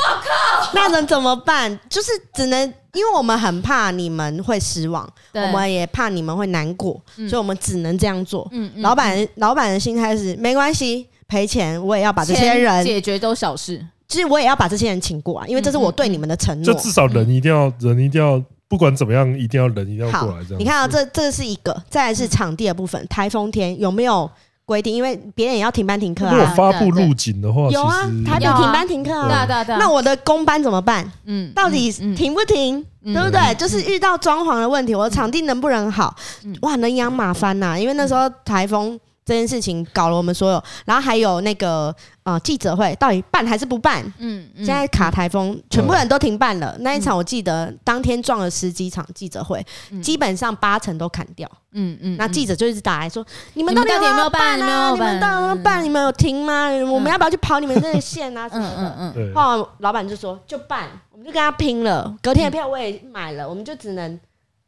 Speaker 3: 那能怎么办？就是只能，因为我们很怕你们会失望，
Speaker 2: 对
Speaker 3: 我们也怕你们会难过，
Speaker 2: 嗯
Speaker 3: 所以我们只能这样做。
Speaker 2: 嗯嗯
Speaker 3: 老板，老板的心态是没关系，赔钱我也要把这些
Speaker 2: 钱
Speaker 3: 人，
Speaker 2: 解决都小事，
Speaker 3: 其实我也要把这些人请过来，因为这是
Speaker 2: 嗯
Speaker 3: 我对你们的承
Speaker 1: 就
Speaker 3: 诺。
Speaker 1: 至少人一定要人一定要，不管怎么样，一定要人一定要
Speaker 3: 好
Speaker 1: 过来这样。嗯
Speaker 3: 你看啊，这这是一个，再来是场地的部分，台风天有没有规定？因为别人也要停班停课
Speaker 1: 如果
Speaker 3: 啊，
Speaker 1: 发布路警的话，
Speaker 3: 有啊
Speaker 1: 其，实
Speaker 3: 台北
Speaker 2: 有啊
Speaker 3: 停班停课
Speaker 2: 对
Speaker 3: 啊
Speaker 2: 啊。对啊对啊。
Speaker 3: 那我的公班怎么办？
Speaker 2: 嗯
Speaker 3: 到底
Speaker 2: 嗯嗯
Speaker 3: 停不停，
Speaker 2: 嗯
Speaker 3: 对不对？就是遇到装潢的问题，我的场地能不能好？
Speaker 2: 嗯
Speaker 3: 哇，能养马翻呐、因为那时候台风这件事情搞了我们所有，然后还有那个呃记者会，到底办还是不办？
Speaker 2: 嗯，嗯
Speaker 3: 现在卡台风，全部人都停办了。那一场我记得当天撞了十几场记者会，
Speaker 2: 嗯
Speaker 3: 基本上八成都砍掉。
Speaker 2: 嗯嗯，
Speaker 3: 那记
Speaker 2: 者
Speaker 3: 者就一直打来说：“你们
Speaker 2: 们
Speaker 3: 到底
Speaker 2: 到底有没有
Speaker 3: 办啊？
Speaker 2: 办
Speaker 3: 你们到底有没有办？你们有停吗？我们要不要去跑你们那个线
Speaker 2: <laughs>
Speaker 3: 啊？”什
Speaker 2: 嗯
Speaker 3: 么的
Speaker 2: 嗯。嗯，
Speaker 1: 对，
Speaker 3: 后来老板就说就办，我们就跟他拼了。隔天的票我也买了，我们就只能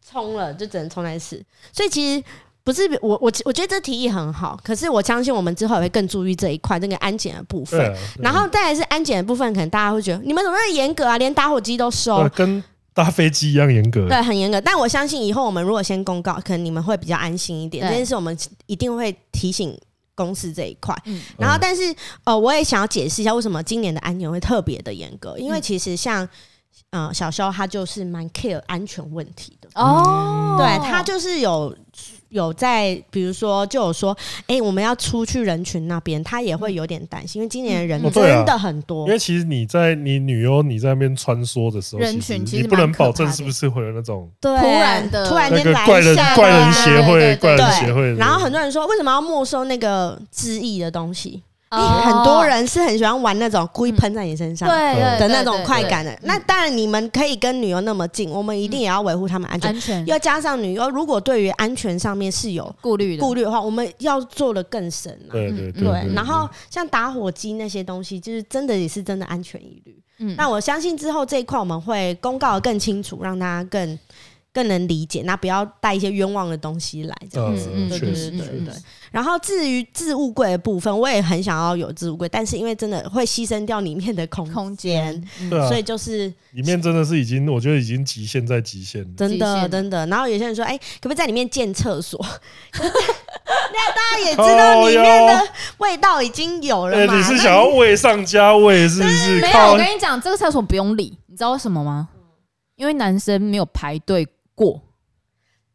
Speaker 3: 冲了，就只能冲来试。所以其实不是我我我觉得这提议很好，可是我相信我们之后也会更注意这一块这个安检的部
Speaker 1: 对
Speaker 3: 分。
Speaker 1: 啊，对
Speaker 3: 然后再来是安检的部分，可能大家会觉得你们怎么那么严格啊，连打火机都收
Speaker 1: 对。跟搭飞机一样严格。
Speaker 2: 啊
Speaker 3: 对，很严格。但我相信以后我们如果先公告，可能你们会比较安心一点。
Speaker 2: 对
Speaker 3: 这件事我们一定会提醒公司这一块。
Speaker 2: 嗯
Speaker 3: 然后，但是呃，我也想要解释一下为什么今年的安检会特别的严格，因
Speaker 1: 嗯
Speaker 3: 为其实像呃小肖他就是蛮 care 安全问题的。
Speaker 2: 哦，
Speaker 3: 对他就是有有在，比如说就有说，哎、我们要出去人群那边，他也会有点担心，因为今年的人
Speaker 1: 嗯哦对啊
Speaker 3: 真的很多。
Speaker 1: 因为其实你在你女优你在那边穿梭的时候，
Speaker 2: 人群其实
Speaker 1: 你不能
Speaker 2: 蛮可怕
Speaker 1: 保证
Speaker 2: 的
Speaker 1: 是不是会有那种
Speaker 3: 对，
Speaker 2: 突然的
Speaker 3: 突然
Speaker 1: 那
Speaker 3: 间
Speaker 1: 个
Speaker 3: 来
Speaker 1: 怪
Speaker 3: 一
Speaker 1: 人
Speaker 3: 下啊，
Speaker 1: 怪人协
Speaker 2: 对对
Speaker 1: 会
Speaker 2: 对
Speaker 1: 怪人
Speaker 3: 对
Speaker 1: 协会的。
Speaker 3: 然后很多人说，为什么要没收那个致意的东西？
Speaker 2: 哦
Speaker 3: 哎 <laughs>
Speaker 2: 嗯
Speaker 3: 很多人是很喜欢玩那种故意喷在你身上
Speaker 2: 对对
Speaker 3: 的
Speaker 2: 对
Speaker 3: 那种
Speaker 2: 对
Speaker 3: 快
Speaker 2: 对
Speaker 3: 感的。那当然，你们可以跟女优那么近，我们一定也要维护他们安全。
Speaker 2: 安全
Speaker 3: 要加上女优，如果对于安全上面是有
Speaker 2: 顾虑的
Speaker 3: 顾虑的话，我们要做的更深啊。
Speaker 1: 对对
Speaker 2: 嗯
Speaker 1: 对
Speaker 3: 对
Speaker 1: 对，
Speaker 3: 然后像打火机那些东西，就是真的也是真的安全疑虑。
Speaker 2: 嗯
Speaker 3: 那我相信之后这一块我们会公告得更清楚，让大家更更能理解，那不要带一些冤枉的东西来这样子。
Speaker 1: 嗯
Speaker 3: 对
Speaker 1: 确
Speaker 3: 对
Speaker 1: 实
Speaker 3: 对
Speaker 1: 确
Speaker 3: 对对
Speaker 1: 实。
Speaker 3: 然后至于置物柜的部分，我也很想要有置物柜，但是因为真的会牺牲掉里面的空
Speaker 2: 空
Speaker 3: 间
Speaker 2: 间，，嗯
Speaker 1: 对啊
Speaker 3: 所以就是
Speaker 1: 里面真的是已经，我觉得已经极限在极限了。
Speaker 3: 真
Speaker 2: 极限
Speaker 3: 的
Speaker 2: 了
Speaker 3: 真的。然后有些人说，哎、可不可以在里面建厕所？ <laughs> 那大家也知道里面
Speaker 1: 靠
Speaker 3: 的味道已经有
Speaker 1: 哎，
Speaker 3: 了嘛？
Speaker 1: 你是
Speaker 3: 那
Speaker 1: 想要味上加味是不是？
Speaker 2: 没有，
Speaker 1: 靠
Speaker 2: 我跟你讲，这个厕所不用理，你知道为什么吗？因为男生没有排队过。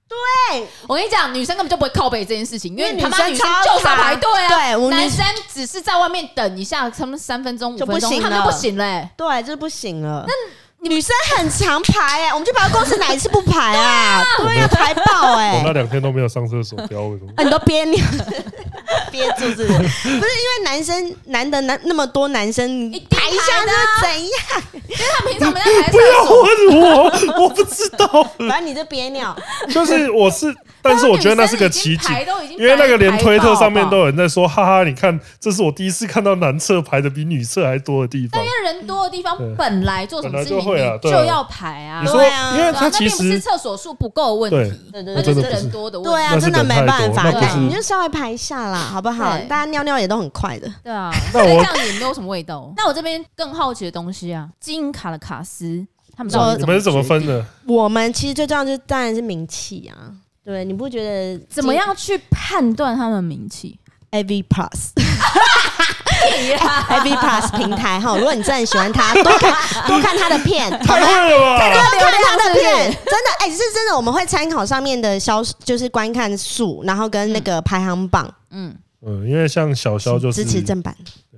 Speaker 3: 对，
Speaker 2: 我跟你讲，女生根本就不会靠背这件事情，因
Speaker 3: 因
Speaker 2: 为
Speaker 3: 为
Speaker 2: 他妈
Speaker 3: 女
Speaker 2: 女
Speaker 3: 生
Speaker 2: 生
Speaker 3: 超
Speaker 2: 就是要排队啊。
Speaker 3: 对我女
Speaker 2: 男生只是在外面等一下，他们三分钟、五
Speaker 3: 就
Speaker 2: 分
Speaker 3: 不行
Speaker 2: 钟，他们
Speaker 3: 了
Speaker 2: 就不行嘞、欸。
Speaker 3: 对，这不行了。那女生很常排哎、我们去百货公司哪一次不排啊？对啊，排爆哎、
Speaker 1: 我哦那两天都没有上厕所，不知道为什么。
Speaker 3: 啊，你都憋尿 <laughs> 憋住是不是？不是因为男生男的男那么多男生，你
Speaker 2: 一定
Speaker 3: 排一下
Speaker 2: 排的啊
Speaker 3: 是怎样？
Speaker 2: 他平常 <laughs> 没在排
Speaker 1: 不
Speaker 2: 厕所，
Speaker 1: 要问我，我不知道。
Speaker 3: 反正你就憋尿，
Speaker 2: <laughs>
Speaker 1: 就是我是，但是我觉得那是个奇景
Speaker 2: 女生已经，排都已经
Speaker 1: 因为那个连
Speaker 2: 排
Speaker 1: 推特上面
Speaker 2: 排爆
Speaker 1: 都有人在说，哈哈，你看，这是我第一次看到男厕排的比女厕还多的地方
Speaker 2: 但因。为人多的地方
Speaker 1: 对
Speaker 2: 本来做什么事情
Speaker 1: 本来就会啊
Speaker 2: 你
Speaker 1: 对啊
Speaker 2: 就要排啊
Speaker 1: 你。说，
Speaker 3: 对啊
Speaker 1: 因为
Speaker 2: 对啊
Speaker 1: 它
Speaker 2: 那
Speaker 1: 其
Speaker 2: 并不是
Speaker 1: 实
Speaker 2: 厕所数不够的问题，
Speaker 3: 对对
Speaker 2: 那就
Speaker 3: 对
Speaker 1: 真的
Speaker 2: 是
Speaker 1: 不是
Speaker 2: 人多的问
Speaker 3: 对
Speaker 2: 题。
Speaker 3: 啊，
Speaker 1: 那
Speaker 3: 真
Speaker 1: 是
Speaker 3: 的
Speaker 1: 人
Speaker 3: 没
Speaker 1: 太
Speaker 3: 办
Speaker 1: 多
Speaker 3: 法，
Speaker 1: 那
Speaker 2: 不
Speaker 3: 对
Speaker 2: 是
Speaker 3: 你就稍微排一下啦，好不好？
Speaker 2: 对
Speaker 3: 大家尿尿也都很快的，
Speaker 2: 对啊，
Speaker 1: 那
Speaker 2: 所以
Speaker 1: 我
Speaker 2: 这样也没有什么味道。 <laughs> 那我这边更好奇的东西啊，金银卡的卡斯，他们到底
Speaker 1: 你们是怎么
Speaker 2: 决
Speaker 1: 分
Speaker 2: 定？
Speaker 1: 的？
Speaker 3: 我们其实最重要就是当然是名气啊。对，你不觉得
Speaker 2: 怎么样去判断他们的名 <laughs> 气？
Speaker 3: ？AV Plus。AV Plus 平台哈，如果你真的很喜欢他，多看多看他的片，好
Speaker 1: 太
Speaker 3: 吗？
Speaker 1: 会了
Speaker 2: <laughs>
Speaker 1: 吧！
Speaker 3: 看他的片
Speaker 2: 是不，
Speaker 3: 真的哎、是真的，我们会参考上面的销，就是观看数，然后跟那个排行榜，
Speaker 2: 嗯，
Speaker 1: 嗯，因为像小肖就是
Speaker 3: 支持嗯正版。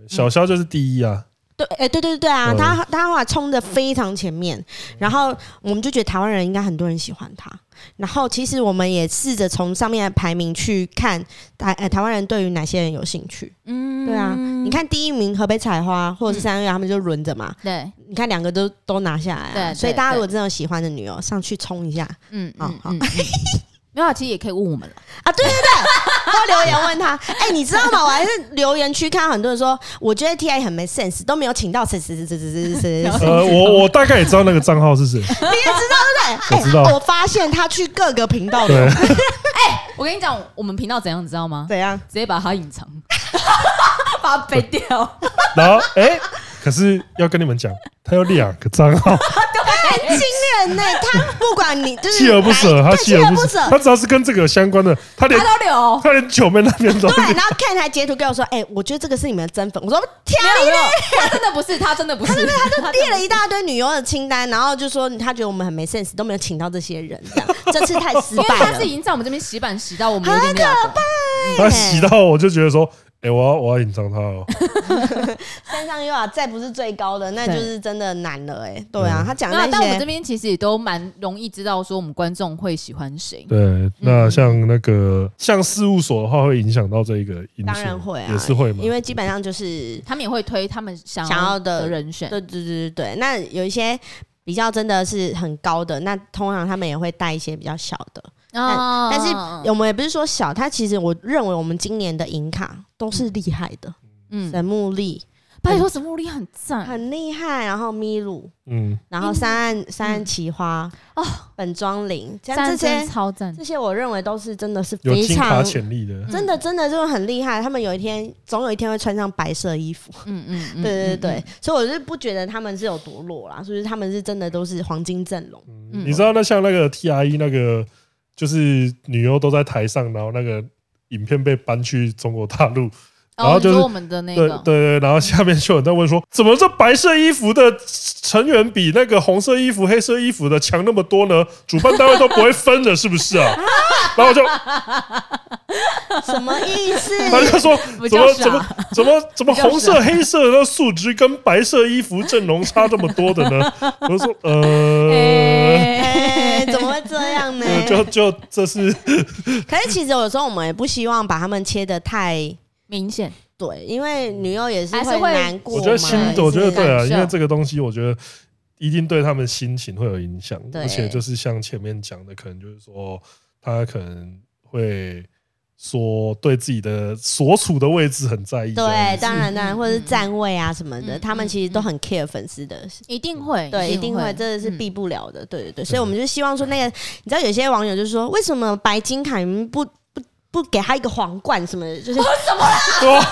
Speaker 1: 小肖就是第一啊，
Speaker 2: <laughs>
Speaker 3: 对，哎、对对对啊，
Speaker 1: 嗯
Speaker 3: 他他后来冲的非常前面，然后我们就觉得台湾人应该很多人喜欢他，然后其实我们也试着从上面的排名去看台呃台湾人对于哪些人有兴趣，
Speaker 2: 嗯
Speaker 3: 对啊，你看第一名河北采花或者是三月，他们就轮着嘛，
Speaker 2: 对，
Speaker 3: 你看两个都都拿下来、啊，
Speaker 2: 对
Speaker 3: 所以大家
Speaker 2: 对
Speaker 3: 如果真的有喜欢的女友，上去冲一下
Speaker 2: 嗯，
Speaker 3: 好
Speaker 2: 嗯
Speaker 3: 好
Speaker 2: 嗯嗯没有啊，其实也可以问我们了。
Speaker 3: 啊！对对对，多留言问他，哎、你知道吗？我还是留言区看到很多人说，我觉得 T I 很没 sense，都没有请到谁谁谁谁谁谁谁谁谁
Speaker 1: 呃，我我大概也知道那个账
Speaker 2: <laughs>
Speaker 1: 号是谁，
Speaker 3: 你也知道对
Speaker 1: <laughs>
Speaker 3: 不对？
Speaker 1: 我知道
Speaker 3: 哎我发现他去各个频道
Speaker 1: 对啊
Speaker 3: 的，，
Speaker 2: 我跟你讲，我们频道怎样，你知道吗？
Speaker 3: 怎样？
Speaker 2: 直接把它隐藏，把它背掉。
Speaker 1: 然后哎、可是要跟你们讲，他有两个账
Speaker 2: <laughs>
Speaker 1: 号，
Speaker 3: 很惊 <laughs> 人呢、他不管你就是
Speaker 1: 锲而不舍，
Speaker 3: 哪
Speaker 1: 他
Speaker 3: 对
Speaker 1: 锲而不舍，他只要是跟这个有相关的，他连
Speaker 2: <laughs> 他都留，
Speaker 1: 他连九妹那边都
Speaker 3: 对，然后看他截图跟我说：“哎、我觉得这个是你们的真粉。”我说：“天
Speaker 2: 没有没有，他真的不是，他真的不是，他真的！”
Speaker 3: 列了一大堆女优的清单，然后就说他觉得我们很没 sense，都没有请到这些人，这样这次太失
Speaker 2: 因为
Speaker 3: 败
Speaker 2: 他
Speaker 3: 了
Speaker 2: 是。已经在我们这边洗版洗到我们有点料了。
Speaker 1: <laughs> 他洗到我就觉得说，哎、我要我要隐藏他哦，
Speaker 3: <laughs> 山上优啊，再不是最高的，那就是真的难了哎、对啊，
Speaker 1: 嗯
Speaker 3: 他讲
Speaker 2: 那
Speaker 3: 那
Speaker 2: 但我们这
Speaker 3: 些，
Speaker 2: 边其实也都蛮容易知道说我们观众会喜欢谁。
Speaker 3: 嗯
Speaker 1: 对，那像那个像事务所的话，会影响到这一个因素，
Speaker 3: 当然会啊，
Speaker 1: 也是会嘛，
Speaker 3: 因为基本上就是
Speaker 2: 他们也会推他们想
Speaker 3: 想要的
Speaker 2: 的人选，
Speaker 3: 对对对对对，那有一些比较真的是很高的，那通常他们也会带一些比较小的。
Speaker 2: 啊
Speaker 3: 但是我们也不是说小，它其实我认为我们今年的银卡都是厉害的，
Speaker 2: 嗯，
Speaker 3: 神木力
Speaker 2: 拜托神木力很赞
Speaker 3: 很厉害，然后咪露，
Speaker 1: 嗯，
Speaker 3: 然后三岸三岸奇花
Speaker 2: 哦，
Speaker 3: 本庄绫，像
Speaker 2: 赞
Speaker 3: 这
Speaker 2: 真
Speaker 3: 些
Speaker 2: 超赞
Speaker 3: 这，些我认为都是真的是
Speaker 1: 有
Speaker 3: 非
Speaker 1: 金
Speaker 3: 常
Speaker 1: 卡潜力
Speaker 2: 嗯
Speaker 1: 的，
Speaker 3: 真的真的就是很厉害。他们有一天总有一天会穿上白色衣服，
Speaker 2: 嗯嗯嗯，
Speaker 3: 对对对对，所以我是不觉得他们是有多弱啦，就是他们是真的都是黄金阵容。
Speaker 2: 嗯
Speaker 1: 你知道那像那个 T R E 那个，就是女优都在台上，然后那个影片被搬去中国大陆，然
Speaker 2: 然
Speaker 1: 后
Speaker 2: 后
Speaker 1: 就是
Speaker 2: 哦我们的那
Speaker 1: 对
Speaker 2: 个
Speaker 1: 对，对，然后下面就有人在问说，怎么这白色衣服的成员比那个红色衣服、黑色衣服的强那么多呢？主办单位都不会分的，是不是
Speaker 3: <laughs>
Speaker 1: 啊？然后我就，
Speaker 3: 什么意
Speaker 1: <laughs>
Speaker 3: 思？
Speaker 1: 他就说，
Speaker 2: 不
Speaker 1: 怎
Speaker 2: 叫
Speaker 1: 么
Speaker 2: 傻
Speaker 1: 怎么
Speaker 2: <laughs>
Speaker 1: 怎么怎么
Speaker 2: 比较
Speaker 1: 红色、
Speaker 2: 傻
Speaker 1: 黑色的数值跟白色衣服阵容差这么多的
Speaker 3: <laughs>
Speaker 1: 呢？我就说，呃，
Speaker 3: 哎、怎么会这样呢？
Speaker 1: 呃 <laughs> 就就这是
Speaker 3: 可是其实有时候我们也不希望把他们切的太
Speaker 2: 明显
Speaker 3: 对，因为女优也是
Speaker 2: 还是会
Speaker 3: 难过嘛。
Speaker 1: 我觉得心
Speaker 2: 还，是
Speaker 1: 我觉得对啊，
Speaker 2: 感受
Speaker 1: 因为这个东西，我觉得一定对他们心情会有影响，
Speaker 3: 对
Speaker 1: 而且就是像前面讲的，可能就是说他可能会说对自己的所处的位置很在意，这样
Speaker 3: 对，
Speaker 1: 子
Speaker 3: 当然当然，
Speaker 2: 嗯
Speaker 3: 或者是站位啊什么的，
Speaker 2: 嗯
Speaker 3: 他们其实都很 care 粉丝的，
Speaker 2: 一定会，嗯
Speaker 3: 对，一定会，
Speaker 2: 这
Speaker 3: 真的是避不了的，对对对。
Speaker 1: 嗯
Speaker 3: 所以我们就希望说，那个你知道，有些网友就说，为什么白金凯不不不给他一个皇冠什么的，
Speaker 2: <laughs>
Speaker 3: 就是对，
Speaker 1: <laughs>
Speaker 3: 为
Speaker 1: 哇，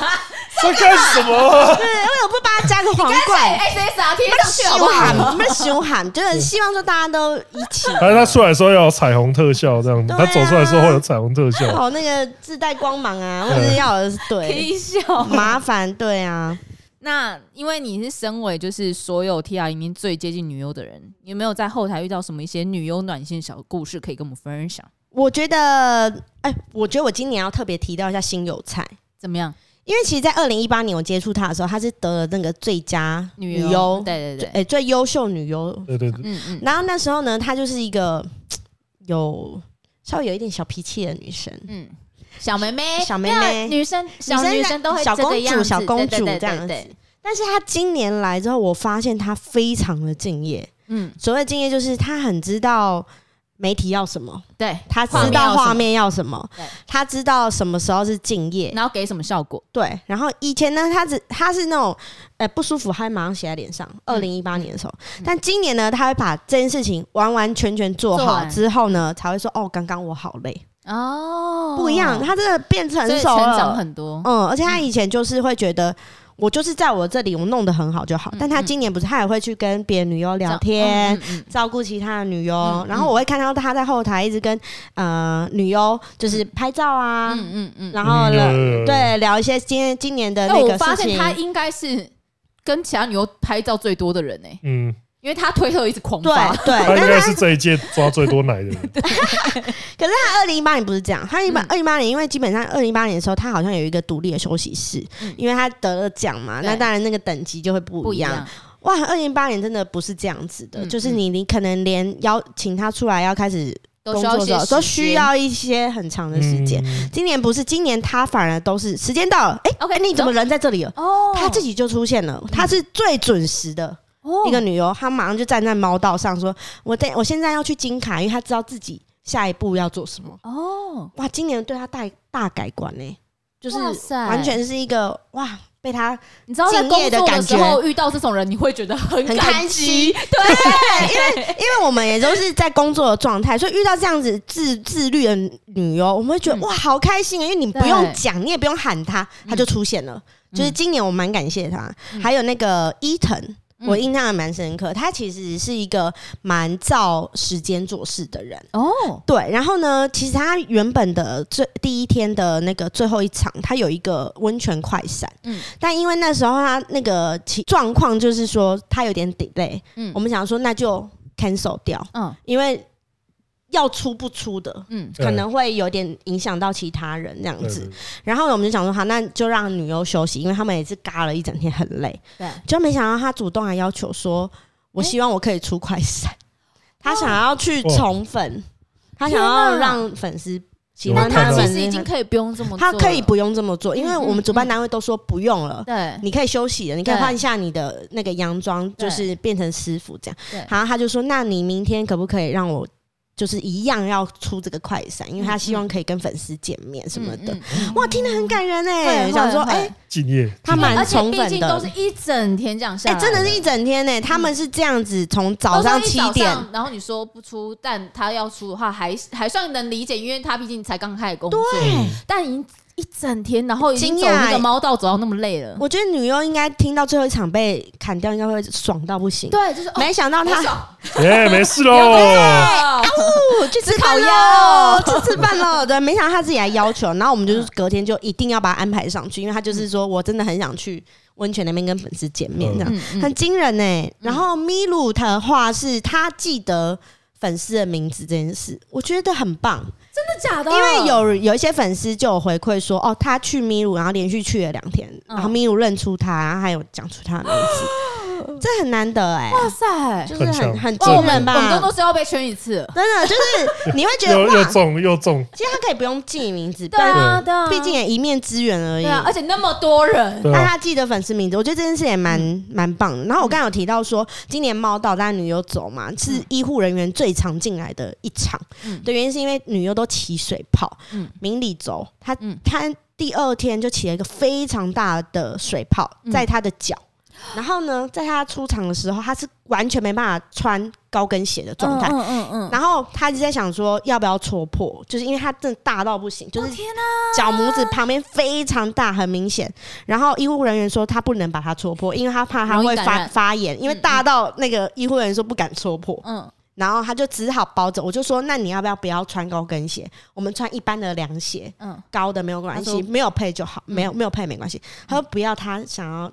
Speaker 1: 在干什
Speaker 3: <laughs>
Speaker 1: 么？啊
Speaker 3: 什么不帮他加个皇冠？
Speaker 2: 哎 S S R 贴上去好不
Speaker 3: 羞
Speaker 2: 好？ <laughs>
Speaker 3: 喊，不是羞喊，就是希望说大家都一起。
Speaker 1: 反哎正他出来的时候要有彩虹特效这样子，
Speaker 3: 对
Speaker 1: 他
Speaker 3: 啊
Speaker 1: 走出来的时候会有彩虹特效，
Speaker 3: 哦好，那个自带光芒啊，或者是要有
Speaker 2: <laughs>
Speaker 3: 对
Speaker 2: 一笑。
Speaker 3: <laughs> 麻烦，对啊，
Speaker 2: 那因为你是身为就是所有 T R 里面最接近女优的人，你有没有在后台遇到什么一些女优暖心小故事可以跟我们分享？
Speaker 3: 我觉得，哎、我觉得我今年要特别提到一下辛有菜，
Speaker 2: 怎么样？
Speaker 3: 因为其实，在二零一八年我接触她的时候，她是得了那个最佳
Speaker 2: 女
Speaker 3: 优，
Speaker 2: 对对
Speaker 3: 最
Speaker 2: 对，
Speaker 3: 哎、最优秀女优。
Speaker 1: 对对对，
Speaker 2: 嗯嗯
Speaker 3: 然后那时候呢，她就是一个嘖有稍微有一点小脾气的女生，
Speaker 2: 嗯，小妹妹，
Speaker 3: 小妹妹
Speaker 2: 那女生小
Speaker 3: 女生
Speaker 2: 女生都会
Speaker 3: 小
Speaker 2: 这个
Speaker 3: 公
Speaker 2: 样
Speaker 3: 主，
Speaker 2: 子
Speaker 3: 小公
Speaker 2: 对
Speaker 3: 主
Speaker 2: 对对
Speaker 3: 这样
Speaker 2: 对
Speaker 3: 子。但是她今年来之后，我发现她非常的敬业。
Speaker 2: 嗯，
Speaker 3: 所谓敬业，就是她很知道媒体要什么，
Speaker 2: 对，
Speaker 3: 他知道画面要什么
Speaker 2: 对，
Speaker 3: 他知道什么时候是敬业，
Speaker 2: 然后给什么效果？
Speaker 3: 对。然后以前呢，他只他是那种，呃，不舒服，他会马上写在脸上。二
Speaker 2: 嗯
Speaker 3: 零一八年的时候，
Speaker 2: 嗯
Speaker 3: 但今年呢，他会把这件事情完完全全做
Speaker 2: 做
Speaker 3: 好
Speaker 2: 完
Speaker 3: 之后呢，才会说哦，刚刚我好累，
Speaker 2: 嗯哦，
Speaker 3: 不一样。他真的变成
Speaker 2: 所以
Speaker 3: 熟
Speaker 2: 成长
Speaker 3: 了，
Speaker 2: 很多，
Speaker 3: 嗯。而且他以前就是会觉得。我就是在我这里，我弄得很好就好。
Speaker 2: 嗯
Speaker 3: 但他今年不是，他也会去跟别的女优聊天，
Speaker 2: 嗯，嗯嗯
Speaker 3: 照顾其他的女优，
Speaker 2: 嗯
Speaker 3: 然后我会看到她在后台一直跟呃女优就是拍照啊，
Speaker 2: 嗯嗯嗯。
Speaker 3: 然后呢、
Speaker 1: 嗯
Speaker 3: 对聊一些今天今年的
Speaker 2: 那
Speaker 3: 那
Speaker 2: 我
Speaker 3: 个
Speaker 2: 发
Speaker 3: 事
Speaker 2: 现他
Speaker 3: 情。
Speaker 2: 应该是跟其他女优拍照最多的人呢、
Speaker 1: 嗯，
Speaker 2: 因为他推特一直狂
Speaker 3: 对
Speaker 2: 发，
Speaker 3: 对，
Speaker 1: 他
Speaker 3: 但
Speaker 1: 应
Speaker 3: 是
Speaker 1: 该是这一届抓最多奶的
Speaker 3: <laughs>
Speaker 1: 人，
Speaker 3: 他二零一八年不是这样，他一八
Speaker 2: 嗯
Speaker 3: 二零一八年，因为基本上二零一八年的时候，他好像有一个独立的休息室，
Speaker 2: 嗯
Speaker 3: 因为他得了奖嘛，
Speaker 2: 对
Speaker 3: 那当然那个等级就会不
Speaker 2: 不
Speaker 3: 一
Speaker 2: 一
Speaker 3: 样。
Speaker 2: 样。
Speaker 3: 哇，二零一八年真的不是这样子的，
Speaker 2: 嗯
Speaker 3: 就是你你可能连邀请他出来要开始
Speaker 2: 都
Speaker 3: 工
Speaker 2: 需要
Speaker 3: 作
Speaker 2: 一些
Speaker 3: 的时候，
Speaker 2: 时间
Speaker 3: 都需。要一些很长的时间。
Speaker 1: 嗯
Speaker 3: 今年不是，今年他反而都是时间到了，哎、
Speaker 2: OK，
Speaker 3: 你怎么人在这里了？
Speaker 2: 哦？
Speaker 3: 他自己就出现了，她是最准时的
Speaker 2: 哦
Speaker 3: 一个女优，她马上就站在猫道上说：“我在我现在要去金卡，因为她知道自己下一步要做什么。
Speaker 2: 哦”，
Speaker 3: 哇，今年对她大大改观呢、欸就是
Speaker 2: 哇塞
Speaker 3: 完全是一个哇，被他
Speaker 2: 你知道在
Speaker 3: 敬
Speaker 2: 工
Speaker 3: 业的
Speaker 2: 作的
Speaker 3: 感
Speaker 2: 时
Speaker 3: 觉
Speaker 2: 候遇到这种人，你会觉得很
Speaker 3: 很
Speaker 2: 感
Speaker 3: 开
Speaker 2: 激 <laughs>
Speaker 3: 心，对，因为因为我们也都是在工作的状态，所以遇到这样子自自律的女优，我们会觉得、
Speaker 2: 嗯
Speaker 3: 哇，好开心啊！因为你不
Speaker 2: 对
Speaker 3: 用讲，你也不用喊她，她就出现了。
Speaker 2: 嗯
Speaker 3: 就是今年我蛮感谢她，
Speaker 2: 嗯
Speaker 3: 还有那个伊藤。
Speaker 2: 嗯
Speaker 3: 我印象还蛮深刻，她其实是一个蛮照时间做事的人。
Speaker 2: 哦，
Speaker 3: 对，然后呢，其实她原本的最第一天的那个最后一场，她有一个温泉快闪，
Speaker 2: 嗯
Speaker 3: 嗯，但因为那时候她那个其状况就是说她有点 delay，
Speaker 2: 嗯
Speaker 3: 我们想说那就 cancel 掉，
Speaker 2: 嗯
Speaker 3: 因为要出不出的，
Speaker 2: 嗯
Speaker 1: 对
Speaker 3: 可能会有点影响到其他人这样
Speaker 1: 对
Speaker 3: 子
Speaker 1: 对。
Speaker 3: 然后呢我们就想说，好，那就让女优休息，因为他们也是嘎了一整天，很累。
Speaker 2: 对，
Speaker 3: 就没想到她主动来要求说，我希望我可以出快闪，她想要去宠粉，她想要
Speaker 2: 哦天哪
Speaker 3: 让粉丝喜
Speaker 1: 有
Speaker 3: 欢
Speaker 2: 但
Speaker 1: 看
Speaker 2: 他
Speaker 1: 到
Speaker 3: 她
Speaker 2: 其
Speaker 3: 的粉
Speaker 2: 实已经
Speaker 3: 丝，
Speaker 2: 可以不用这么做了，
Speaker 3: 她可以不用这么做，因为
Speaker 2: 嗯
Speaker 3: 我们
Speaker 2: 嗯
Speaker 3: 主办
Speaker 2: 嗯
Speaker 3: 单位都说不用了。
Speaker 2: 对
Speaker 3: 你可以休息了，你可以
Speaker 2: 对
Speaker 3: 换下你的那个洋装，
Speaker 2: 对
Speaker 3: 就是变成师傅这样
Speaker 2: 对。
Speaker 3: 然后他就说：“那你明天可不可以让我就是一样要出这个快闪？因为他希望可以跟粉丝见面什么
Speaker 2: 嗯
Speaker 3: 的。”哇，听得很感人哎、
Speaker 2: 对，
Speaker 3: 想说哎、
Speaker 2: 哎，
Speaker 1: 敬业，
Speaker 3: 他
Speaker 2: 会
Speaker 1: <laughs>
Speaker 2: 而
Speaker 3: 蛮
Speaker 2: 且
Speaker 3: 宠
Speaker 2: 毕
Speaker 3: 粉
Speaker 2: 竟都
Speaker 3: 的
Speaker 2: 是，一整天这样下
Speaker 3: 哎、
Speaker 2: 来，
Speaker 3: 真的是一整天呢、他们是这样子，从早上
Speaker 2: 都是一
Speaker 3: 七
Speaker 2: 早
Speaker 3: 点，
Speaker 2: 上然后你说不出，但他要出的话还还算能理解，因为他毕竟才刚开始工作，
Speaker 3: 对，
Speaker 2: 但已经一整天，然后已经
Speaker 3: 惊
Speaker 2: 走
Speaker 3: 讶
Speaker 2: 那个猫道走到那么累了，
Speaker 3: 我觉得女优应该听到最后一场被砍掉，应该会爽到不行。
Speaker 2: 对，就是哦
Speaker 3: 没想
Speaker 2: 好
Speaker 3: 到他
Speaker 2: 爽
Speaker 1: 耶，哎没事
Speaker 2: 对
Speaker 1: 喽。
Speaker 2: 啊
Speaker 3: 哦，去吃
Speaker 2: 烤
Speaker 3: 烤
Speaker 2: 鸭哦
Speaker 3: 鸭， <laughs> 去吃饭了。对，没想到他自己来要求，然后我们就是隔天就一定要把他安排上去，因为他就是说我真的很想去温泉那边跟粉丝见面，这样
Speaker 2: 嗯嗯
Speaker 3: 很惊人呢、然后米鲁的话是他记得。粉丝的名字这件事，我觉得很棒，
Speaker 2: 真的假的？
Speaker 3: 因为有有一些粉丝就有回馈说，哦，他去米鲁，然后连续去了两天，
Speaker 2: 嗯
Speaker 3: 然后米鲁认出他，然后还有讲出他的名字，这很难得哎、
Speaker 2: 哦哇塞，
Speaker 3: 就是
Speaker 1: 很
Speaker 3: 很
Speaker 1: 强
Speaker 3: 很
Speaker 2: 哇我们
Speaker 3: 惊
Speaker 2: 我
Speaker 3: 人
Speaker 2: 们
Speaker 3: 吧
Speaker 2: 都？都是要被圈一次了，
Speaker 3: 真的就是你会觉得
Speaker 1: 又又
Speaker 3: 哇，
Speaker 1: 中又中，
Speaker 3: 其实他可以不用记名字，
Speaker 2: 对
Speaker 3: 但
Speaker 2: 啊对啊，
Speaker 3: 毕竟也一面之缘而已。
Speaker 2: 对啊，而且那么多人，
Speaker 1: 对
Speaker 3: 但
Speaker 1: 啊，
Speaker 3: 哎他记得粉丝名字，我觉得这件事也蛮蛮棒的。然后我刚刚有提到说，今年猫岛大家女优走嘛，是医护人员最常进来的一场
Speaker 2: 嗯。
Speaker 3: 的原因是因为女优都骑水炮
Speaker 2: 嗯，
Speaker 3: 明理走，她
Speaker 2: 嗯
Speaker 3: 她第二天就起了一个非常大的水泡
Speaker 2: 嗯
Speaker 3: 在她的脚。然后呢，在她出场的时候，她是完全没办法穿高跟鞋的状态，
Speaker 2: 嗯嗯嗯嗯，
Speaker 3: 然后他就在想说要不要戳破，就是因为他真的大到不行，就
Speaker 2: 我
Speaker 3: 是
Speaker 2: 哦天哪，
Speaker 3: 脚拇指旁边非常大，很明显。然后医护人员说他不能把它戳破，因为他怕他
Speaker 2: 容易
Speaker 3: 会
Speaker 2: 感
Speaker 3: 发
Speaker 2: 染
Speaker 3: 发炎，因为
Speaker 2: 嗯
Speaker 3: 大到那个医护人员说不敢戳破，
Speaker 2: 嗯，
Speaker 3: 然后他就只好包着。我就说那你要不要不要穿高跟鞋，我们穿一般的凉鞋，
Speaker 2: 嗯
Speaker 3: 高的没有关
Speaker 2: 他说
Speaker 3: 系，没有配就好，没有没有配没关系。他说不要，他想要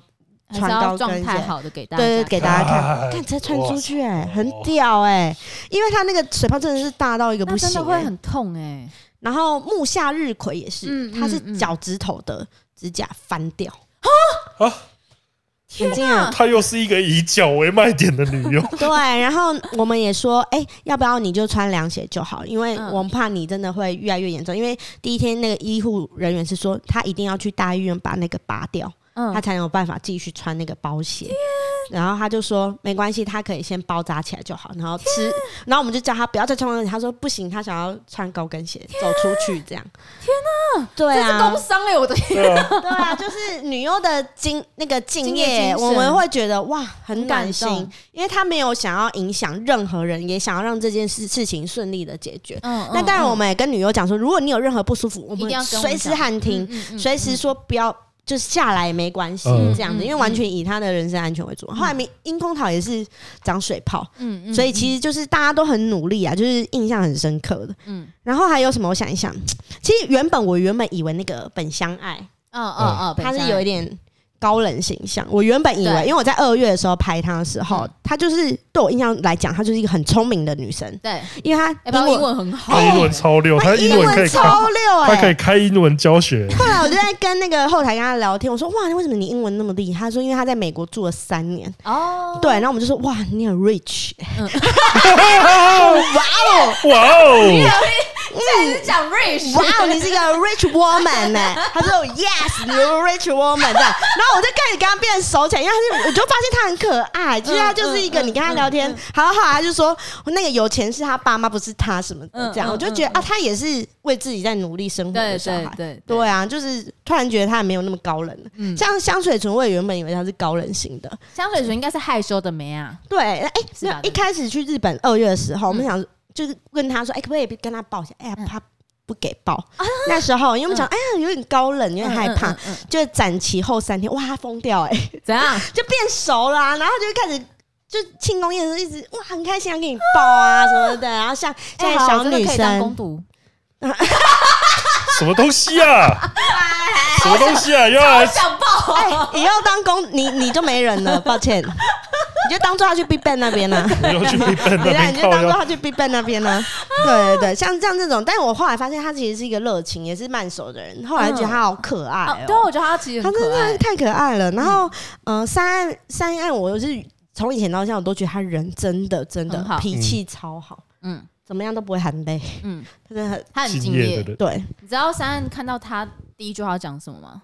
Speaker 2: 还是
Speaker 3: 传
Speaker 2: 要
Speaker 3: 高
Speaker 2: 状
Speaker 3: 跟
Speaker 2: 态
Speaker 3: 鞋
Speaker 2: 好的给大家
Speaker 3: 对对，
Speaker 2: 看，
Speaker 3: 给大家看，
Speaker 1: 哎
Speaker 3: 看才穿
Speaker 1: 哇
Speaker 3: 出去哎、
Speaker 1: 塞
Speaker 3: 很屌哎、因为他那个水泡真的是大到一个
Speaker 2: 哦那
Speaker 3: 不行、
Speaker 2: 真
Speaker 3: 欸，
Speaker 2: 的会很痛哎，
Speaker 3: 然后木下日葵也是
Speaker 2: 嗯，
Speaker 3: 它是
Speaker 2: 嗯嗯
Speaker 3: 脚趾头的指甲翻掉，
Speaker 2: 啊天
Speaker 3: 惊
Speaker 2: 哪
Speaker 3: 人，
Speaker 1: 她又是一个以脚为卖点的女
Speaker 3: <laughs>
Speaker 1: 优，
Speaker 3: 对。然后我们也说，哎，要不要你就穿凉鞋就好，因为
Speaker 2: 嗯
Speaker 3: 我们怕你真的会越来越严重。因为第一天那个医护人员是说，他一定要去大医院把那个拔掉，
Speaker 2: 嗯
Speaker 3: 他才有办法继续穿那个包鞋。然后他就说没关系，他可以先包扎起来就好，然后吃。然后我们就叫他不要再穿高跟鞋，他说不行，他想要穿高跟鞋走出去这样。啊天哪！对
Speaker 2: 这
Speaker 3: 啊，
Speaker 2: 是工伤哎，我的天，
Speaker 1: 对啊，
Speaker 3: 对啊，就是女优的经那个敬
Speaker 2: 敬业
Speaker 3: 业，
Speaker 2: 精神
Speaker 3: 我们会觉得哇，很
Speaker 2: 很感
Speaker 3: 暖心
Speaker 2: 动，
Speaker 3: 因为她没有想要影响任何人，也想要让这件事事情顺利的解决。
Speaker 2: 嗯
Speaker 3: 那当然，我们也跟女优讲说，如果你有任何不舒服，我
Speaker 2: 一定
Speaker 3: 们
Speaker 2: 要跟我们
Speaker 3: 随时
Speaker 2: 讲
Speaker 3: 喊停，
Speaker 2: 嗯
Speaker 3: 随时说不要。就是下来也没关系，
Speaker 1: 嗯
Speaker 3: 这样子，
Speaker 2: 嗯
Speaker 3: 因为完全以她的人身安全为主。后来明樱空桃也是长水泡，
Speaker 2: 嗯
Speaker 3: 所以其实就是大家都很努力啊，就是印象很深刻的。
Speaker 2: 嗯
Speaker 3: 然后还有什么？我想一想，其实原本我原本以为那个本相爱，
Speaker 2: 嗯嗯嗯，
Speaker 3: 他是有一点高冷形象。我原本以为
Speaker 2: 对，
Speaker 3: 因为我在二月的时候拍她的时候
Speaker 2: 嗯，
Speaker 3: 她就是对我印象来讲，她就是一个很聪明的女生，
Speaker 2: 对，
Speaker 3: 因为
Speaker 2: 要
Speaker 3: 她
Speaker 2: 不要
Speaker 3: 英
Speaker 2: 英文
Speaker 3: 文
Speaker 2: 很好
Speaker 1: 她？英文超溜，她英文可以开，
Speaker 3: 超溜
Speaker 1: 她可以
Speaker 3: 哎。
Speaker 1: 开英文教
Speaker 3: <laughs>
Speaker 1: 学，
Speaker 3: 后来我就在跟那个后台跟她聊天，我说哇，为什么你英文那么厉害？她说因为她在美国住了三年。
Speaker 2: 哦，
Speaker 3: 对，然后我们就说哇，你很 rich， <laughs>
Speaker 1: 哇哦，
Speaker 2: 竟然是讲 rich，
Speaker 3: 哇哦，你
Speaker 2: <laughs>
Speaker 3: 是一个 rich woman 呢、他说 yes，你是 rich woman 这样。然后我就开始跟他变得熟起来，因为他是，我就发现他很可爱，就是他就是一个
Speaker 2: 嗯嗯
Speaker 3: 你跟他聊天
Speaker 2: 嗯，
Speaker 3: 好好，他就说那个有钱是他爸妈，不是他什么的这样。
Speaker 2: 嗯嗯
Speaker 3: 我就觉得
Speaker 2: 嗯
Speaker 3: 啊，他也是为自己在努力生活的
Speaker 2: 对
Speaker 3: 小
Speaker 2: 对
Speaker 3: 孩。
Speaker 2: 对
Speaker 3: 对，啊，就是突然觉得他也没有那么高冷了。
Speaker 2: 嗯，
Speaker 3: 像香水纯，我也原本以为他是高冷型的。
Speaker 2: 香水水应该是害羞的梅啊，
Speaker 3: 对，哎、
Speaker 2: 是
Speaker 3: 没有
Speaker 2: 吧
Speaker 3: 一开始去日本二月的时候，我们
Speaker 2: 嗯
Speaker 3: 想就是问他说，哎、可不可以跟他抱一下？哎、呀
Speaker 2: 嗯，啊
Speaker 3: 他不给
Speaker 2: <laughs>
Speaker 3: 抱。那时候因为我们想，哎呀，有点高冷，有点害怕。
Speaker 2: 嗯嗯嗯
Speaker 3: 就展旗后三天，哇，他疯掉哎、
Speaker 2: <laughs> 嗯怎样？
Speaker 3: 就变熟啦、然后就开始。就庆功宴的时候一直哇很开心啊，给你抱
Speaker 2: <laughs>
Speaker 3: 啊什么的，然后像现在
Speaker 2: 哎好
Speaker 3: 小
Speaker 2: 我真的
Speaker 3: 女
Speaker 2: 可以当攻
Speaker 3: 生，
Speaker 2: 读，
Speaker 1: 什么东西啊？
Speaker 3: 哎
Speaker 1: 什么东西啊？又要
Speaker 2: 我
Speaker 1: 来
Speaker 2: 想抱啊，
Speaker 3: 以后当公你你就没人了，
Speaker 2: <laughs>
Speaker 3: 抱歉，你就当做他去 Big Bang 那边啊呢、
Speaker 1: 我又去 Big
Speaker 3: <laughs>
Speaker 1: Bang 那
Speaker 3: 对啊，
Speaker 1: 边
Speaker 3: 你就当
Speaker 1: 靠
Speaker 3: 做
Speaker 1: 腰，
Speaker 3: 他去 Big Bang 那边呢、啊
Speaker 2: <laughs>
Speaker 3: 对对对，像像这种，但我后来发现他其实是一个热情，也是慢熟的人。后来觉得他好可爱、哦
Speaker 2: 啊对啊，我觉得他其实
Speaker 3: 他
Speaker 2: 很
Speaker 3: 真
Speaker 2: 可
Speaker 3: 的
Speaker 2: 爱，
Speaker 3: 太可爱了。然后，嗯，三岸三岸，我是从以前到现在，我都觉得他人真的真的
Speaker 2: 很好
Speaker 3: 脾气超好，
Speaker 2: 嗯
Speaker 3: 怎么样都不会喊累，
Speaker 2: 嗯，
Speaker 3: <laughs> 他真的很
Speaker 2: 他很
Speaker 1: 敬
Speaker 2: 敬
Speaker 1: 业
Speaker 2: 业
Speaker 1: 的。人，
Speaker 3: 对。
Speaker 2: 你知道三看到他第一句话讲什么吗？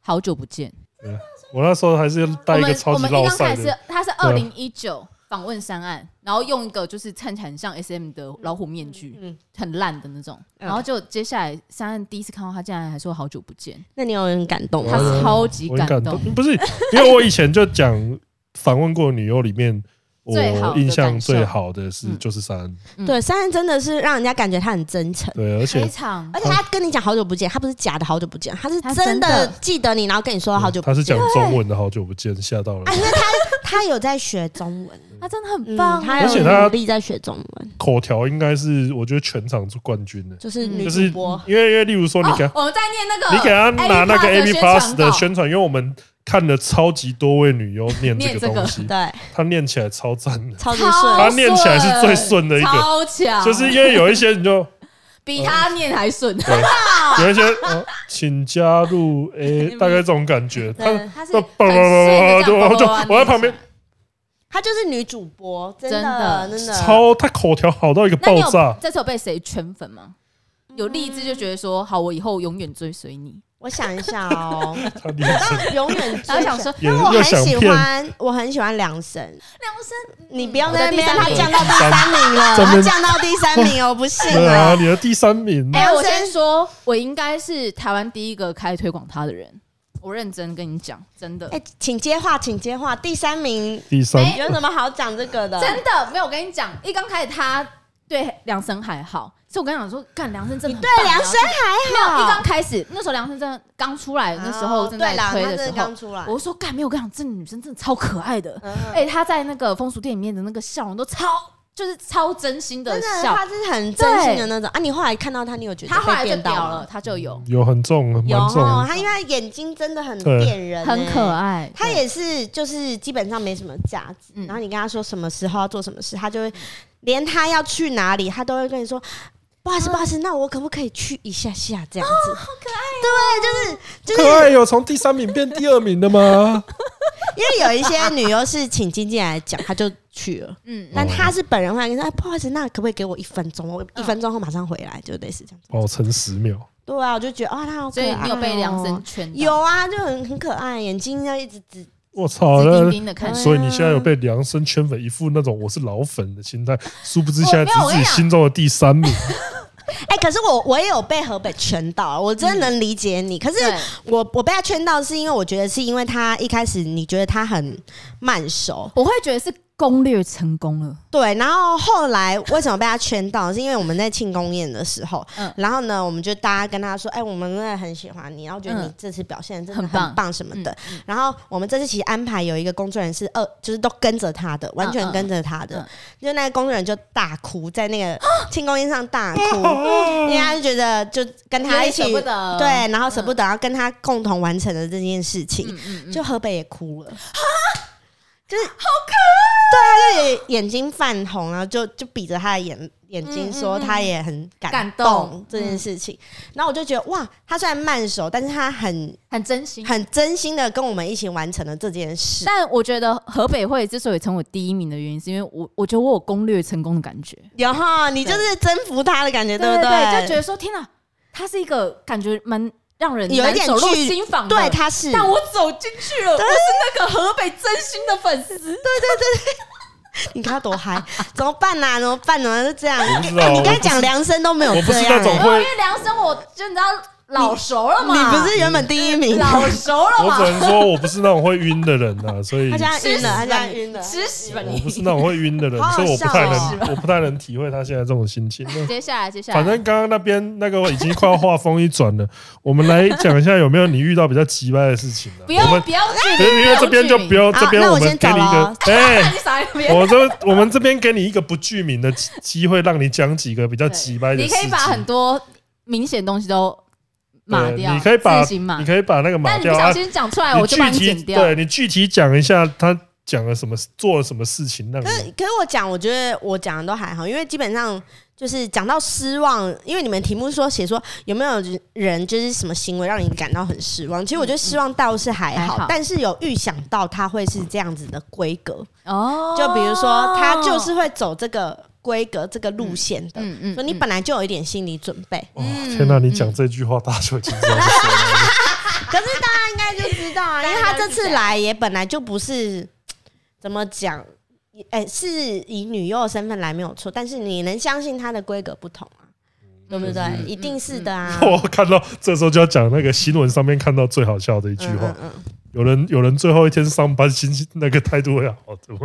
Speaker 2: 好久不见。
Speaker 1: 我那时候还是带
Speaker 2: 我
Speaker 1: 一
Speaker 2: 们
Speaker 1: 个超
Speaker 2: 我
Speaker 1: 级
Speaker 2: 们
Speaker 1: 老
Speaker 2: 一刚
Speaker 1: 帅
Speaker 2: 开
Speaker 1: 的
Speaker 2: 始，他是
Speaker 1: 啊
Speaker 2: 二零一九访问三岸，然后用一个就是看起来很像 S M 的老虎面具，
Speaker 3: 嗯，
Speaker 2: 很烂的那种。
Speaker 3: 嗯
Speaker 2: 然后就接下来三岸第一次看到他，竟然还说好久不见，
Speaker 3: 那你有很感动
Speaker 2: 他
Speaker 3: 吗？
Speaker 2: 超级
Speaker 1: 我很感
Speaker 2: 动。
Speaker 1: 不是因为我以前就讲访问过女优里面，我
Speaker 2: 最好的
Speaker 1: 印象
Speaker 2: 感受
Speaker 1: 最好的是
Speaker 2: 嗯
Speaker 1: 就是三，
Speaker 2: 嗯
Speaker 3: 对，三岸真的是让人家感觉他很真诚，
Speaker 1: 对，啊而且
Speaker 2: 非常
Speaker 3: 而且
Speaker 1: 哦
Speaker 3: 他跟你讲好久不见，他不是假的好久不见，他是
Speaker 2: 他
Speaker 3: 真
Speaker 2: 真
Speaker 3: 的
Speaker 2: 的
Speaker 3: 记得你，然后跟你说好久不
Speaker 1: 他是
Speaker 3: 见。
Speaker 1: 讲中文的，好久不见，吓到了
Speaker 3: 啊，。因为他他有在学中文，
Speaker 2: 他啊真的
Speaker 3: 嗯
Speaker 2: 很棒，
Speaker 3: 他
Speaker 1: 而且
Speaker 3: 有
Speaker 1: 他
Speaker 3: 努力在学中文，
Speaker 1: 口条应该是我觉得全场是冠军的，
Speaker 3: 就是
Speaker 2: 嗯
Speaker 3: 女
Speaker 1: 就是
Speaker 3: 主
Speaker 1: 因
Speaker 3: 播
Speaker 1: 为因为例如说你给
Speaker 2: 哦，我们在念那个，
Speaker 1: 你给他拿那个 A B Plus 的
Speaker 2: 宣
Speaker 1: 宣传，因为我们看了超级多位女优念这个东西，
Speaker 3: 对，
Speaker 1: 她念起来超赞的，
Speaker 3: 超级
Speaker 2: 超
Speaker 1: 她
Speaker 3: 顺，
Speaker 1: 念起来是最顺的一个，
Speaker 2: 超强，
Speaker 1: 就是因为有一些你就
Speaker 2: 比他念还顺。
Speaker 1: 有一些，呃请加入 A，大概这种感觉，她
Speaker 3: 对
Speaker 2: 他是
Speaker 1: 嗯那
Speaker 2: 很
Speaker 1: 叭叭叭叭
Speaker 2: 顺
Speaker 1: 叭，
Speaker 2: 的
Speaker 1: 我
Speaker 2: 这
Speaker 1: 就
Speaker 2: 样啊叭叭叭
Speaker 1: 我在旁边
Speaker 2: 念起来
Speaker 3: 她就是女主播，真
Speaker 2: 真的
Speaker 3: 的真的
Speaker 1: 超，她口条好到一个
Speaker 2: 那你
Speaker 1: 爆炸
Speaker 2: 有，这次有被谁圈粉吗？有励志就觉得
Speaker 3: 嗯
Speaker 2: 说好，我以后永远追随你。
Speaker 3: 我想一下哦，
Speaker 1: 她念起来
Speaker 3: 永 <laughs> 远
Speaker 2: 然后想说，
Speaker 1: 也
Speaker 3: 因为我
Speaker 1: 又
Speaker 3: 很
Speaker 1: 想
Speaker 3: 喜
Speaker 1: 骗，
Speaker 3: 欢，我很喜欢梁神，
Speaker 2: 梁生，
Speaker 3: 你不要
Speaker 2: 我在
Speaker 3: 在那边，
Speaker 2: 第三
Speaker 3: 他
Speaker 2: 名
Speaker 3: 降到第三名了，
Speaker 1: 真
Speaker 3: 他
Speaker 1: 的
Speaker 3: 降到第三名了，我不信
Speaker 1: 对啊，
Speaker 3: 了。
Speaker 1: 你的第三名，
Speaker 2: 哎、我
Speaker 3: 梁
Speaker 2: 先
Speaker 3: 生
Speaker 2: 说，我应该是台湾第一个开推广他的人。我认真跟你讲，真的，
Speaker 3: 哎，请接话，请接话，第三名
Speaker 1: 第三，
Speaker 3: 有什么好讲这个的？
Speaker 2: 真的没有。我跟你讲，一刚开始他对梁生还好，是我跟你讲说，干梁生真的啊
Speaker 3: 对梁生
Speaker 2: 没
Speaker 3: 还
Speaker 2: 有。一
Speaker 3: 好
Speaker 2: 刚，开始那时候梁生真的刚出来，那时候
Speaker 3: 哦
Speaker 2: 正
Speaker 3: 对
Speaker 2: 在
Speaker 3: 啦，他
Speaker 2: 推
Speaker 3: 真
Speaker 2: 的时候
Speaker 3: 刚，出来，
Speaker 2: 我就说干没有，我跟你讲，这女生真的超可爱的。
Speaker 3: 嗯
Speaker 2: 哎、她在那个风俗店里面的那个笑容都超，就是超真心的
Speaker 3: 真的
Speaker 2: 笑。
Speaker 3: 他是很真心的那种啊。你后来看到他，你有觉得
Speaker 2: 她后来
Speaker 3: 被
Speaker 2: 就
Speaker 3: 电
Speaker 2: 屌
Speaker 3: 到
Speaker 2: 了，
Speaker 3: 吗？
Speaker 2: 她就有
Speaker 1: 有很重，蛮
Speaker 3: 有
Speaker 1: 重的
Speaker 3: 哦，。他因为他眼睛真的很
Speaker 1: 对
Speaker 3: 电人，欸
Speaker 2: 很可。爱，
Speaker 3: 他
Speaker 2: 对
Speaker 3: 也是，就是基本上没什么价值。
Speaker 2: 嗯
Speaker 3: 然后你跟他说什么时候要做什么事，他就会连他要去哪里，他都会跟你说。
Speaker 2: 啊
Speaker 3: 不好意思，不好意思，那我可不可以去一下下这样子？
Speaker 2: 哦
Speaker 3: 好可爱、对，就是就是
Speaker 1: 可爱有从第三名变第二名的
Speaker 3: <laughs>
Speaker 1: 吗？
Speaker 3: 因为有一些女优是请经纪人来讲，他就去了。
Speaker 2: 嗯，
Speaker 3: 但
Speaker 1: 哦
Speaker 3: 他是本人会来跟你说，哎，不好意思，那可不可以给我一分钟？我一分钟后马上回来，就类似这样子。
Speaker 1: 哦，乘十秒，
Speaker 3: 对啊，我就觉得啊，他好可
Speaker 2: 所
Speaker 3: 爱、
Speaker 2: 以
Speaker 3: 哦。
Speaker 2: 你有被梁生圈到
Speaker 3: 有啊，就很很可爱，眼睛要一直直。
Speaker 1: 我操！
Speaker 2: 直
Speaker 1: 哦那
Speaker 2: 盯盯的看
Speaker 3: 哎
Speaker 1: <laughs>
Speaker 3: 呀
Speaker 1: 所以你现在有被梁生圈粉，一副那种我是老粉的心态，殊不知现在只是
Speaker 2: 我没有我
Speaker 1: 自
Speaker 2: 跟
Speaker 1: 己
Speaker 2: 你讲
Speaker 1: 心中的第三
Speaker 3: <laughs>
Speaker 1: 名。
Speaker 3: 哎、可是我我也有被河北圈到，我真的能理解你。可是
Speaker 2: 对
Speaker 3: 我我被他圈到，是因为我觉得是因为他一开始你觉得他很慢熟，
Speaker 2: 我会觉得是攻略成功了。
Speaker 3: 对。然后后来为什么被他圈到，是因为我们在庆功宴的时候，
Speaker 2: 嗯
Speaker 3: 然后呢，我们就大家跟他说，哎、我们真的很喜欢你，然后觉得你
Speaker 2: 嗯
Speaker 3: 这次表现真的
Speaker 2: 很棒
Speaker 3: 很棒什么的。
Speaker 2: 嗯嗯
Speaker 3: 然后我们这次其实安排有一个工作人员是二，就是都跟着他的，完全跟着他的，
Speaker 2: 嗯嗯
Speaker 3: 就那个工作人员就大哭，在那
Speaker 2: <gasps>
Speaker 3: 个庆功宴上大哭，
Speaker 2: <laughs>
Speaker 3: 因为他就觉得就跟他一起
Speaker 2: 有点舍不得嗯
Speaker 3: 对，然后舍不得，然后跟他共同完成了这件事情， <laughs>
Speaker 2: 嗯嗯嗯
Speaker 3: 就河北也哭了，就是好哦他啊就也眼睛泛红，然后就就比着他的眼眼睛说
Speaker 2: 嗯嗯嗯
Speaker 3: 他也很感嗯
Speaker 2: 感动
Speaker 3: 这件事情。然后我就觉得哇，他虽然慢熟，但是他很
Speaker 2: 很真心。
Speaker 3: 很真心的跟我们一起完成了这件 <laughs> 事。
Speaker 2: 但我觉得河北会之所以成为第一名的原因，是因为我我觉得我有攻略成功的感觉，
Speaker 3: 然后你就是征服他的感觉，不
Speaker 2: 对就觉
Speaker 3: 对？
Speaker 2: 得说天哪，他是一个感觉蛮让人
Speaker 3: 有一
Speaker 2: 难
Speaker 3: 点
Speaker 2: 走入
Speaker 3: 距
Speaker 2: 心房的，
Speaker 3: 对，他是，
Speaker 2: 但我走进去了，我是那个河北真心的粉丝。
Speaker 3: <laughs> 你看他多 <laughs> 嗨，怎么办呐、怎么办呢、就这样。
Speaker 1: 我不知道
Speaker 3: 哎你刚才讲梁生都没有
Speaker 1: 我不
Speaker 3: 这
Speaker 1: 是
Speaker 3: 样、欸
Speaker 1: 那种
Speaker 2: 因
Speaker 1: 会
Speaker 2: 为因为梁生，我就你知道老熟了嘛，
Speaker 3: 你不是原本第一名，
Speaker 2: 老熟
Speaker 1: 我
Speaker 2: 了
Speaker 1: 只
Speaker 2: 嘛，
Speaker 1: 能说我不是那种会晕的人呐、所以
Speaker 3: 他现在晕了，他
Speaker 2: 吃屎
Speaker 3: 现在晕了。
Speaker 2: 吃屎吧
Speaker 1: 我
Speaker 2: 你！
Speaker 1: 不是那种会晕的人
Speaker 3: 好，好
Speaker 1: 所以我不太
Speaker 3: 笑
Speaker 2: 哦
Speaker 1: 能，我不太能体会他现在这种心情。那
Speaker 2: 接下来，接下来，
Speaker 1: 反正刚刚那边那个已经快要画风一转了， <laughs> 我们来讲一下有没有你遇到比较奇葩的事情啊
Speaker 2: 不要
Speaker 1: 我们
Speaker 2: 不要
Speaker 1: 可
Speaker 2: 剧
Speaker 1: 是
Speaker 2: 名，
Speaker 1: 因为这边就不要，
Speaker 3: 好
Speaker 1: 这边
Speaker 3: 那我
Speaker 1: 我们
Speaker 3: 先
Speaker 1: 给
Speaker 3: 走
Speaker 1: 你一
Speaker 3: 了
Speaker 1: 个， <laughs> 哎、
Speaker 2: 看你傻在那边。
Speaker 1: 我这我们这边给你一个不具名的机机会，让你讲几个比较奇葩的事
Speaker 2: 你
Speaker 1: 情。
Speaker 2: 可以把很多明显东西都码
Speaker 1: 对
Speaker 2: 掉，
Speaker 1: 你可以把
Speaker 2: 自行码
Speaker 1: 你，可以把那个码
Speaker 2: 但你
Speaker 1: 掉
Speaker 2: 不小
Speaker 1: 啊，
Speaker 2: 心讲出来，
Speaker 1: 你
Speaker 2: 我就把你
Speaker 1: 具
Speaker 2: 剪
Speaker 1: 体
Speaker 2: 掉。
Speaker 1: 对你具体讲一下他讲了什么，做了什么事情让
Speaker 3: 可是
Speaker 1: 你
Speaker 3: 可是我讲，我觉得我讲的都还好，因为基本上就是讲到失望，因为你们题目说写说有没有人就是什么行为让你感到很失望，其实我觉得失望倒是还好，
Speaker 2: 还好
Speaker 3: 但是有预想到他会是这样子的规格，
Speaker 2: 哦
Speaker 3: 就比如说他就是会走这个规格这个路线的，
Speaker 2: 嗯嗯
Speaker 3: 所以你本来就有一点心理准备，
Speaker 1: 哇
Speaker 2: 嗯
Speaker 1: 天哪！你讲这句话，大家就已经知
Speaker 2: <laughs>
Speaker 1: 道是谁了。
Speaker 3: 可是大家应该就知道啊，因为他这次来也本来就不是怎么讲，哎、是以女优的身份来没有错，但是你能相信他的规格不同啊，对不对？
Speaker 1: 嗯
Speaker 3: 一定是的啊。
Speaker 1: 我看到这时候就要讲那个新闻上面看到最好笑的一句话
Speaker 3: 嗯，嗯嗯
Speaker 1: 有人有人最后一天上班心情那个态度会好，怎么？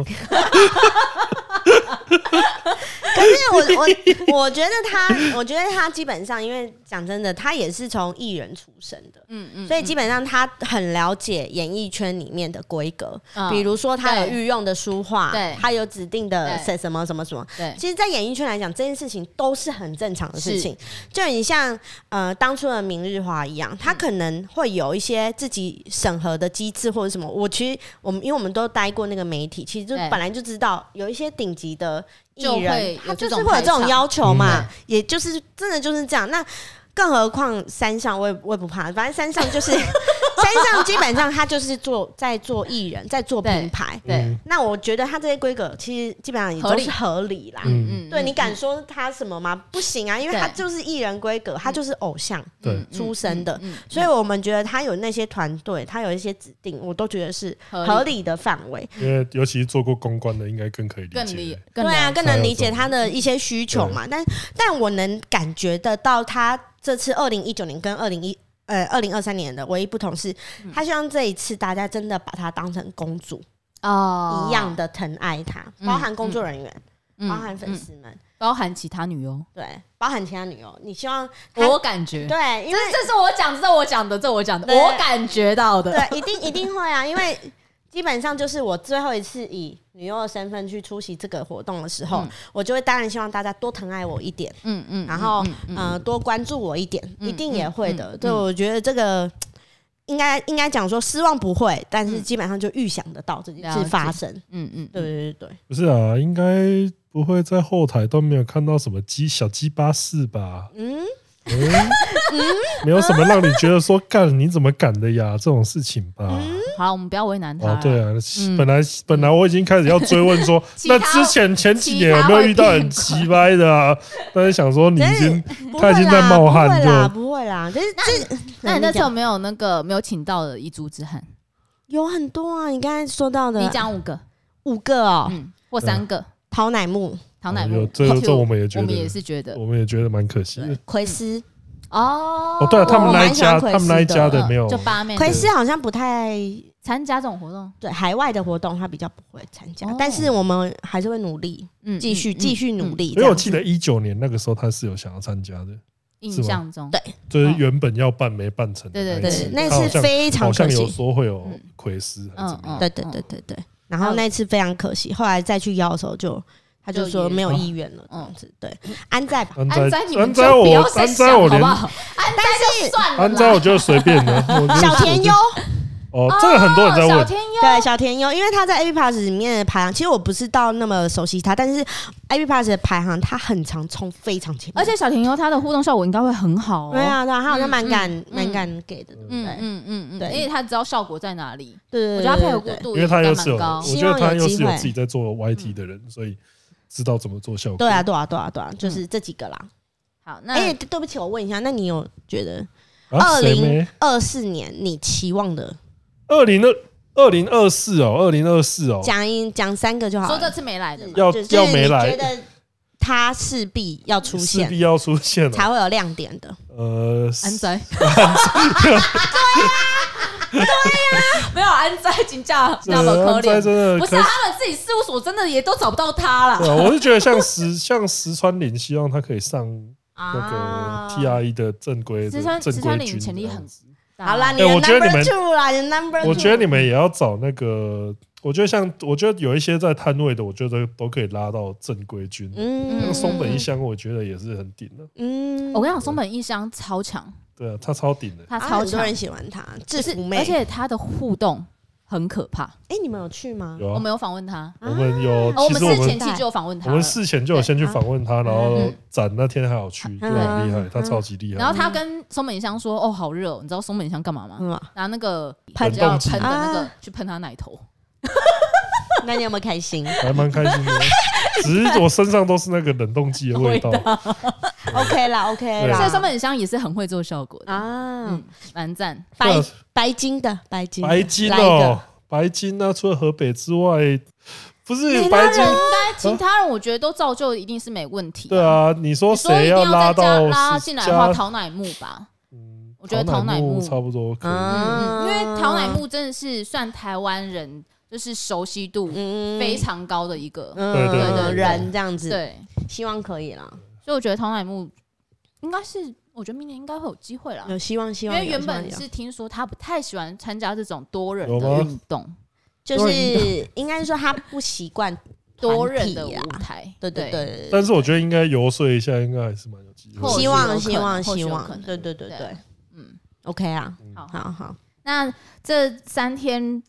Speaker 3: 可是我我我觉得他，我觉得他基本上，因为讲真的，他也是从艺人出身的，
Speaker 2: 嗯嗯
Speaker 3: 所以基本上他很了解演艺圈里面的规格，
Speaker 2: 嗯
Speaker 3: 比如说他有
Speaker 2: 对
Speaker 3: 御用的书画
Speaker 2: 对，
Speaker 3: 他有指定的
Speaker 2: 对
Speaker 3: 什什么什么什么，
Speaker 2: 对
Speaker 1: 嗯
Speaker 3: 其实，在演艺圈来讲，这件事情都是很正常的事情。就你像呃当初的明日花
Speaker 2: 嗯
Speaker 3: 一样，他可能会有一些自己审核的机制或者什么。我其实我们因为我们都待过那个媒体，其实就
Speaker 2: 对
Speaker 3: 本来就知道有一些顶级的艺
Speaker 2: 就会
Speaker 3: 人
Speaker 2: 有，
Speaker 3: 他就
Speaker 2: 这
Speaker 3: 是
Speaker 2: 种
Speaker 3: 会有这种
Speaker 2: 排场
Speaker 3: 要求嘛
Speaker 1: 嗯，
Speaker 3: 也就是真的就是这样。那更何况山上，我也我也不怕，反正山上
Speaker 2: <laughs>
Speaker 3: 就是山上基本上他就是做在做艺人，在做
Speaker 2: 对
Speaker 3: 品牌。
Speaker 2: <laughs> 对，
Speaker 1: 嗯
Speaker 3: 那我觉得他这些规格其实基本上也都是合理啦。
Speaker 1: 嗯
Speaker 2: 嗯
Speaker 3: 对你敢说他什么吗？不行啊，因为他就是艺人规格，
Speaker 2: 嗯
Speaker 3: 他就是偶像
Speaker 1: 对
Speaker 3: 出身的，，
Speaker 2: 嗯嗯嗯
Speaker 3: 所以我们觉得他有那些团队，他有一些指定，我都觉得是
Speaker 2: 合理
Speaker 3: 合理的范围。
Speaker 1: 因为尤其做过公关的，应该更可以理
Speaker 2: 更
Speaker 1: 解
Speaker 2: 理。
Speaker 3: 对
Speaker 2: 更
Speaker 3: 啊，
Speaker 2: 了解
Speaker 3: 更能理解他的一些需求嘛。但但我能感觉得到，他这次二零一九年跟二零一呃二零二三年的唯一不同是，
Speaker 2: 嗯
Speaker 3: 他希望这一次大家真的把她当成公主
Speaker 2: 哦
Speaker 3: 啊一样的疼爱她，
Speaker 2: 嗯
Speaker 3: 包含工作人员，
Speaker 2: 嗯
Speaker 3: 包含粉
Speaker 2: 嗯
Speaker 3: 丝们，
Speaker 2: 包含其他女优。
Speaker 3: 对，包含其他女优。你希望她
Speaker 2: 我感觉，
Speaker 3: 对，因为
Speaker 2: 这是我讲的，这我讲的，这我讲的，
Speaker 3: 对
Speaker 2: 我感觉到的。
Speaker 3: <laughs> 对，一定一定会啊，因为基本上就是我最后一次以女优的身份去出席这个活动的时候，
Speaker 2: 嗯
Speaker 3: 我就会当然希望大家多疼爱我一点，
Speaker 2: 嗯嗯
Speaker 3: 然后
Speaker 2: 嗯嗯
Speaker 3: 呃，多关注我一点，
Speaker 2: 嗯
Speaker 3: 一定也会
Speaker 2: 嗯
Speaker 3: 的。
Speaker 2: 嗯
Speaker 3: 对，
Speaker 2: 嗯
Speaker 3: 我觉得这个。应该应该讲说失望不会，但是基本上就预想得到这
Speaker 2: 嗯
Speaker 3: 件
Speaker 2: 了
Speaker 3: 事
Speaker 2: 解
Speaker 3: 发生。
Speaker 2: 嗯嗯，
Speaker 3: 对对对对，
Speaker 1: 不是啊，应该不会在后台都没有看到什么鸡小鸡巴事吧？
Speaker 3: 嗯，
Speaker 1: 嗯，
Speaker 2: <laughs>
Speaker 1: 没有什么让你觉得说干你怎么敢的呀这种事情吧？
Speaker 2: 嗯好了，我们不要为难
Speaker 1: 哦
Speaker 2: 他了。，
Speaker 1: 对啊，
Speaker 2: 嗯
Speaker 1: 本来本来我已经开始要追问说，
Speaker 2: <laughs> 其他
Speaker 1: 那之前前几年有没有遇到很鸡掰的啊？但是想说你已经
Speaker 3: 不
Speaker 1: 他
Speaker 3: 会
Speaker 1: 已经在
Speaker 3: 啦，
Speaker 1: 冒汗
Speaker 3: 不会
Speaker 1: 就
Speaker 3: 啦，不会啦。但是这
Speaker 2: 那你那次有
Speaker 3: 讲
Speaker 2: 没有那个没有请到的遗珠之憾？
Speaker 3: 有很多啊，你刚才说到的，
Speaker 2: 你讲五个，
Speaker 3: 五个哦，
Speaker 2: 嗯，或三个。
Speaker 3: 陶乃木、
Speaker 2: 唐乃
Speaker 1: 啊哦有
Speaker 2: 木，
Speaker 1: 这
Speaker 2: Q，
Speaker 1: 这我们也觉
Speaker 2: 我
Speaker 1: 得
Speaker 2: 们也是觉得
Speaker 1: 我们也觉得蛮可惜的。
Speaker 3: 奎斯，
Speaker 2: 哦。
Speaker 1: 哦，对啊，他们
Speaker 3: 我
Speaker 1: 那
Speaker 3: 蛮
Speaker 1: 一
Speaker 3: 喜欢
Speaker 1: 家
Speaker 3: 奎
Speaker 1: 他们那一
Speaker 3: 斯的啊
Speaker 1: 家的
Speaker 2: 嗯
Speaker 1: 没有
Speaker 2: 就八妹
Speaker 3: 奎斯好像不太
Speaker 2: 参加这种活动，
Speaker 3: 对海外的活动，他比较不会参加
Speaker 2: 哦，
Speaker 3: 但是我们还是会努力，
Speaker 2: 嗯，
Speaker 3: 继续
Speaker 2: 嗯
Speaker 3: 继续努。
Speaker 2: 嗯嗯
Speaker 3: 力。
Speaker 1: 因为我
Speaker 3: 这样
Speaker 1: 记得一九年那个时候他是有想要参加的，
Speaker 2: 嗯印象中，
Speaker 3: 对
Speaker 1: 就是
Speaker 2: 哦
Speaker 1: 原本要办没办成的
Speaker 2: 对
Speaker 1: 一
Speaker 2: 对
Speaker 1: 次
Speaker 3: 对，那
Speaker 1: 他好
Speaker 3: 次
Speaker 1: 像
Speaker 3: 非常
Speaker 1: 好
Speaker 3: 可
Speaker 1: 像有
Speaker 3: 惜，
Speaker 1: 说会有
Speaker 2: 嗯
Speaker 1: 奎斯还是怎么样
Speaker 2: 嗯嗯
Speaker 3: 对对对对对。然
Speaker 2: 哦
Speaker 3: 后那次非常可惜，后来再去邀的时候就。他就说
Speaker 2: 就也哦嗯
Speaker 3: 没有意愿了，这样子对，嗯安在吧。
Speaker 1: 安
Speaker 2: 安
Speaker 1: 在
Speaker 2: 斋你
Speaker 1: 安
Speaker 2: 们就
Speaker 1: 在
Speaker 2: 不
Speaker 1: 我
Speaker 2: 要再
Speaker 1: 安
Speaker 2: 想
Speaker 1: 在我
Speaker 2: 好
Speaker 1: 连
Speaker 2: 不好？安斋就算了啦。
Speaker 3: <laughs>
Speaker 1: 安在我就随便的，我就
Speaker 3: 小田优
Speaker 1: 哦，这个很多人在
Speaker 2: 小
Speaker 1: 问
Speaker 2: 天优，
Speaker 3: 对，小天优，因为他在 A P Pass 里面的排行，其实我不是到那么熟悉他，但是 A P Pass 的排行他很常冲非常前面，
Speaker 2: 而且小甜优她的互动效果应该会很好哦。
Speaker 3: 对啊，对啊，他好像蛮敢
Speaker 2: 嗯嗯
Speaker 3: 蛮敢给的，对不
Speaker 2: 嗯
Speaker 3: 对？
Speaker 2: 嗯嗯嗯，
Speaker 3: 对
Speaker 2: 因为她知道效果在哪里，
Speaker 3: 对对，
Speaker 2: 我觉得她配合
Speaker 3: 对
Speaker 2: 过
Speaker 3: 对
Speaker 2: 度
Speaker 1: 因为他又
Speaker 2: 应该
Speaker 1: 是有，
Speaker 2: 蛮高
Speaker 1: 我。
Speaker 3: 希
Speaker 1: 觉
Speaker 3: 望
Speaker 1: 得他
Speaker 3: 有
Speaker 1: 又
Speaker 3: 机
Speaker 1: 是有
Speaker 3: 会嗯
Speaker 1: 自己在做 YT 的人，所以知道怎么做效果。
Speaker 3: 对啊，，对啊，对啊，对啊，就是这几个啦。
Speaker 2: 好，嗯那
Speaker 3: 哎，对不起，我问一下，那你有觉得
Speaker 1: 啊，谁
Speaker 3: 20
Speaker 1: 没？
Speaker 3: 二四年你期望的
Speaker 1: 二零二二零二四哦，二零二四哦，
Speaker 3: 讲一讲三个就好
Speaker 2: 说这
Speaker 3: 了？
Speaker 2: 次没来的嘛，
Speaker 1: 要
Speaker 3: 就是
Speaker 1: 要
Speaker 3: 你
Speaker 1: 没来
Speaker 3: 觉得他势必要出
Speaker 1: 势
Speaker 3: 现，
Speaker 1: 必要出现哦了。
Speaker 3: 才会有亮点的。
Speaker 1: 呃，
Speaker 2: 安 <laughs> 仔，啊没有安仔请假，
Speaker 1: 对
Speaker 2: 那么可
Speaker 1: 安斋
Speaker 2: 怜。
Speaker 1: 真的
Speaker 2: 不是
Speaker 1: 可
Speaker 2: 啊，
Speaker 1: 以。
Speaker 2: 他们自己事务所真的也都找不到他了。
Speaker 1: 对啊，我是觉得像石 <laughs> 像石川绫，希望他可以上那
Speaker 2: 啊
Speaker 1: 个 T R E 的正规
Speaker 2: 石
Speaker 1: 的
Speaker 2: 川石
Speaker 1: 正规
Speaker 2: 川岭
Speaker 1: 军。
Speaker 2: 潜力很大，
Speaker 3: 好啦，你
Speaker 1: 哎
Speaker 3: 的
Speaker 1: 我觉得你
Speaker 3: number
Speaker 1: 们
Speaker 3: two 啦，你的 number two。
Speaker 1: 我觉得你们也要找那个，我觉得像我觉得有一些在摊位的，我觉得都可以拉到正规军。
Speaker 3: 嗯，
Speaker 1: 那个松本一
Speaker 2: 嗯
Speaker 1: 香，我觉得也是很顶的。
Speaker 3: 嗯，
Speaker 2: 我跟你讲，松本一香超强，
Speaker 1: 对啊，他超顶的。
Speaker 2: 他
Speaker 3: 啊
Speaker 2: 超
Speaker 3: 很多
Speaker 2: 强，
Speaker 3: 人喜欢他，制
Speaker 2: 就是
Speaker 3: 服妹。
Speaker 2: 而且他的互动很可怕。
Speaker 3: 哎，你们有去吗？
Speaker 1: 有
Speaker 2: 我
Speaker 1: 啊，
Speaker 2: 们有访问他，
Speaker 1: 我们有，
Speaker 2: 嗯哦我
Speaker 1: 其
Speaker 2: 们
Speaker 1: 实我
Speaker 2: 是前
Speaker 1: 们
Speaker 2: 期就有访问他
Speaker 1: 我
Speaker 2: 了
Speaker 1: 们。事前就有先去访问他，然后
Speaker 2: 嗯
Speaker 1: 展那天还有去，就很厉害，
Speaker 3: 嗯
Speaker 1: 他超级厉
Speaker 2: 然
Speaker 1: 害。
Speaker 2: 后他跟松本一香说：“哦，好热哦，你知道松本一香干嘛吗？
Speaker 3: 嗯，
Speaker 2: 拿那个
Speaker 1: 喷
Speaker 2: 要
Speaker 1: 动剂
Speaker 2: 喷的那个
Speaker 3: 啊
Speaker 2: 去喷他奶头。
Speaker 3: 那你有没有开
Speaker 1: <laughs>
Speaker 3: 心
Speaker 1: 还蛮开心的，只是我身上都是那个冷冻剂的味道。
Speaker 3: ？OK 啦，OK
Speaker 1: 啊
Speaker 3: 啦。
Speaker 2: 所以松本一香也是很会做效果的，
Speaker 3: 啊
Speaker 2: 嗯，蛮赞。
Speaker 3: 白
Speaker 1: 对啊
Speaker 3: 白金的白金的
Speaker 1: 白金
Speaker 3: 来一个
Speaker 1: 哦，白金那、除了河北之外，不是
Speaker 2: 其
Speaker 1: 白
Speaker 2: 他
Speaker 1: 金
Speaker 2: 人？应该，其他人我觉得都造就一定是没问题。
Speaker 1: 对，啊，你说
Speaker 2: 你说一
Speaker 1: 谁
Speaker 2: 定要
Speaker 1: 拉
Speaker 2: 再加
Speaker 1: 到
Speaker 2: 拉
Speaker 1: 十
Speaker 2: 进来的话，
Speaker 1: 加
Speaker 2: 桃乃木吧。
Speaker 1: 嗯
Speaker 2: 我觉得桃乃木
Speaker 1: 差不多可以。
Speaker 2: 嗯，因为桃乃木真的是算台湾人就是熟悉度
Speaker 3: 嗯
Speaker 2: 非常高的一个，
Speaker 3: 嗯
Speaker 1: 对对
Speaker 2: 对对
Speaker 3: 人这样子，
Speaker 2: 对，
Speaker 3: 希望可以啦，
Speaker 2: 所以我觉得桃乃木应该是，我觉得明年应该会有机会啦。
Speaker 3: 有希望希
Speaker 2: 因
Speaker 3: 望有。
Speaker 2: 为原本
Speaker 3: 希望有
Speaker 2: 是听说他不太喜欢参加这种多人
Speaker 1: 有吗
Speaker 2: 的运动，
Speaker 3: 就是 <laughs> 应该说他不习惯
Speaker 2: 多人的
Speaker 3: 团体啊
Speaker 2: 舞台，
Speaker 3: 对对
Speaker 2: 对，
Speaker 3: 对，
Speaker 1: 但是我觉得应该游说一下，应该还是蛮有机
Speaker 2: 或
Speaker 1: 会
Speaker 2: 许
Speaker 1: 的。
Speaker 3: 希
Speaker 2: 有可
Speaker 3: 望
Speaker 2: 能
Speaker 3: 希望
Speaker 2: 或许
Speaker 3: 希
Speaker 2: 有
Speaker 3: 望
Speaker 2: 可，能
Speaker 3: 对对对
Speaker 2: 对
Speaker 3: 对
Speaker 2: 嗯，
Speaker 3: ，OK 啊，
Speaker 2: 好，<laughs>
Speaker 3: 好好，
Speaker 2: 那这三天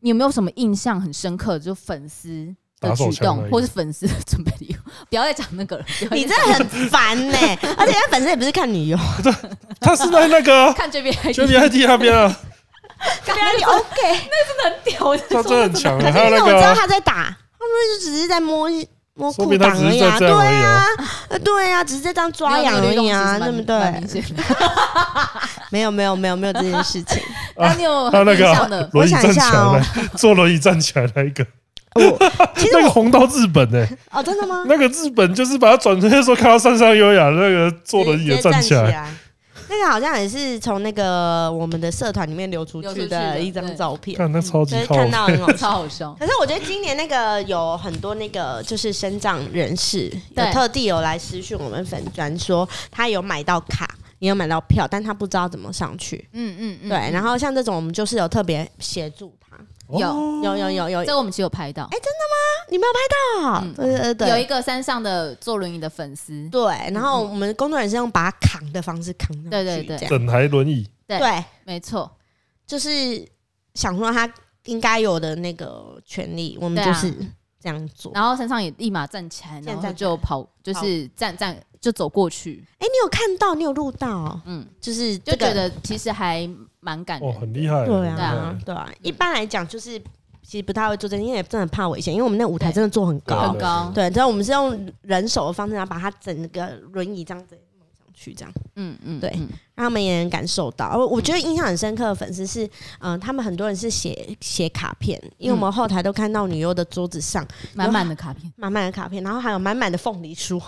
Speaker 2: 你有没有什么印象很深刻？就粉丝的
Speaker 1: 打手
Speaker 2: 举
Speaker 1: 枪而
Speaker 2: 动，
Speaker 1: 已
Speaker 2: 或是粉丝的准备礼物？ <laughs> 不要再讲那个了，不要
Speaker 3: 你
Speaker 2: 再
Speaker 3: 真的很烦呢，而且他本身也不是看女优，
Speaker 1: 他是在那个
Speaker 2: <laughs> 看这边，
Speaker 1: j B I T 那边啊，
Speaker 3: 对啊，你
Speaker 2: <laughs>
Speaker 3: OK，
Speaker 2: 很屌，我就
Speaker 1: 他
Speaker 2: 说
Speaker 1: 真的很强的。
Speaker 3: <laughs> 可是
Speaker 1: 还
Speaker 3: 因
Speaker 1: 有
Speaker 3: 为
Speaker 1: 那
Speaker 3: 我知
Speaker 1: 个
Speaker 3: 道
Speaker 1: 啊，
Speaker 3: 他在打，他们就只是在摸摸
Speaker 1: 说
Speaker 3: 裤
Speaker 1: 明他
Speaker 3: 裆
Speaker 1: 只
Speaker 3: 而
Speaker 1: 是
Speaker 3: 已
Speaker 1: 在
Speaker 3: 啊，
Speaker 1: 这
Speaker 3: 对
Speaker 1: 样而已
Speaker 3: 啊
Speaker 1: 啊，。
Speaker 3: 呃对啊，只是在当抓痒而
Speaker 2: 没有那个律动
Speaker 3: 已
Speaker 2: 其实蛮蛮
Speaker 3: 啊，对不对
Speaker 2: 明？显
Speaker 1: <laughs> 啊
Speaker 2: 的
Speaker 3: 没有没有没有没有这件事
Speaker 2: <laughs>
Speaker 3: 情，
Speaker 2: 那你有
Speaker 1: 还有那
Speaker 2: 很
Speaker 1: 个
Speaker 2: 印
Speaker 1: 啊
Speaker 2: 象的？
Speaker 1: 轮椅
Speaker 3: 我想
Speaker 1: 站
Speaker 3: 一
Speaker 1: 起
Speaker 3: 下
Speaker 1: 来
Speaker 3: 哦
Speaker 1: 那个，坐轮椅站起来那一个，
Speaker 3: 我
Speaker 1: 那个红到日本欸呢，
Speaker 3: 哦真的吗？
Speaker 1: <laughs> 那个日本就是把他转成的时候看到山上优雅那个坐轮椅
Speaker 3: 直
Speaker 1: 的
Speaker 3: 接站
Speaker 1: 起来，
Speaker 3: 来。那个好像也是从那个我们的社团里面流出
Speaker 2: 流出
Speaker 3: 去
Speaker 2: 去的
Speaker 3: 的一张照片，
Speaker 1: 看那超级哦
Speaker 3: 就是
Speaker 1: 靠
Speaker 3: 嗯看到
Speaker 1: <laughs>
Speaker 3: 很好
Speaker 2: 超
Speaker 3: 笑。
Speaker 2: 好笑。
Speaker 3: 可是我觉得今年那个有很多那个就是身障人士，有
Speaker 2: 对
Speaker 3: 特地有来私讯我们粉专说他有买到卡，也有买到票，但他不知道怎么上去。
Speaker 2: 嗯嗯嗯，
Speaker 3: 对，然后像这种我们就是有特别协助他，
Speaker 1: 哦
Speaker 2: 有
Speaker 3: 有有有有，
Speaker 2: 嗯这个我们其实有拍到，
Speaker 3: 你没有拍到？
Speaker 2: 嗯
Speaker 3: 对哎对对，
Speaker 2: 有一个山上的坐轮椅的粉丝，
Speaker 3: 对，然后我们工作人员是用把它扛的方式扛上去，
Speaker 2: 对对对
Speaker 3: 这样
Speaker 1: 整台轮椅，
Speaker 2: 对
Speaker 3: 对，
Speaker 2: 没错，
Speaker 3: 就是想说他应该有的那个权利，我们
Speaker 2: 对啊
Speaker 3: 就是这样做。
Speaker 2: 然后山上也立马站起来，
Speaker 3: 站
Speaker 2: 然后
Speaker 3: 站起
Speaker 2: 就跑，就是站站就走过去，
Speaker 3: 哎、你有看到，你有录到哦，
Speaker 2: 嗯，
Speaker 3: 就是这
Speaker 2: 就
Speaker 3: 个
Speaker 2: 觉得其实还蛮感
Speaker 1: 哦，
Speaker 2: 人的，
Speaker 1: 很厉害，
Speaker 3: 对
Speaker 1: 很厉
Speaker 3: 啊
Speaker 1: 害，
Speaker 3: 对啊。一般来讲，就是其实不太会做这个，因为真的很怕危险，因为我们那舞台
Speaker 2: 对
Speaker 3: 真的做哦很高
Speaker 2: 很，高，
Speaker 3: 对，啊然后我们是用人手的方式，然后把它整个轮椅这样子弄上去，这样。
Speaker 2: 嗯嗯，
Speaker 3: 对
Speaker 2: 嗯
Speaker 3: 让他们也能感受到。我我觉得印象很深刻的粉丝是，嗯、他们很多人是写写卡片，因为我们后台都看到女优的桌子上
Speaker 2: 满满的卡 <laughs> 片，
Speaker 3: 满满的卡片，然后还有满满的凤梨酥，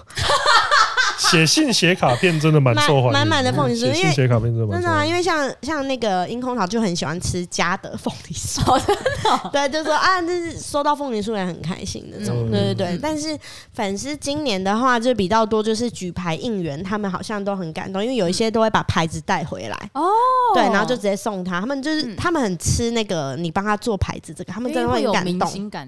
Speaker 1: 写信写卡片真的蛮受欢迎，
Speaker 3: 满满的凤梨酥
Speaker 1: 写
Speaker 3: 因
Speaker 1: 信
Speaker 3: 为
Speaker 1: 写卡片真的蛮
Speaker 3: 真
Speaker 1: 受
Speaker 3: 的啊，
Speaker 1: 欢迎
Speaker 3: 因为像像那个樱空桃就很喜欢吃家的凤梨酥，
Speaker 2: 哦
Speaker 3: <laughs> 对，就说啊，就是收到凤梨酥也很开心那种，
Speaker 1: 嗯
Speaker 3: 对对对
Speaker 2: 嗯。
Speaker 3: 但是粉丝今年的话就比较多，就是举牌应援，他们好像都很感动，因为有一
Speaker 2: 嗯
Speaker 3: 些都会把牌子带回来。对，然后就直接送他。他们就是、
Speaker 2: 哦嗯
Speaker 3: 他们很吃那个你帮他做牌子这个，他们
Speaker 2: 因为
Speaker 3: 真的
Speaker 2: 会
Speaker 3: 很
Speaker 2: 有
Speaker 3: 感
Speaker 2: 明
Speaker 3: 动。
Speaker 2: 星感，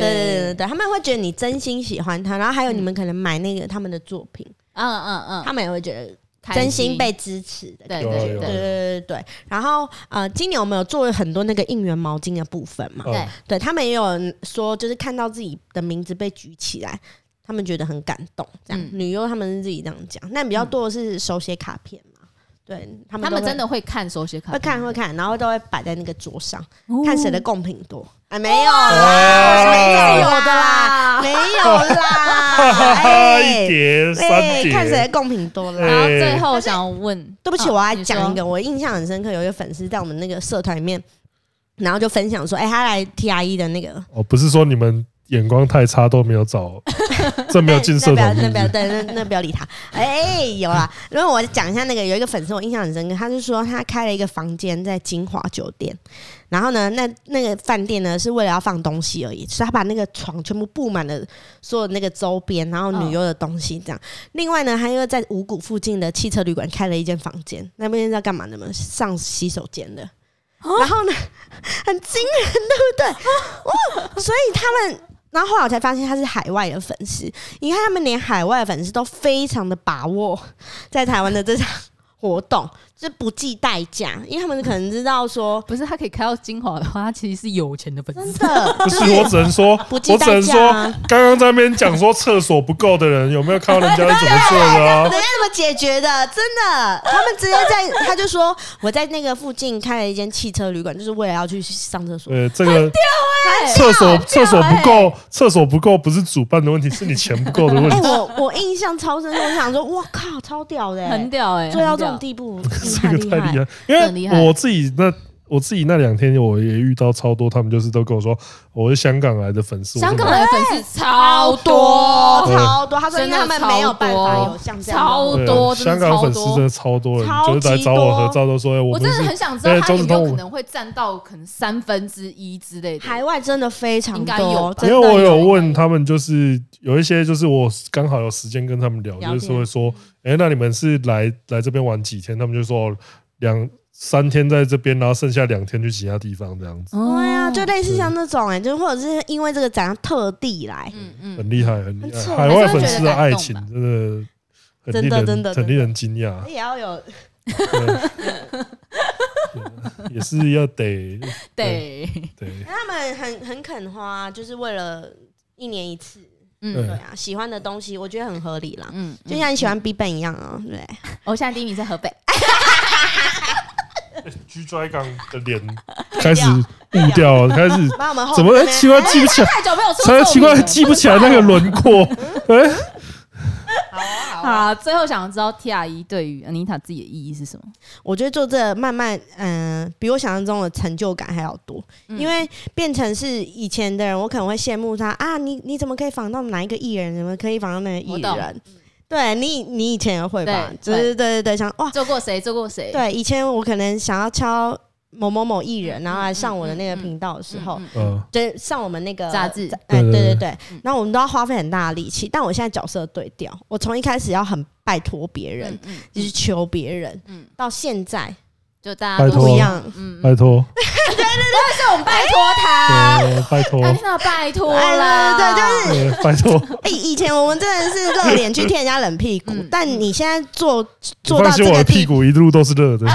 Speaker 2: 对
Speaker 3: 对对对对，他们会觉得你真心喜欢他，然后还有
Speaker 2: 嗯
Speaker 3: 你们可能买那个他们的作品，
Speaker 2: 嗯嗯嗯，
Speaker 3: 他们也会觉得
Speaker 2: 开
Speaker 3: 真心被支持的
Speaker 2: 对
Speaker 3: 感觉。
Speaker 1: 有啊
Speaker 2: 对
Speaker 1: 有啊
Speaker 2: 对
Speaker 3: 对对对对，然后呃，今年我们有做了很多那个应援毛巾的部分嘛，
Speaker 1: 嗯
Speaker 2: 对，
Speaker 3: 对他们也有说，就是看到自己的名字被举起来，他们觉得很感动。这样，
Speaker 2: 嗯
Speaker 3: 女优他们是自己这样讲，但比较多的是手写卡片嘛，对他们
Speaker 2: 他
Speaker 3: 都会
Speaker 2: 们真的会看手写卡
Speaker 3: 会
Speaker 2: 片，
Speaker 3: 看会看，然后都会摆在那个桌上，
Speaker 2: 哦
Speaker 3: 看谁的贡品多啊？没有
Speaker 1: 哇
Speaker 3: 啦，没有的啦，没有
Speaker 2: <laughs>
Speaker 3: 啦，
Speaker 1: 一
Speaker 3: 哎
Speaker 1: 叠三
Speaker 3: 哎，
Speaker 1: 叠，
Speaker 3: 看谁的贡品多啦。
Speaker 2: 然后
Speaker 1: 哎
Speaker 2: 最后想问，
Speaker 3: <laughs> 对不起，
Speaker 2: 嗯哦
Speaker 3: 我还
Speaker 2: 你
Speaker 3: 讲一
Speaker 2: 说
Speaker 3: 个，我印象很深刻，有一个粉丝在我们那个社团里面，然后就分享说，哎，他来 T R E 的那个
Speaker 1: 哦，不是说你们眼光太差都没有找，这没有进社团
Speaker 3: <laughs> 那
Speaker 1: 是
Speaker 3: 不
Speaker 1: 不
Speaker 3: 要，那
Speaker 1: 是
Speaker 3: 不要，对，那那不要理他。 <laughs> 哎、有啦。然后我讲一下那个，有一个粉丝我印象很深刻，他就说他开了一个房间在金华酒店，然后呢，那那个饭店呢是为了要放东西而已，所以他把那个床全部布满了所有那个周边，然后女优的东西这样。另外呢，他又在五谷附近的汽车旅馆开了一间房间，那边在干嘛的呢？上洗手间的。然后呢，很惊人，对不对？哦，所以他们，然后后来我才发现他是海外的粉丝，你看他们连海外的粉丝都非常的把握在台湾的这场活动，就是不计代价，因为他们可能知道说
Speaker 2: 不是他可以开到精华的话，他其实是有钱的粉
Speaker 3: 真
Speaker 2: 丝。
Speaker 3: 的
Speaker 1: 不是，我只能说，
Speaker 3: 不计
Speaker 1: 我只
Speaker 3: 代
Speaker 1: 能
Speaker 3: 价
Speaker 1: 说
Speaker 3: 啊，
Speaker 1: 刚刚在那边讲说厕所不够的人，有没有看到人家是怎么做的啊
Speaker 3: 人？ <laughs> 家怎么解决的？真的，他们直接在他就说我在那个附近开了一间汽车旅馆，就是为了要去上厕所。
Speaker 1: 呃，这个
Speaker 2: 哎
Speaker 1: 厕所厕所不够，厕所不够不是主办的
Speaker 2: <laughs>
Speaker 1: 问题，是你钱不够的问
Speaker 3: 哎、
Speaker 1: 题。
Speaker 3: 我我印象超深，我想说，哇靠，超屌的、
Speaker 2: 很屌哎、欸，
Speaker 3: 做到这
Speaker 2: 很
Speaker 3: 种
Speaker 2: 屌
Speaker 3: 地步，
Speaker 1: <laughs> 这个
Speaker 3: 厉害
Speaker 1: 太
Speaker 3: 厉
Speaker 1: 厉
Speaker 3: 害。
Speaker 1: 害，因为
Speaker 2: 厉害
Speaker 1: 我自己那我自己那两天我也遇到超多，他们就是都跟我说我是香港来的粉丝，我
Speaker 2: 香
Speaker 1: 说
Speaker 2: 港来的粉丝超多，
Speaker 3: 超多，他说因为他们没有办法
Speaker 2: 真的超多
Speaker 3: 有像这样的活
Speaker 1: 对香港粉
Speaker 2: 超多，真的超
Speaker 3: 动
Speaker 1: 丝真
Speaker 2: 多。
Speaker 1: 的超多人，
Speaker 3: 超级
Speaker 1: 就是来找我
Speaker 3: 多
Speaker 1: 合照都说，哎，我
Speaker 2: 我
Speaker 1: 不
Speaker 2: 真的
Speaker 1: 是
Speaker 2: 很想知道
Speaker 1: 哎
Speaker 2: 他
Speaker 1: 周
Speaker 2: 有
Speaker 1: 子
Speaker 2: 没
Speaker 1: 通
Speaker 2: 有
Speaker 1: 我
Speaker 2: 可能会占到可能三分之一之类的。
Speaker 3: 海外真的非常
Speaker 2: 应该有哎
Speaker 3: 多，
Speaker 2: 吧
Speaker 1: 因
Speaker 3: 真
Speaker 1: 为
Speaker 3: 的
Speaker 1: 我有问他们，就是有一些就是我刚好有时间跟他们聊，
Speaker 3: 聊
Speaker 1: 就是
Speaker 3: 天
Speaker 1: 会说，哎，那你们是来来这边玩几天？他们就说两三天在这边，然后剩下两天去其他地方这样子，
Speaker 2: 哦
Speaker 3: 对啊，就类似
Speaker 1: 对
Speaker 3: 像那种哎、就或者是因为这个展要特地来，
Speaker 2: 嗯嗯，
Speaker 1: 很厉害，很厉
Speaker 3: 很
Speaker 1: 害。
Speaker 3: 扯
Speaker 1: 海外粉丝的爱情
Speaker 2: 还
Speaker 1: 真的很
Speaker 3: 真
Speaker 1: 令
Speaker 3: 的
Speaker 1: 人
Speaker 3: 真的
Speaker 1: 很令人惊讶，
Speaker 3: 也要有
Speaker 1: 对也是要
Speaker 3: <laughs>
Speaker 1: 得
Speaker 2: 对，
Speaker 1: 得
Speaker 3: 他们很很肯花，就是为了一年一次，对
Speaker 2: 嗯
Speaker 1: 对
Speaker 3: 啊，喜欢的东西我觉得很合理啦，
Speaker 2: 嗯，
Speaker 3: 就像你喜欢 B 本一样啊，对，
Speaker 2: 我现在第一名是河北，
Speaker 1: G d r a g o 的脸开始雾
Speaker 3: <laughs>
Speaker 1: 掉，了，开始
Speaker 3: 把我们后
Speaker 1: 怎么
Speaker 3: 面
Speaker 1: 哎奇怪记不起来。
Speaker 2: 太久没有出作
Speaker 1: 才
Speaker 2: 品了
Speaker 1: 奇怪记不起来那个轮
Speaker 3: <laughs>
Speaker 1: 廓，哎，
Speaker 2: 啊。最后想知道 T R 一对于 Anita 自己的意义是什么？
Speaker 3: 我觉得做这个慢慢，嗯、比我想象中的成就感还要多，
Speaker 2: 嗯
Speaker 3: 因为变成是以前的人，我可能会羡慕他啊，你你怎么可以仿到哪一个艺人，怎么可以仿到那个
Speaker 2: 我
Speaker 3: 艺
Speaker 2: 懂
Speaker 3: 人？对你，你以前也会吧
Speaker 2: 对？
Speaker 3: 就是对对对，想哇，
Speaker 2: 做过谁？做过谁？嗯，
Speaker 3: 对，以前我可能想要敲某某某艺人，
Speaker 2: 嗯
Speaker 3: 然后来上我的那
Speaker 2: 嗯
Speaker 3: 个
Speaker 2: 嗯
Speaker 3: 频道的时候，
Speaker 2: 嗯嗯
Speaker 1: 嗯，
Speaker 3: 对，上我们那个
Speaker 2: 呃杂志
Speaker 1: 对
Speaker 3: 哎，对
Speaker 1: 对对
Speaker 3: 对对
Speaker 2: 嗯，
Speaker 3: 然后我们都要花费很大的力气，但我现在角色对调，我从一开始要很拜托别人
Speaker 2: 嗯，嗯
Speaker 3: 就是求别人，
Speaker 2: 嗯，
Speaker 3: 到现在
Speaker 2: 就大家
Speaker 1: 拜
Speaker 2: 都
Speaker 1: 托
Speaker 3: 不一样。
Speaker 2: 嗯，嗯
Speaker 1: 拜托，
Speaker 2: 是我们拜托
Speaker 3: 啊
Speaker 2: 他
Speaker 1: 呃拜托，
Speaker 2: ，Anita 拜托
Speaker 3: 哎
Speaker 2: 啦，
Speaker 3: 对对对，就是
Speaker 1: 呃拜托，
Speaker 3: 哎，以前我们真的是
Speaker 2: <laughs>
Speaker 3: 热脸去贴人家冷屁股
Speaker 2: 嗯，
Speaker 3: 但你现在做
Speaker 1: 你
Speaker 3: <laughs> 做
Speaker 1: 放
Speaker 3: 到这
Speaker 1: 心，我的
Speaker 3: 个地
Speaker 1: 屁
Speaker 3: 步，
Speaker 1: 股一路都是热的。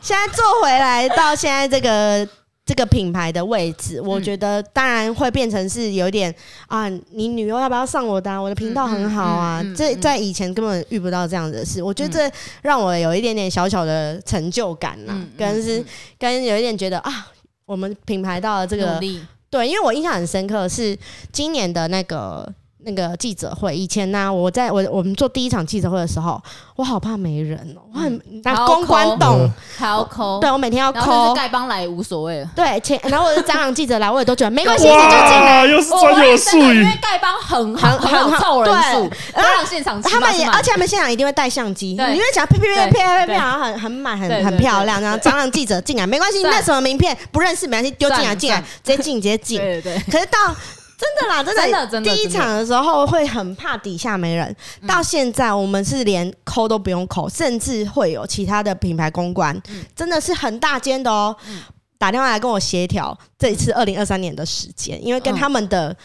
Speaker 3: 现在做回来到现在这个。这个品牌的位置，我
Speaker 2: 嗯
Speaker 3: 觉得当然会变成是有点啊，你女优要不要上我的、啊？我的频道很好啊，
Speaker 2: 嗯嗯嗯
Speaker 3: 这
Speaker 2: 嗯
Speaker 3: 在以前根本遇不到这样子的事，我觉得这让我有一点点小小的成就感啦，
Speaker 2: 嗯，
Speaker 3: 跟是
Speaker 2: 嗯嗯
Speaker 3: 跟有一点觉得啊，我们品牌到了这个
Speaker 2: 努力，
Speaker 3: 对，因为我印象很深刻的是今年的那个那个记者会。以前呢、我在我我们做第一场记者会的时候，我好怕没人哦、我很那
Speaker 2: 好
Speaker 3: 公关
Speaker 2: 抠
Speaker 3: 懂，
Speaker 2: 还要抠，
Speaker 3: 对我每天要
Speaker 2: 然后就是
Speaker 3: 抠。
Speaker 2: 丐帮来也无所谓了。
Speaker 3: 对，前然后我是蟑螂记者来，我也都觉得没关系，你就进来。
Speaker 1: 哇，又是专有术
Speaker 2: 哦我会真的因
Speaker 1: 语
Speaker 2: 为，丐帮很好
Speaker 3: 很
Speaker 2: 很好凑人数
Speaker 3: 对，
Speaker 2: 都让现场起
Speaker 3: 他
Speaker 2: 码
Speaker 3: 们也，
Speaker 2: 是满
Speaker 3: 而且他们现场一定会带相机，你
Speaker 2: 对
Speaker 3: 就讲啪啪啪
Speaker 2: 对
Speaker 3: 啪啪
Speaker 2: 对
Speaker 3: 啪，然后很很满，
Speaker 2: 对
Speaker 3: 很
Speaker 2: 对
Speaker 3: 很
Speaker 2: 对
Speaker 3: 漂亮。然后蟑螂记者进来，没关系，
Speaker 2: 赞
Speaker 3: 那什么名片不认识没关系，丢进来
Speaker 2: 赞
Speaker 3: 进来，直接进直接进。
Speaker 2: 对对对，
Speaker 3: <laughs> 可是到真的啦，真的
Speaker 2: 真的真的
Speaker 3: 第一场的时候会很怕底下没人，
Speaker 2: 嗯
Speaker 3: 到现在我们是连抠都不用抠，甚至会有其他的品牌公关，
Speaker 2: 嗯
Speaker 3: 真的是很大间的哦、
Speaker 2: 嗯
Speaker 3: 打电话来跟我协调这一次二零二三年的时间，因为跟
Speaker 2: 嗯
Speaker 3: 他们的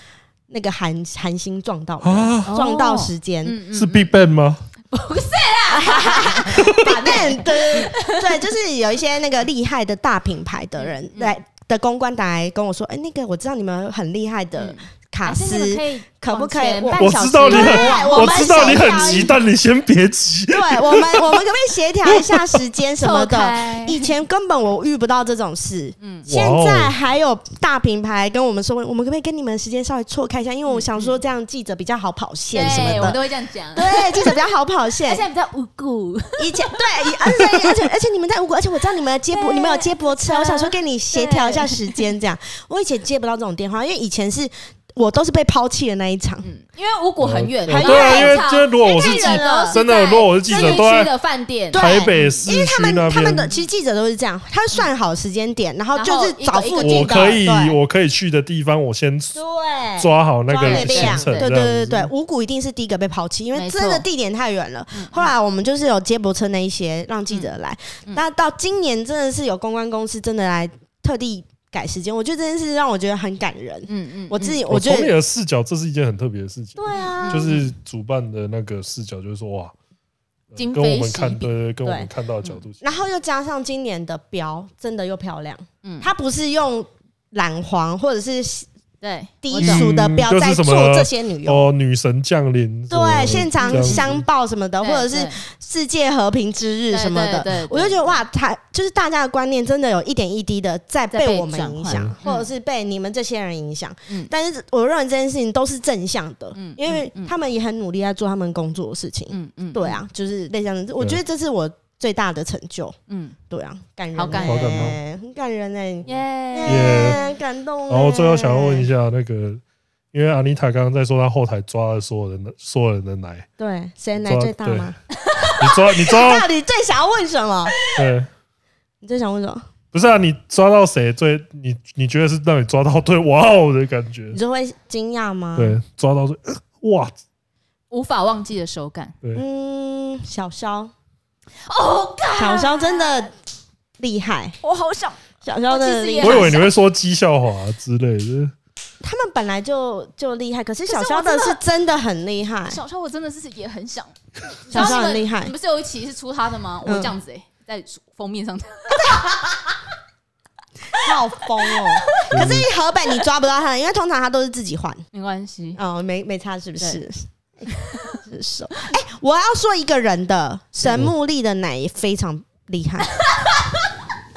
Speaker 3: 那个韩韩星撞到了
Speaker 1: 啊
Speaker 3: 撞到时间，
Speaker 2: 嗯嗯
Speaker 1: 是 Big Bang 吗？
Speaker 2: 不是啦，把那
Speaker 3: 但 <laughs> 对对，就是有一些那个厉害的大品牌的人
Speaker 2: 嗯嗯
Speaker 3: 来的公关打来跟我说，哎，那个我知道你们很厉害的
Speaker 2: 嗯
Speaker 3: 卡
Speaker 2: 还是你
Speaker 3: 斯
Speaker 2: 们可，以
Speaker 3: 可不可以
Speaker 2: 往前
Speaker 1: 我
Speaker 2: 半小时
Speaker 1: 知 <laughs> 道你很
Speaker 3: 对，
Speaker 1: 我
Speaker 3: 们
Speaker 1: 知道你
Speaker 3: 协调
Speaker 1: 很
Speaker 3: 一
Speaker 1: 急，但你先别
Speaker 3: <laughs>
Speaker 1: 急。
Speaker 3: 对我们我们可不可以协调一下时间 <laughs> 什么
Speaker 2: <laughs> 错
Speaker 3: 的？
Speaker 2: 开
Speaker 3: 以前根本我遇不到这种事，
Speaker 2: 嗯
Speaker 3: 现
Speaker 1: 哇哦
Speaker 3: 在还有大品牌跟我们说，我们可不可以跟你们时间稍微错开一下？因为我想说这样记者比较好跑线什
Speaker 2: 对，我
Speaker 3: 么
Speaker 2: 们
Speaker 3: 的。
Speaker 2: 都会这样讲。
Speaker 3: 对，记者比较好跑
Speaker 2: <laughs> 而
Speaker 3: 线
Speaker 2: 且。比较无辜，
Speaker 3: <laughs> 以前对，而且而且而且你们在五股，而且我知道你们的接驳，
Speaker 2: 对
Speaker 3: 你们有接驳车，
Speaker 2: 嗯
Speaker 3: 我想说跟你协调一下时间，这样。我以前接不到这种电话，因为以前是我都是被抛弃的那一场。
Speaker 2: 嗯，因为五股很远，
Speaker 3: 嗯
Speaker 1: 哦对啊，因为今
Speaker 2: 很长
Speaker 1: 天如果我是
Speaker 3: 哎
Speaker 2: 太
Speaker 1: 记
Speaker 2: 远了
Speaker 1: 真的
Speaker 2: 现在
Speaker 1: 如果我是记者
Speaker 2: 真的
Speaker 1: 都在
Speaker 2: 区的饭店，
Speaker 3: 对
Speaker 1: 台北市
Speaker 3: 因为他
Speaker 1: 区
Speaker 3: 们
Speaker 1: 那
Speaker 3: 他们的
Speaker 1: 边，
Speaker 3: 其实记者都是这样，他会算好时间点，然后
Speaker 2: 然
Speaker 3: 就
Speaker 2: 后
Speaker 3: 是找附
Speaker 2: 一个一个
Speaker 1: 我
Speaker 3: 近的。
Speaker 1: 可以
Speaker 3: 对
Speaker 1: 我可以去的地方，我先
Speaker 3: 对
Speaker 1: 抓好那
Speaker 3: 抓
Speaker 1: 个
Speaker 3: 那个
Speaker 1: 行
Speaker 3: 量
Speaker 1: 程。
Speaker 2: 对
Speaker 3: 对
Speaker 1: 这样
Speaker 3: 对对
Speaker 1: 子
Speaker 3: 对，五谷一定是第一个被抛弃，因为
Speaker 2: 没
Speaker 3: 真的
Speaker 2: 错
Speaker 3: 地点太远了。后来我们就是有接驳车那一些让记者来，
Speaker 2: 嗯
Speaker 3: 那到今年真的是有公关公司真的来特地改时间，我觉得这件事让我觉得很感人。
Speaker 2: 嗯嗯，
Speaker 3: 我自己
Speaker 1: 我
Speaker 3: 我觉
Speaker 1: 从你
Speaker 3: 得
Speaker 1: 的视角，这是一件很特别的事情。
Speaker 3: 对啊，
Speaker 1: 哦就是主办的那个视角，就是说哇，呃
Speaker 2: 今
Speaker 1: 跟我
Speaker 2: 非
Speaker 1: 们
Speaker 2: 昔
Speaker 1: 看
Speaker 2: 比
Speaker 1: 对对，对跟我们
Speaker 3: 对嗯
Speaker 1: 看到的角度，
Speaker 3: 然后又加上今年的标真的又漂亮，
Speaker 2: 嗯
Speaker 3: 它不是用染黄或者是
Speaker 2: 对
Speaker 3: 低
Speaker 2: 我懂
Speaker 3: 俗的标
Speaker 1: 嗯
Speaker 3: 在
Speaker 1: 就是什
Speaker 3: 做
Speaker 1: 么
Speaker 3: 这些女优。
Speaker 1: 哦，女神降临，什么
Speaker 3: 对，现场
Speaker 1: 这样子
Speaker 3: 相报什么的，
Speaker 2: 对
Speaker 3: 或者是
Speaker 2: 对
Speaker 3: 世界和平之日
Speaker 2: 对
Speaker 3: 什么的，
Speaker 2: 对对对
Speaker 3: 我就觉得哇，他就是大家的观念真的有一点一滴的在
Speaker 2: 在
Speaker 3: 被
Speaker 2: 被
Speaker 3: 我们影
Speaker 2: 转
Speaker 3: 响，或者是被你们这些人影响。
Speaker 2: 嗯
Speaker 3: 但是我认为这件事情都是正向的，
Speaker 2: 嗯
Speaker 3: 因为
Speaker 2: 嗯嗯
Speaker 3: 他们也很努力在做他们工作的事情。
Speaker 2: 嗯嗯，
Speaker 3: 对啊，就是类似的，我觉得这是我最大的成就。
Speaker 2: 嗯，
Speaker 3: 对啊，感人欸、
Speaker 2: 好感哦
Speaker 1: 人
Speaker 3: 很感人哎、
Speaker 2: 耶、
Speaker 3: 耶感动、欸。
Speaker 1: 然后最后想要问一，下那个，因为阿妮塔刚刚在说她后台抓了所有人的所有人的奶，
Speaker 3: 对，谁
Speaker 1: 你
Speaker 3: 奶
Speaker 1: 抓
Speaker 3: 最大吗？
Speaker 1: 你抓你
Speaker 3: <laughs>
Speaker 1: 抓
Speaker 3: 到底最想要问什么？
Speaker 1: 对，
Speaker 3: 你最想问什么？
Speaker 1: 不是啊，你抓到谁最你你觉得是让你抓到最哇哦的感觉
Speaker 3: 你？就会惊讶
Speaker 2: 嗯
Speaker 3: 吗？
Speaker 1: 对，，抓到最呃
Speaker 2: <laughs>
Speaker 1: 哇，
Speaker 2: 无法忘记的手感。
Speaker 1: 对，
Speaker 3: 嗯，小肖，
Speaker 2: 哦，干
Speaker 3: 小肖真的厉害，
Speaker 2: 我好想，
Speaker 3: 小肖真
Speaker 2: 我
Speaker 3: 的
Speaker 2: 其实
Speaker 3: 厉
Speaker 2: 也
Speaker 3: 害
Speaker 1: 我。以为你会说讥笑话啊之类的，
Speaker 3: 他们本来就就厉害，可是
Speaker 2: 可是
Speaker 3: 小肖
Speaker 2: 我真
Speaker 3: 的
Speaker 2: 的
Speaker 3: 是真的很厉害，
Speaker 2: 小时候我真的是也很想。
Speaker 3: 哎小肖
Speaker 2: 你
Speaker 3: 很
Speaker 2: 们
Speaker 3: 厉害
Speaker 2: 你。们是有一期是出他的吗？我
Speaker 3: 嗯
Speaker 2: 这样子哎、在封面上，
Speaker 3: 他好
Speaker 1: <laughs>
Speaker 3: 疯哦！可是河北你抓不到他，因为通常他都是自己换。
Speaker 2: <laughs> 没关系。
Speaker 3: 哦，没没差是不是？是手。哎、我要说一个人的神木力的奶也非常厉
Speaker 2: <laughs>
Speaker 3: 害。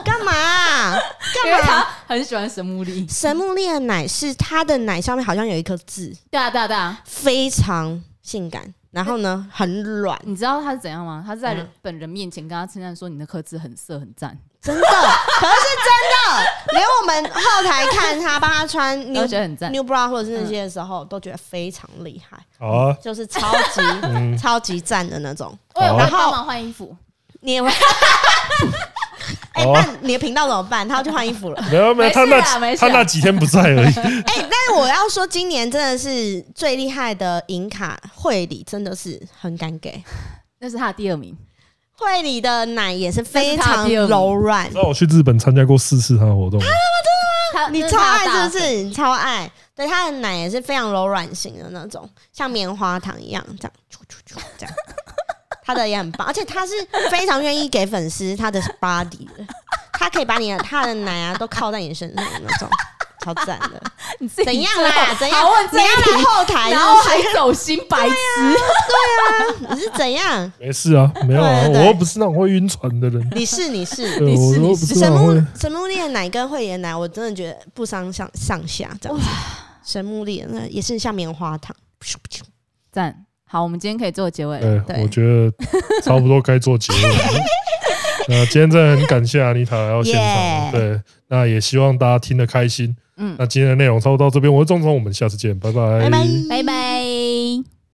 Speaker 3: 干嘛啊、
Speaker 2: 因为
Speaker 3: 干
Speaker 2: 他
Speaker 3: 嘛？
Speaker 2: 很喜欢神木
Speaker 3: <laughs>
Speaker 2: 力。
Speaker 3: 神木力的奶是他的奶上面好像有一颗痣，
Speaker 2: 对啊对啊对啊！
Speaker 3: 非常性感，然后呢很软，
Speaker 2: 你知道他是怎样吗？他是在
Speaker 3: 嗯
Speaker 2: 本人面前跟他称赞说：“你的颗痣很色很赞。
Speaker 3: 真的，可是真的，连我们后台看他帮他穿 new
Speaker 2: 觉得很赞
Speaker 3: new bra 或者是那些的时候，都觉得非常厉害，
Speaker 1: 好啊，
Speaker 3: 就是超级 <laughs>
Speaker 1: 嗯，
Speaker 3: 超级赞的那种。”
Speaker 2: 我也
Speaker 1: 好
Speaker 2: 会
Speaker 1: 啊
Speaker 2: 帮忙换衣服。
Speaker 3: 你 <laughs> 也会。哎、
Speaker 1: 好啊
Speaker 3: 那你的频道怎么办？他要去换衣服 <laughs> 了。
Speaker 1: 没有没有，
Speaker 2: 没事
Speaker 1: 他那
Speaker 2: 啊没
Speaker 1: 几
Speaker 2: 事
Speaker 1: 他
Speaker 2: 啊
Speaker 1: 那几天不在
Speaker 2: <laughs>
Speaker 1: 而已，
Speaker 3: 哎、但是我要说，今年真的是最厉害的银卡会理，真的是很敢给。
Speaker 2: 那是他的第二名。
Speaker 3: 会理的奶也是
Speaker 2: 这
Speaker 3: 非
Speaker 2: 是他
Speaker 3: 常
Speaker 2: 的第二名
Speaker 3: 柔软
Speaker 1: 你知，道我去日本参加过四次他的活动吗，
Speaker 2: 他
Speaker 3: 你
Speaker 2: 那
Speaker 3: 超
Speaker 2: 他的大
Speaker 3: 爱是不是？你超爱，对，它的奶也是非常柔软型的那种，像棉花糖一样，这样，啾啾啾这样。它的也很棒，而且它是非常愿意给粉丝它的 body 的，它可以把你的它的奶啊都靠在你身上的那种，超赞
Speaker 2: <laughs>
Speaker 3: 的。
Speaker 2: 你自己
Speaker 3: 怎样
Speaker 2: 最后
Speaker 3: 啦？怎样
Speaker 2: 好问？
Speaker 3: 你
Speaker 2: 这一
Speaker 3: 要来啊
Speaker 2: 题，
Speaker 3: 后台
Speaker 2: 然后还
Speaker 3: 是
Speaker 2: 走心白痴。
Speaker 3: 不是？你是怎样？
Speaker 1: 没事啊，没有啊，
Speaker 3: 对对
Speaker 1: 我又不是那种会晕船的人，
Speaker 3: 你是你是。
Speaker 1: <laughs> 对，啊
Speaker 2: 你
Speaker 1: 我
Speaker 2: 是
Speaker 1: 又
Speaker 2: 你
Speaker 1: 不是
Speaker 2: 是
Speaker 1: 那
Speaker 3: 神
Speaker 1: 种
Speaker 3: 木
Speaker 1: 会。
Speaker 3: 神木力的奶跟慧眼奶，我真的觉得不相上上下这样子。神木力的那也是像棉花糖，
Speaker 2: 赞，好，我们今天可以做结尾了。
Speaker 1: 对，
Speaker 3: 对
Speaker 1: 哎我觉得差不多该做结尾了。那今天真的很感谢阿妮塔来到现场
Speaker 3: Yeah
Speaker 1: 对，那也希望大家听得开心。
Speaker 2: 嗯
Speaker 1: 哎那今天的内容差不多到这边，我是钟总，我们下次见，拜
Speaker 3: 拜拜。
Speaker 2: 拜拜。